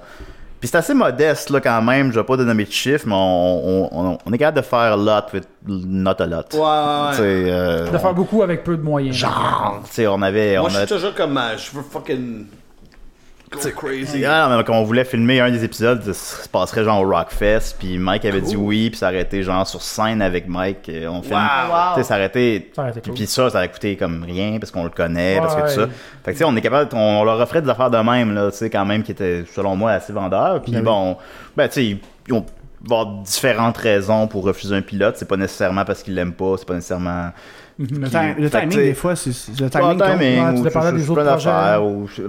C: Puis c'est assez modeste là, quand même, je vais pas donner de chiffres, mais on, on, on- on est capable de faire lot with not a
B: Ouais,
C: lot.
B: ouais,
C: Tu
B: ouais.
C: sais, euh,
A: De faire beaucoup avec peu de moyens.
C: genre, tu sais, on avait.
B: Moi,
C: on
B: je suis
C: a-
B: toujours comme, euh, je veux fucking go crazy.
C: Ah, non, mais quand on voulait filmer un des épisodes, ça se passerait genre au Rockfest, puis Mike avait dit oui, puis ça aurait été genre sur scène avec Mike, euh, on filme.
D: ah,
E: Wow.
C: Tu sais, ça aurait été.
A: Ça aurait été
C: Puis,
A: cool.
C: puis ça, ça aurait coûté comme rien, parce qu'on le connaît,
A: Ouais,
C: parce que tout ça.
A: ouais.
C: Fait que tu sais, on est capable, on, on leur offrait des affaires de même, là, tu sais, quand même, qui étaient, selon moi, assez vendeurs. Puis bon, ben, tu sais, ils- ils ont ils vont avoir différentes raisons pour refuser un pilote. C'est pas nécessairement parce qu'ils l'aiment pas, c'est pas nécessairement.
D: Le, ti- le
C: Fait que,
D: timing,
C: tu sais,
D: des fois, c'est- c'est le
C: pas
D: timing.
C: en
B: ben,
D: compte.
C: timing,
A: ouais, tout
C: ou
A: dépendant
C: je- je-
A: des
C: je-
A: autres
C: plein
A: projets.
C: d'affaires, ou je-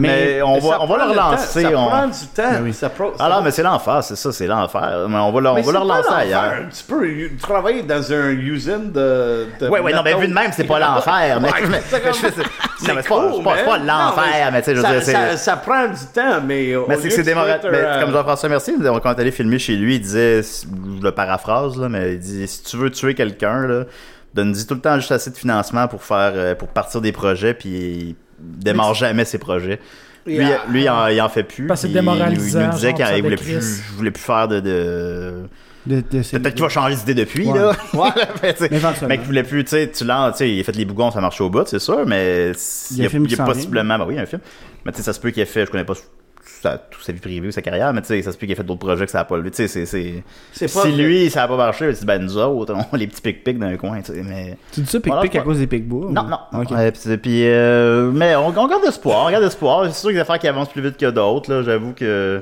C: mais, on
B: Ça
C: va, on va
B: prend
C: leur
B: le
C: lancer.
B: temps, Ça
C: on-
B: prend du temps.
D: oui.
B: Ça pro-
C: ah non, mais c'est l'enfer, c'est ça, c'est l'enfer. Mais on va leur, on
B: Mais
C: va leur
B: c'est pas
C: lancer
B: l'enfer.
C: ailleurs.
B: Tu peux euh, travailler dans un usine de. de
C: Ouais, ouais, non, mais
B: mettons-
C: vu de même, c'est pas l'enfer. Mais, mais-
B: c'est comme-
C: mais je fais- c'est- non, mais c'est pas,
B: cool,
C: c'est pas, c'est pas
B: man.
C: l'enfer,
B: Non,
C: mais tu sais, je veux
B: ça,
C: dire, c'est.
B: ça, ça prend du temps, mais. au
C: Mais c'est
B: lieu
C: que c'est
B: de
C: démocrate.
B: faire,
C: mais
B: euh,
C: Comme Jean-François Mercier, on- quand on est allé filmer chez lui, il disait, je le paraphrase, là, mais il dit si tu veux tuer quelqu'un, là, donne-y tout le temps juste assez de financement pour faire euh, pour partir des projets, puis il démarre jamais ses projets. Lui,
B: Yeah.
C: lui il, en, il en fait plus.
A: Parce que c'est
C: puis il nous- Il
A: démoralisant,
C: nous disait
A: genre,
C: qu'il
A: ça
C: voulait
A: décrisse.
C: plus, voulait plus faire de- de...
D: De- de- c'est-
C: Peut-être qu'il va changer d'idée depuis,
D: Ouais.
C: là. mais tu sais,
D: Mais éventuellement.
C: mec, il voulait plus, tu sais, tu lances, tu sais, il a fait les bougons, ça marche au bout, c'est sûr, mais s'il
D: Il y a un film qui s'en
C: possiblement, bah oui, il y a un film. Mais tu sais, ça se peut qu'il ait fait, je connais pas sa, toute sa vie privée ou sa carrière, mais tu sais, ça se peut qu'il ait fait d'autres projets que ça a pas levé, tu sais, c'est, c'est,
B: C'est pas-
C: si lui, ça a pas marché, il dit, ben, nous autres, on les petits pic-pic dans un coin, tu sais, mais.
D: Tu dis ça pic-pic
C: Voilà,
D: à cause des pic-bois?
C: Non,
D: ou-
C: non.
D: Ok.
C: Ouais, puis- puis, euh, mais on, on garde espoir, on garde espoir. C'est sûr qu'il y a des affaires qui avancent plus vite que d'autres. là. J'avoue que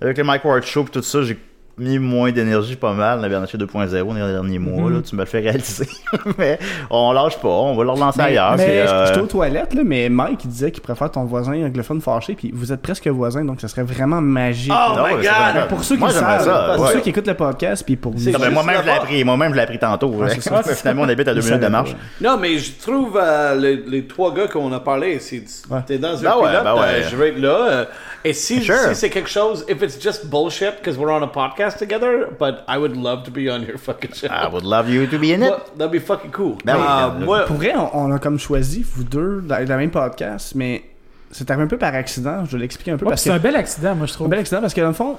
C: avec le Mike Ward Show et tout ça, j'ai mis moins d'énergie pas mal dans Bernatchez 2.0 dans les derniers
D: Mm-hmm.
C: mois. là. tu me le fais réaliser. mais on lâche pas, on va le relancer
D: Mais-
C: ailleurs.
D: mais
C: puis, euh,
D: je- j'étais aux toilettes, là, mais Mike, il disait qu'il préfère ton voisin anglophone fâché, puis vous êtes presque voisins, donc ça serait vraiment magique.
B: Oh
C: non,
B: my
C: ouais,
B: God!
C: c'est vrai.
D: pour ceux
C: Ah!
D: qui
C: moi,
D: le
C: j'aimerais
D: savent,
C: ça,
D: pour
C: ouais.
D: ceux qui écoutent le podcast, puis pour nous.
C: Non, mais
B: Juste
C: moi-même, je l'ai
B: là-bas.
C: appris. Moi-même, je l'ai appris tantôt. ouais.
D: c'est ça.
C: Finalement, on habite à deux
D: Il
C: minutes de
D: savait
C: marche.
D: pas.
B: Non, mais je trouve euh, les, les trois gars qu'on a parlé, c'est,
D: Ouais.
B: t'es dans un
C: Ben ouais,
B: pilote,
C: ben ouais.
B: euh, je vais être là. euh, et si,
C: Sure.
B: si c'est quelque chose, if it's just bullshit, because we're on a podcast together, but I would love to be on your fucking show.
C: I would love you to be in it.
B: Well, that'd be fucking cool.
C: Ah. Ben oui,
B: Ah,
C: ben,
B: moi,
D: Pour vrai, on, on a comme choisi, vous deux, dans dans le même podcast, mais c'est arrivé un peu par accident, je vais l'expliquer un peu.
A: Ouais,
D: parce
A: puis c'est
D: que
A: un bel accident, moi, je
D: Un
A: trouve.
D: bel accident parce que dans le fond,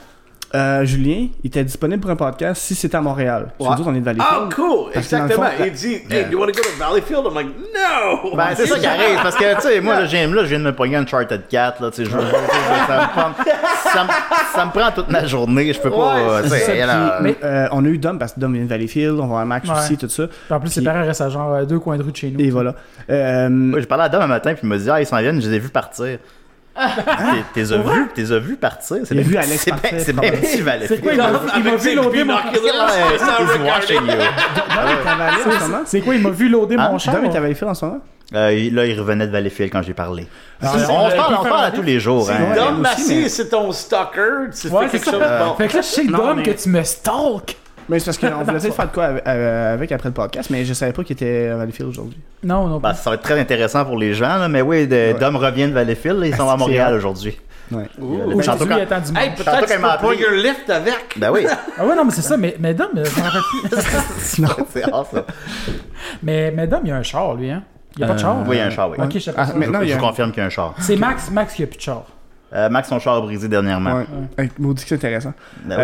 D: euh, Julien, il était disponible pour un podcast si c'était à Montréal. Parce que
B: Ouais.
D: nous autres, on est dans les
B: Ah,
D: films.
B: cool!
D: Parce que dans le
B: Exactement.
D: fond,
B: Il dit, hey, do you want to go to Valleyfield? I'm like, no!
C: Ben, c'est ça qui arrive, parce que, tu sais, moi, là, j'ai- là, je viens de me pogner Uncharted 4, là, tu sais, je, je- je- ça, me prend, ça, me, ça me prend toute ma journée, je peux pas,
B: Ouais,
C: euh, tu
D: Ça,
C: sais,
D: puis,
C: alors,
D: mais, euh, on a eu Dom parce que Dom vient de Valleyfield, on va avoir Max
A: Ouais.
D: aussi, tout ça.
A: Puis En plus, ses
D: Puis-
A: parents restent à genre euh, deux coins de rue de chez nous.
D: Et voilà. Euh,
C: moi, j'ai parlé à Dom un matin, puis il m'a dit, ah, ils s'en viennent, je les ai vus partir. T'es- T'es les as vus, t'es les as vus partir. C'est
D: Il a
C: bien-
D: vu Alex
C: c'est
D: partir,
C: bien- C'est bien
D: probablement.
C: petit,
A: C'est quoi, il
C: Valérie.
A: m'a il m'a vu loader mon
C: Euh, He's watching you.
D: Dom est à Valleyfield en ce moment.
A: C'est quoi, il m'a vu loader
C: Ah,
A: mon
D: Dom
A: char? hein?
D: est à Valleyfield en ce moment.
C: Euh, il- là, il revenait de Valleyfield quand j'ai parlé.
A: Ah,
C: on
A: c'est-
C: se
A: on
C: parle,
A: peut
C: on se
A: faire
C: parle
A: un
C: à tous les jours. hein.
D: vrai.
B: Dom
D: aussi,
B: Massy,
D: mais-
B: c'est ton stalker. Tu
A: Ouais,
B: fais
A: c'est
B: quelque chose de
A: ça.
C: euh,
B: bon.
A: Fait que là, je sais,
D: Non,
A: Dom,
D: mais-
A: que tu me stalk.
D: Mais c'est parce qu'on voulait peut-être faire de quoi avec, euh, avec après le podcast, mais je savais pas qu'il était à Valleyfield aujourd'hui.
A: Non, non.
C: Ben, ça va être très intéressant pour les gens, là, mais oui, de- Dom revient de Valleyfield, là, ils sont
D: Ah,
C: à Montréal
D: c'est-
C: aujourd'hui.
D: Ouais.
C: Euh,
A: Aujourd'hui,
C: tantôt,
A: il
C: quand-
A: attend dimanche.
B: Hey,
C: Tantôt
B: peut-être que
C: qu'elle
B: tu
C: m'a
B: peux pas
C: appelé.
B: your lift avec.
C: Ben oui,
A: Ah ouais, non, mais c'est ça. Mais, mais Dom, euh, je m'en rappelle plus.
C: c'est rare ça.
A: Mais, mais Dom, il y a un char, lui, hein. Il n'y a pas de char.
C: Euh, Oui, il y a un char, oui.
A: Ok, je sais pas.
D: Ah, mais- Maintenant,
C: je
D: il y a
C: je
D: un-
C: confirme qu'il y a un char.
A: C'est Max, Max qui a plus de char.
C: Euh, Max, son char a brisé dernièrement.
D: Ouais. Hey, Maudit que c'est intéressant.
C: Ben oui.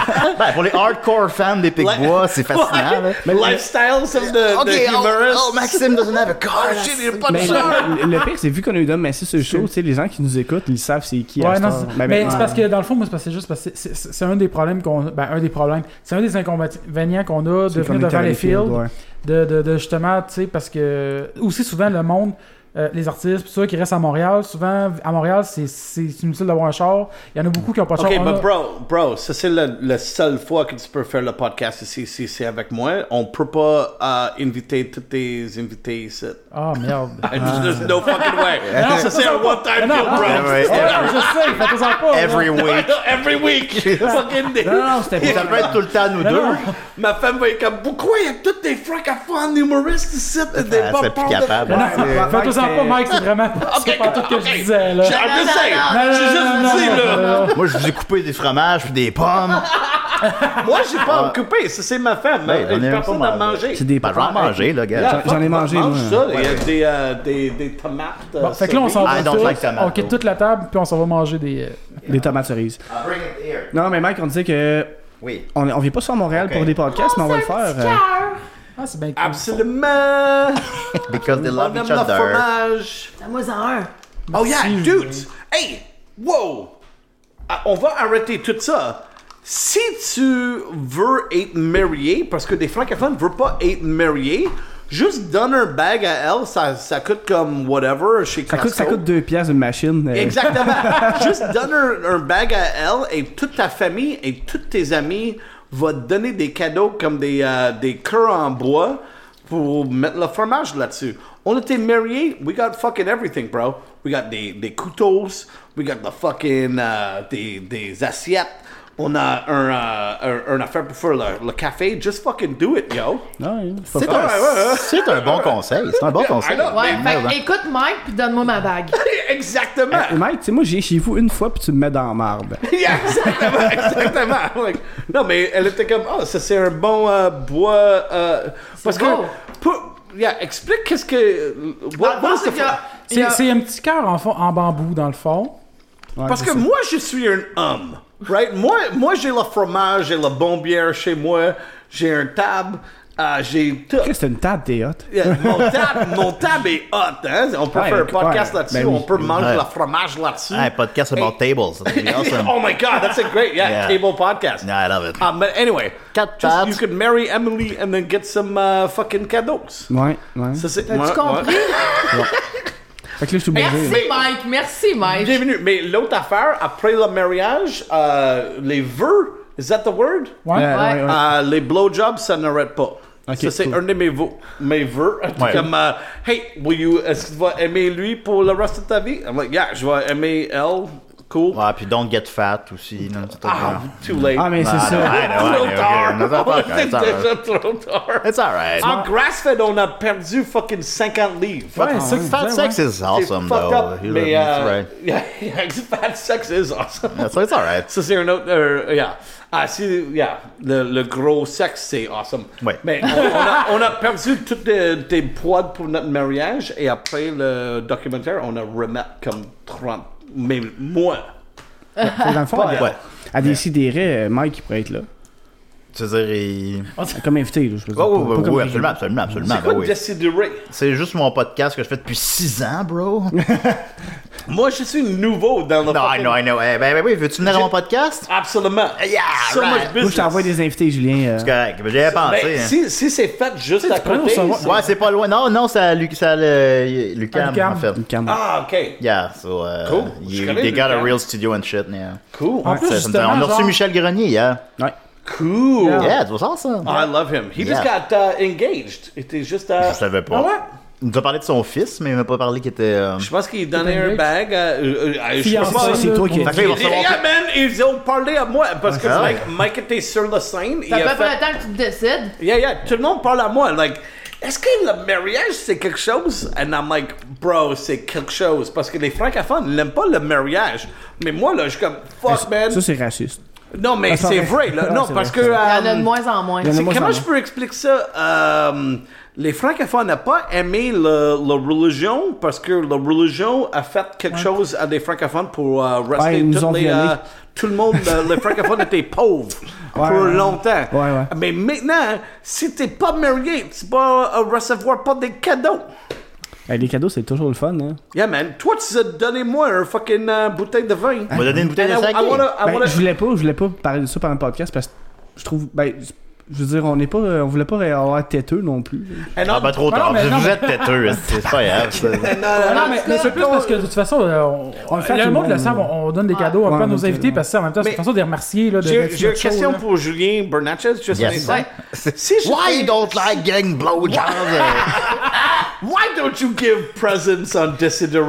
D: Euh,
C: Ben, pour les hardcore fans des Picbois, c'est fascinant. là.
B: Mais lifestyle, c'est de,
C: Ok,
B: de humorous.
C: oh, oh, Maxime doesn't have a car.
B: Ah, shit, il est pas de
D: mais
B: char.
D: le, le pire, c'est vu qu'on a eu Dom Massy sur le show, tu sais, les gens qui nous écoutent, ils savent c'est qui. à
A: Ouais,
D: cette
A: non,
D: heure.
A: c'est- mais
D: Ben, maintenant,
A: c'est parce que dans le fond, moi, c'est parce que c'est juste parce que c'est- c'est c'est un des problèmes qu'on. Ben, un des problèmes. C'est un des inconvénients qu'on a
D: c'est
A: de
D: qu'on
A: venir de
D: est à Valleyfield,
A: Valleyfield.
D: ouais.
A: de, de, de justement, tu sais, parce que aussi souvent le monde, euh, les artistes, pis ça, qui restent à Montréal, souvent à Montréal, c'est c'est inutile d'avoir un char. Il y en a beaucoup qui n'ont pas de
B: Ok,
A: char. On
B: mais
A: a-
B: bro, bro, ça c'est la, la seule fois que tu peux faire le podcast ici, si c'est avec moi. On peut pas euh, inviter tous tes invités ici.
A: Ah merde.
B: There's no fucking way.
A: Non,
B: ça c'est un one time
A: non,
B: deal,
A: non,
B: bro.
A: non,
C: Ouais,
A: Oh, non, je sais, faites en pas.
C: Every week.
B: Every week. fucking day.
A: Non, non, c'était
C: Ça
A: pas.
C: peut être tout le temps nous
A: Non,
C: deux.
A: non.
B: Ma femme va être comme, pourquoi il y a tous des francophones humoristes ici?
A: Ben,
B: et Des
C: Elle serait plus
B: pop-punk de-
C: capable.
A: Non,
D: Ouais,
A: non,
D: Mike,
A: faites en pas,
D: c'est-
A: Mike, c'est vraiment pas, c'est pas tout ce que je disais, là.
B: I'm just saying.
A: Ah, Non, non,
B: Je
A: non, non,
B: juste
A: non,
B: dis, là.
A: non, non.
C: Moi, je vous ai coupé des fromages puis des pommes.
B: Moi, j'ai
D: Ah.
B: pas occupé. Ça, c'est ma femme.
C: Ouais,
B: hein.
D: Ben,
C: on est
B: Une personne à
C: ensemble.
B: manger.
D: C'est des
C: Ben, je vais en manger, là, gars.
B: Yeah,
D: J'en- j'en ai mangé,
B: mange ça.
D: moi.
B: Il y a des, euh, des, des tomates. euh,
A: Bon, fait que là, on s'en
C: I
A: va
C: don't
A: tous,
C: like tomato.
A: on quitte toute la table, puis on s'en va manger des... euh,
D: Des tomates cerises.
C: Bring it here.
D: Non, mais Mike, on disait que.
C: Oui.
D: On, on vient pas sur Montréal
C: Ok.
D: pour des podcasts,
E: Oh,
D: mais on va le faire. euh,
A: Ah, c'est bien cool.
B: Absolument.
D: Ah,
C: Because they
B: On
C: love
B: aime
C: each
B: le
C: other.
B: fromage.
E: Moi, en un.
B: Oh yeah, dude. Hey, wow. Ah, On va arrêter tout ça. Si tu veux être marié, parce que des francophones ne veulent pas être mariés, juste donne un bag à elle. Ça, ça coûte comme whatever chez
D: Ça
B: Costco.
D: coûte, ça coûte deux pièces une machine. euh,
B: Exactement. Juste donne un, un bag à elle et toute ta famille et tous tes amis vont te donner des cadeaux comme des, euh, des cœurs en bois pour mettre le fromage là-dessus. On était mariés, we got fucking everything, bro. We got des, des couteaux, we got the fucking euh, des, des assiettes. On a un, euh, un, un affaire pour faire le, le café. Just fucking do it, yo.
D: Non, hein,
C: C'est
D: c'est pas fort.
C: un, c'est un bon conseil. C'est un bon conseil.
B: know.
D: Ben,
E: Ouais, fait
C: Merde.
E: que écoute Mike, puis donne-moi ma bague.
B: Exactement.
D: Et Mike, tu sais, moi, j'ai chez vous une fois, puis tu me mets dans la marde.
B: Yeah, exactement, exactement. Like, non, mais elle était comme, oh, ça c'est un bon euh, bois. euh, parce
E: beau.
B: que. pour- yeah, explique qu'est-ce que.
D: Bah,
B: What, what is the-
E: c'est
A: C'est c'est un petit cœur en, fond- en bambou, dans le fond.
D: Ouais,
B: Parce
D: je
B: que
D: sais.
B: moi, je suis un homme. Right? Moi, moi j'ai le fromage, j'ai la bonne bière chez moi, j'ai un table, euh, j'ai tout.
D: Chris, C'est une table des hôtes.
B: Yeah, mon, table, mon table est hot, hein? On peut
D: Ouais,
B: faire un podcast
D: ouais,
B: là-dessus,
D: ben
B: on
D: oui.
B: peut manger
C: Ouais.
B: le fromage là-dessus.
C: Un podcast about tables. That'd be awesome.
B: oh my god, that's a great yeah,
C: Yeah.
B: table podcast.
C: Yeah, I love it.
B: Um, but anyway,
C: Cat
B: just,
C: pads.
B: you could marry Emily and then get some uh, fucking cadeaux.
D: Ouais, ouais.
B: Ça c'est.
E: T'as-tu
B: ouais,
E: compris?
B: ouais.
D: Fait que là, je suis obligé.
E: Merci Mike, merci Mike.
B: Bienvenue. Mais l'autre affaire après le mariage, euh, les vœux, is that the word?
A: Ouais.
D: Ouais, ouais, ouais.
B: Euh, les blowjobs, ça n'arrête pas.
D: Ok,
B: ça, c'est
D: cool.
B: un de mes vœux. Mes vœux. Comme, euh, hey, will you, est-ce que tu vas aimer lui pour le reste de ta vie? I'm like, yeah, je vais aimer elle. Cool.
C: Ouais, puis don't get fat aussi. Non, c'est
B: Ah, too late.
D: Ah, mais c'est
C: Ah,
D: ça.
C: ouais, ouais,
B: trop
C: ouais,
B: tard.
C: ok, non, ça va,
B: C'est
C: ça va.
B: déjà trop tard.
C: It's alright.
B: En grass-fed, on a perdu fucking 50 livres.
A: Ouais, ça,
C: Fat
A: ouais,
C: sex is
B: C'est
C: awesome,
B: fucked
C: though.
B: up,
C: You
B: mais,
C: know,
B: euh,
C: it's right.
B: yeah, yeah, fat sex is awesome.
C: Yeah, so it's alright.
B: Ça, c'est un autre. euh, yeah. Ah, si, yeah. Le, le gros sexe, c'est awesome.
C: Ouais.
B: Mais on, on a, on a perdu toutes les- tes poids pour notre mariage et après le documentaire, on a remis comme 30. Mais moi.
D: Fait que Dans le fond, à-
C: Ouais.
D: à des sidérés, euh, Mike, il pourrait être là.
C: Je veux dire, il...
D: Comme invité, là, je veux dire.
C: Oh,
D: Pas-
C: oui,
D: pas
C: oui,
D: comme
C: oui,
D: invité.
C: absolument, absolument, absolument.
B: C'est quoi
C: ben Ah oui.
B: déciderer?
C: C'est juste mon podcast que je fais depuis 6 ans, bro. non,
B: Moi, je suis nouveau dans le.
C: I
B: fucking-
C: know, I know. Eh, ben, ben oui, veux-tu venir à mon podcast?
B: Absolument.
C: Yeah,
B: so
C: right.
B: much business.
D: Moi, je t'envoie des invités, Julien. euh,
C: C'est correct, mais j'avais
B: Ben,
C: pensé. hein.
B: si, si c'est fait juste à
A: pourrais nous
B: côté.
A: savoir-
B: c'est-
C: Ouais, c'est pas loin. Non, non, c'est à Lu- c'est à le- Lucam,
A: Lucam.
C: en fait.
D: une cam-
B: Ah, ok.
C: Yeah, so, uh,
B: Cool. Je
C: You,
B: connais
C: they got a
B: Lucam. Ah,
C: real studio and shit, yeah.
B: Cool.
A: En plus,
C: Ça, ça me dit-
A: justement,
C: on a reçu
A: genre-
C: Michel Grenier, yeah.
D: Ouais.
B: Cool.
A: Yeah.
C: Yeah, tu vas ça.
B: Ah. I love him. He just
C: Yeah.
B: got uh, engaged. It is just uh,
C: Je savais pas.
A: Ah ouais?
C: Il nous a parlé de son fils, mais il m'a pas parlé qu'il était. euh,
B: Je pense qu'il donnait un bag à. euh, euh, à- je
A: Fiancé,
B: sais pas,
A: c'est toi qui-
C: Fait que là, il va
B: Il dit,
C: recevoir-
B: Yeah, man, ils ont parlé à moi parce que
C: Ah ouais.
B: like, Mike était sur la scène. il
E: Ça
B: a
E: fait pas
B: fait-
E: le temps que tu te décides.
B: Yeah, yeah, tout le monde parle à moi. Like, est-ce que le mariage c'est quelque chose? And I'm like, bro, c'est quelque chose. Parce que les francophones n'aiment pas le mariage. Mais moi, là, je suis comme, fuck, man.
D: Ça, c'est raciste.
B: Non, mais
D: Ah, c'est
B: c'est
D: vrai.
B: vrai, là.
D: Ah,
B: Non,
D: c'est
B: parce
D: vrai.
B: que.
E: Il y en a de
B: euh,
E: moins en moins.
D: il y en a
B: c'est-
D: moins en
B: comment je
D: moins.
B: peux expliquer ça? Euh, les francophones n'ont pas aimé le- la religion parce que la religion a fait quelque chose à des francophones pour euh, rester
D: Ouais, ils nous
B: toutes
D: ont
B: les,
D: violés.
B: tout le monde. euh, les francophones étaient pauvres
D: Ouais,
B: pour
D: ouais.
B: longtemps.
D: Ouais, ouais.
B: Mais maintenant, si t'es pas marié, tu vas euh, recevoir pas des cadeaux.
D: Eh, les cadeaux, c'est toujours le fun, hein.
B: Yeah, man. Toi, tu as donné moi un fucking euh, bouteille de vin.
C: Il m'a donné une bouteille
B: And
C: de
B: I- I
C: saké.
B: wanna- I
D: Ben,
B: wanna-
D: je voulais pas, je voulais pas parler de ça pendant le podcast parce que je trouve, ben, je veux dire, on n'est pas, euh, on voulait pas avoir têteux non plus.
B: and
C: Ah,
B: I'm-
C: pas trop
A: Ah, non,
C: tard.
A: mais non,
C: Je vous êtes têteux. hein, C'est pas grave. ça.
B: and, uh,
A: Non, mais, mais c'est plus parce que de toute façon, euh, on-
D: On le fait à tout
A: le
D: le
A: monde le
D: monde,
A: savent,
D: là.
A: on, on donne des cadeaux un
D: Ouais,
A: peu à
D: on
A: nos
D: donne-
A: invités parce que ça, en même temps, c'est
B: Mais-
A: une façon de les remercier. là, de-
B: J'ai
A: d'être sur
B: j'ai une
A: notre show,
B: question
A: là.
B: pour Julien Bernatchez, juste un
C: Yes.
B: instant. Si je
C: Why
B: fais-
C: you don't like getting blowjobs?
B: Why don't you give presents on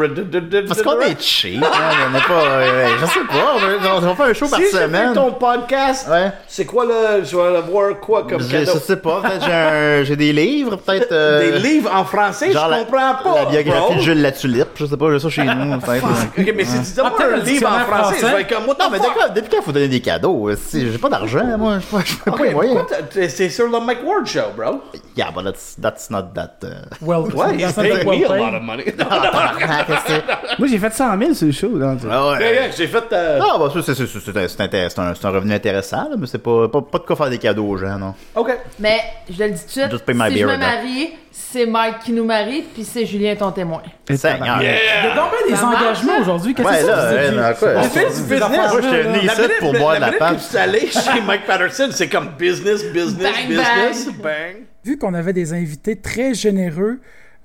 B: Desiderate?
C: Parce qu'on est cheap. hein, On n'a pas. euh, Je sais pas. On veut- On on fait un show par
B: Si je fais
C: semaine.
B: ton podcast,
C: Ouais.
B: c'est quoi le... Je vais avoir quoi
C: Je,
B: comme
C: je
B: cadeau?
C: sais pas, peut-être j'ai un- j'ai des livres, peut-être. euh,
B: Des livres en français, je
C: genre la-
B: comprends pas,
C: La biographie
B: bro.
C: de Jules Latulippe, je sais pas, j'ai ça chez nous, peut-être. hein.
B: Ok, mais si tu donnes
A: Ah, peut-être
B: un
A: le
B: livre en
A: dictionnaire
B: français, je
A: français.
B: vais être comme... What
C: Non, mais
B: the fuck?
C: d'accord, depuis quand faut donner des cadeaux? euh, Si, j'ai pas d'argent, moi, je je peux pas
B: Ok,
C: envoyer.
B: pourquoi t'as- t'es- C'est sur le Mike Ward Show, bro.
C: Yeah, but that's, that's not that. euh,
A: Well,
B: What?
A: that's
B: He's
A: not
B: paying
A: well
B: me a
A: paid.
B: lot of money.
D: Moi, j'ai fait 100 000 sur le show. dans-
C: Ah ouais.
B: Yeah, yeah, J'ai fait... euh,
C: Ah, bah ça, c'est- c'est- c'est c'est un- c'est intéressant, c'est un, c'est un revenu intéressant, là, mais c'est pas, pas, pas de quoi faire des cadeaux aux gens, non.
B: Ok.
E: Mais je le dis tout de suite,
C: Just pay my
E: si
C: beer
E: je me
C: right now.
E: marie, c'est Mike qui nous marie, puis c'est Julien ton témoin.
C: Seigneur.
A: Il y a donc bien des
E: Ça marche,
A: engagements
E: ça?
A: aujourd'hui. Qu'est-ce que
C: Ouais,
A: c'est
C: là, euh,
A: ça,
C: ouais,
A: vous
C: dans
A: êtes-
C: quoi?
A: vous
B: On
A: êtes-
B: fait du
A: vous êtes-
B: business.
C: Moi,
A: là,
C: j'étais venu
A: là.
C: ici pour
B: moi
C: boire de
B: la
C: la
B: minute que
C: pâte.
B: tu es allé chez Mike Patterson, c'est comme business, business,
E: Bang,
B: business,
E: bang.
B: bang.
F: Vu qu'on avait des invités très généreux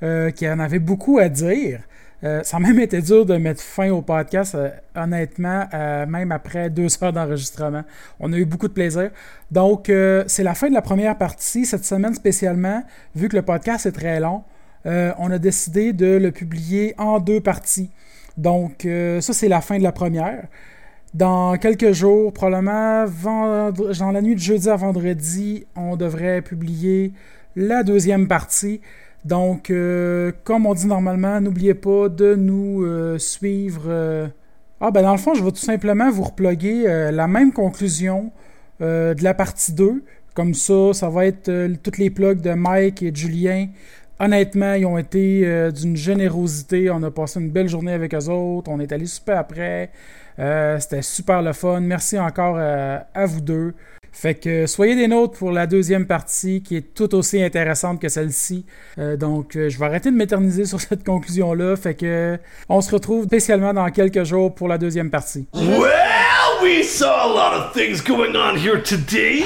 F: euh, qui en avaient beaucoup à dire, euh, ça a même été dur de mettre fin au podcast, euh, honnêtement, euh, même après deux heures d'enregistrement. On a eu beaucoup de plaisir. Donc, euh, c'est la fin de la première partie, cette semaine spécialement, vu que le podcast est très long. euh, on a décidé de le publier en deux parties. Donc, euh, ça, c'est la fin de la première. Dans quelques jours, probablement vendre- dans la nuit de jeudi à vendredi, on devrait publier la deuxième partie. Donc, euh, comme on dit normalement, n'oubliez pas de nous euh, suivre. euh. Ah ben dans le fond, je vais tout simplement vous reploguer euh, la même conclusion euh, de la partie 2. Comme ça, ça va être euh, toutes les plugs de Mike et de Julien. Honnêtement, ils ont été euh, d'une générosité. On a passé une belle journée avec eux autres. On est allé super après. Euh, C'était super le fun. Merci encore euh, à vous deux. Fait que soyez des nôtres pour la deuxième partie qui est tout aussi intéressante que celle-ci. Euh, donc euh, je vais arrêter de m'éterniser sur cette conclusion-là. Fait que on se retrouve spécialement dans quelques jours pour la deuxième partie.
B: Well, we saw a lot of things going on here today.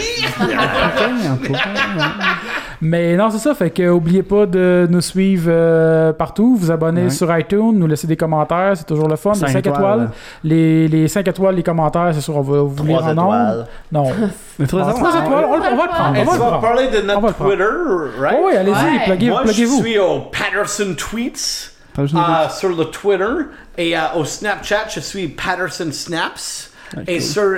A: Mais non, c'est ça. Fait que euh, oubliez pas de nous suivre euh, partout, vous abonner
D: Ouais.
A: sur iTunes, nous laisser des commentaires, c'est toujours le fun.
D: Cinq
A: les 5 étoiles.
D: étoiles.
A: Les, les 5 étoiles, les commentaires, c'est sûr, on va vous lire
C: Trois
A: en nombre.
C: étoiles.
A: Non.
D: Mais trois
A: Ah,
D: ans,
A: Trois
D: on-
A: étoiles, on, on va le prendre.
E: Et
A: On
B: On
A: va le
B: va
A: prendre.
B: parler de
A: On va le
B: notre
A: prendre.
B: Twitter, right?
A: Oui, allez-y,
E: Ouais.
A: pluguez-
B: Moi, je
A: pluguez-vous.
B: suis au Patterson Tweets
D: Pas besoin de-
B: euh, sur le Twitter et euh, au Snapchat, je suis Patterson Snaps. Et sur euh,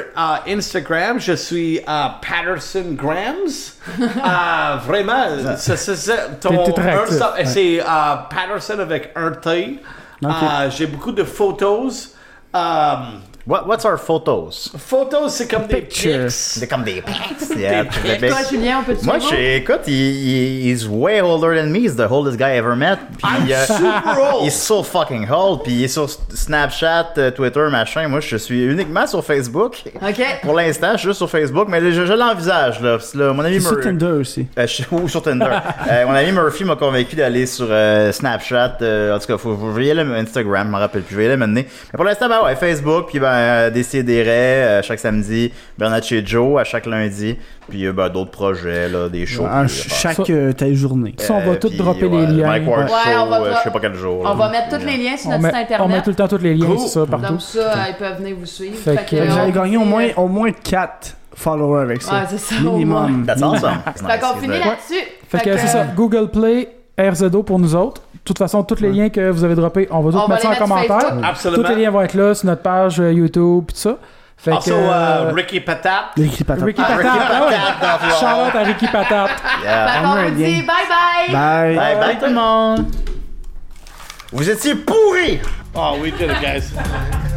B: Instagram, je suis euh, Patterson Grams. Euh, vraiment, c'est- c'est c'est ton.
A: T'es- t'es très
B: un
A: actif,
B: stop- C'est euh, Patterson avec un T. Euh, J'ai beaucoup de photos. Euh,
C: What, what's our photos?
B: photos, c'est comme des
A: Pictures.
B: pics.
C: C'est comme des pets.
E: Et toi, Julien, on peut te
C: Ben, Moi,
E: suivre?
C: je, écoute, il, il- he's way older than me. He's the oldest guy I ever met. Puis,
B: I'm
C: euh,
B: super
C: il
E: Oh!
B: old.
C: est so fucking old. Puis, il est sur Snapchat, euh, Twitter, machin. Moi, je suis uniquement sur Facebook.
E: Ok.
C: Pour l'instant, je suis juste sur Facebook, mais je, je l'envisage, là. Parce que, là, mon ami
D: C'est sur
C: Murray-
D: Tinder aussi.
C: Euh, je suis ou sur Tinder. Euh, mon ami Murphy m'a convaincu d'aller sur euh, Snapchat. euh, en tout cas, faut, faut, je vais y aller, Instagram, je m'en rappelle plus. Je vais y aller maintenant. Mais pour l'instant, ben ouais, Facebook, puis ben, euh, Décideret, euh, chaque samedi, Bernard chez Joe, à chaque lundi, puis euh, ben, d'autres projets, là, des shows.
D: Ah,
C: puis,
D: ch-
C: euh,
D: chaque
A: ça-
D: euh, telle journée.
A: Ça, on va
C: euh,
A: tout
C: puis,
A: dropper
C: ouais,
A: les
C: le
A: liens.
C: Mike Ward
E: Ouais,
C: Show,
E: on va
C: euh,
E: dro-
C: je sais pas quel jour.
E: On
C: là.
E: va mettre tous les liens sur
A: On
E: notre
A: met,
E: site
A: on met
E: internet.
A: tout le temps tous les liens,
B: Cool.
A: c'est ça, partout.
E: Comme ça, euh, ils peuvent venir vous suivre.
A: Fait que-
D: Fait que
E: euh,
D: J'avais
E: on
D: gagné au
E: dit,
D: moins,
E: euh,
D: au moins 4 followers avec ça.
E: Ouais, c'est ça, au moins.
C: Mm.
D: Minimum.
C: That's awesome.
E: Fait qu'on
C: Nice,
E: finit
C: c'est-
E: là-dessus.
A: Fait que c'est ça, Google Play, RZO pour nous autres. toute façon, tous les liens que vous avez droppés, on va tous
E: On va
A: mettre ça en
E: les mettre sur
A: commentaire.
E: Facebook.
B: Absolument.
A: Tous les liens vont être là sur notre page euh, YouTube, pis tout ça. Fait
B: Also,
A: euh,
B: uh, Ricky Patat.
D: Ricky Patate.
A: Ricky Patate. ah ouais. Shout-out à Ricky Patate.
E: Fait qu'on vous dit ben, bye
D: Bye.
E: bye!
C: Bye bye tout le monde. Vous étiez pourris.
B: Oh, we did it, guys.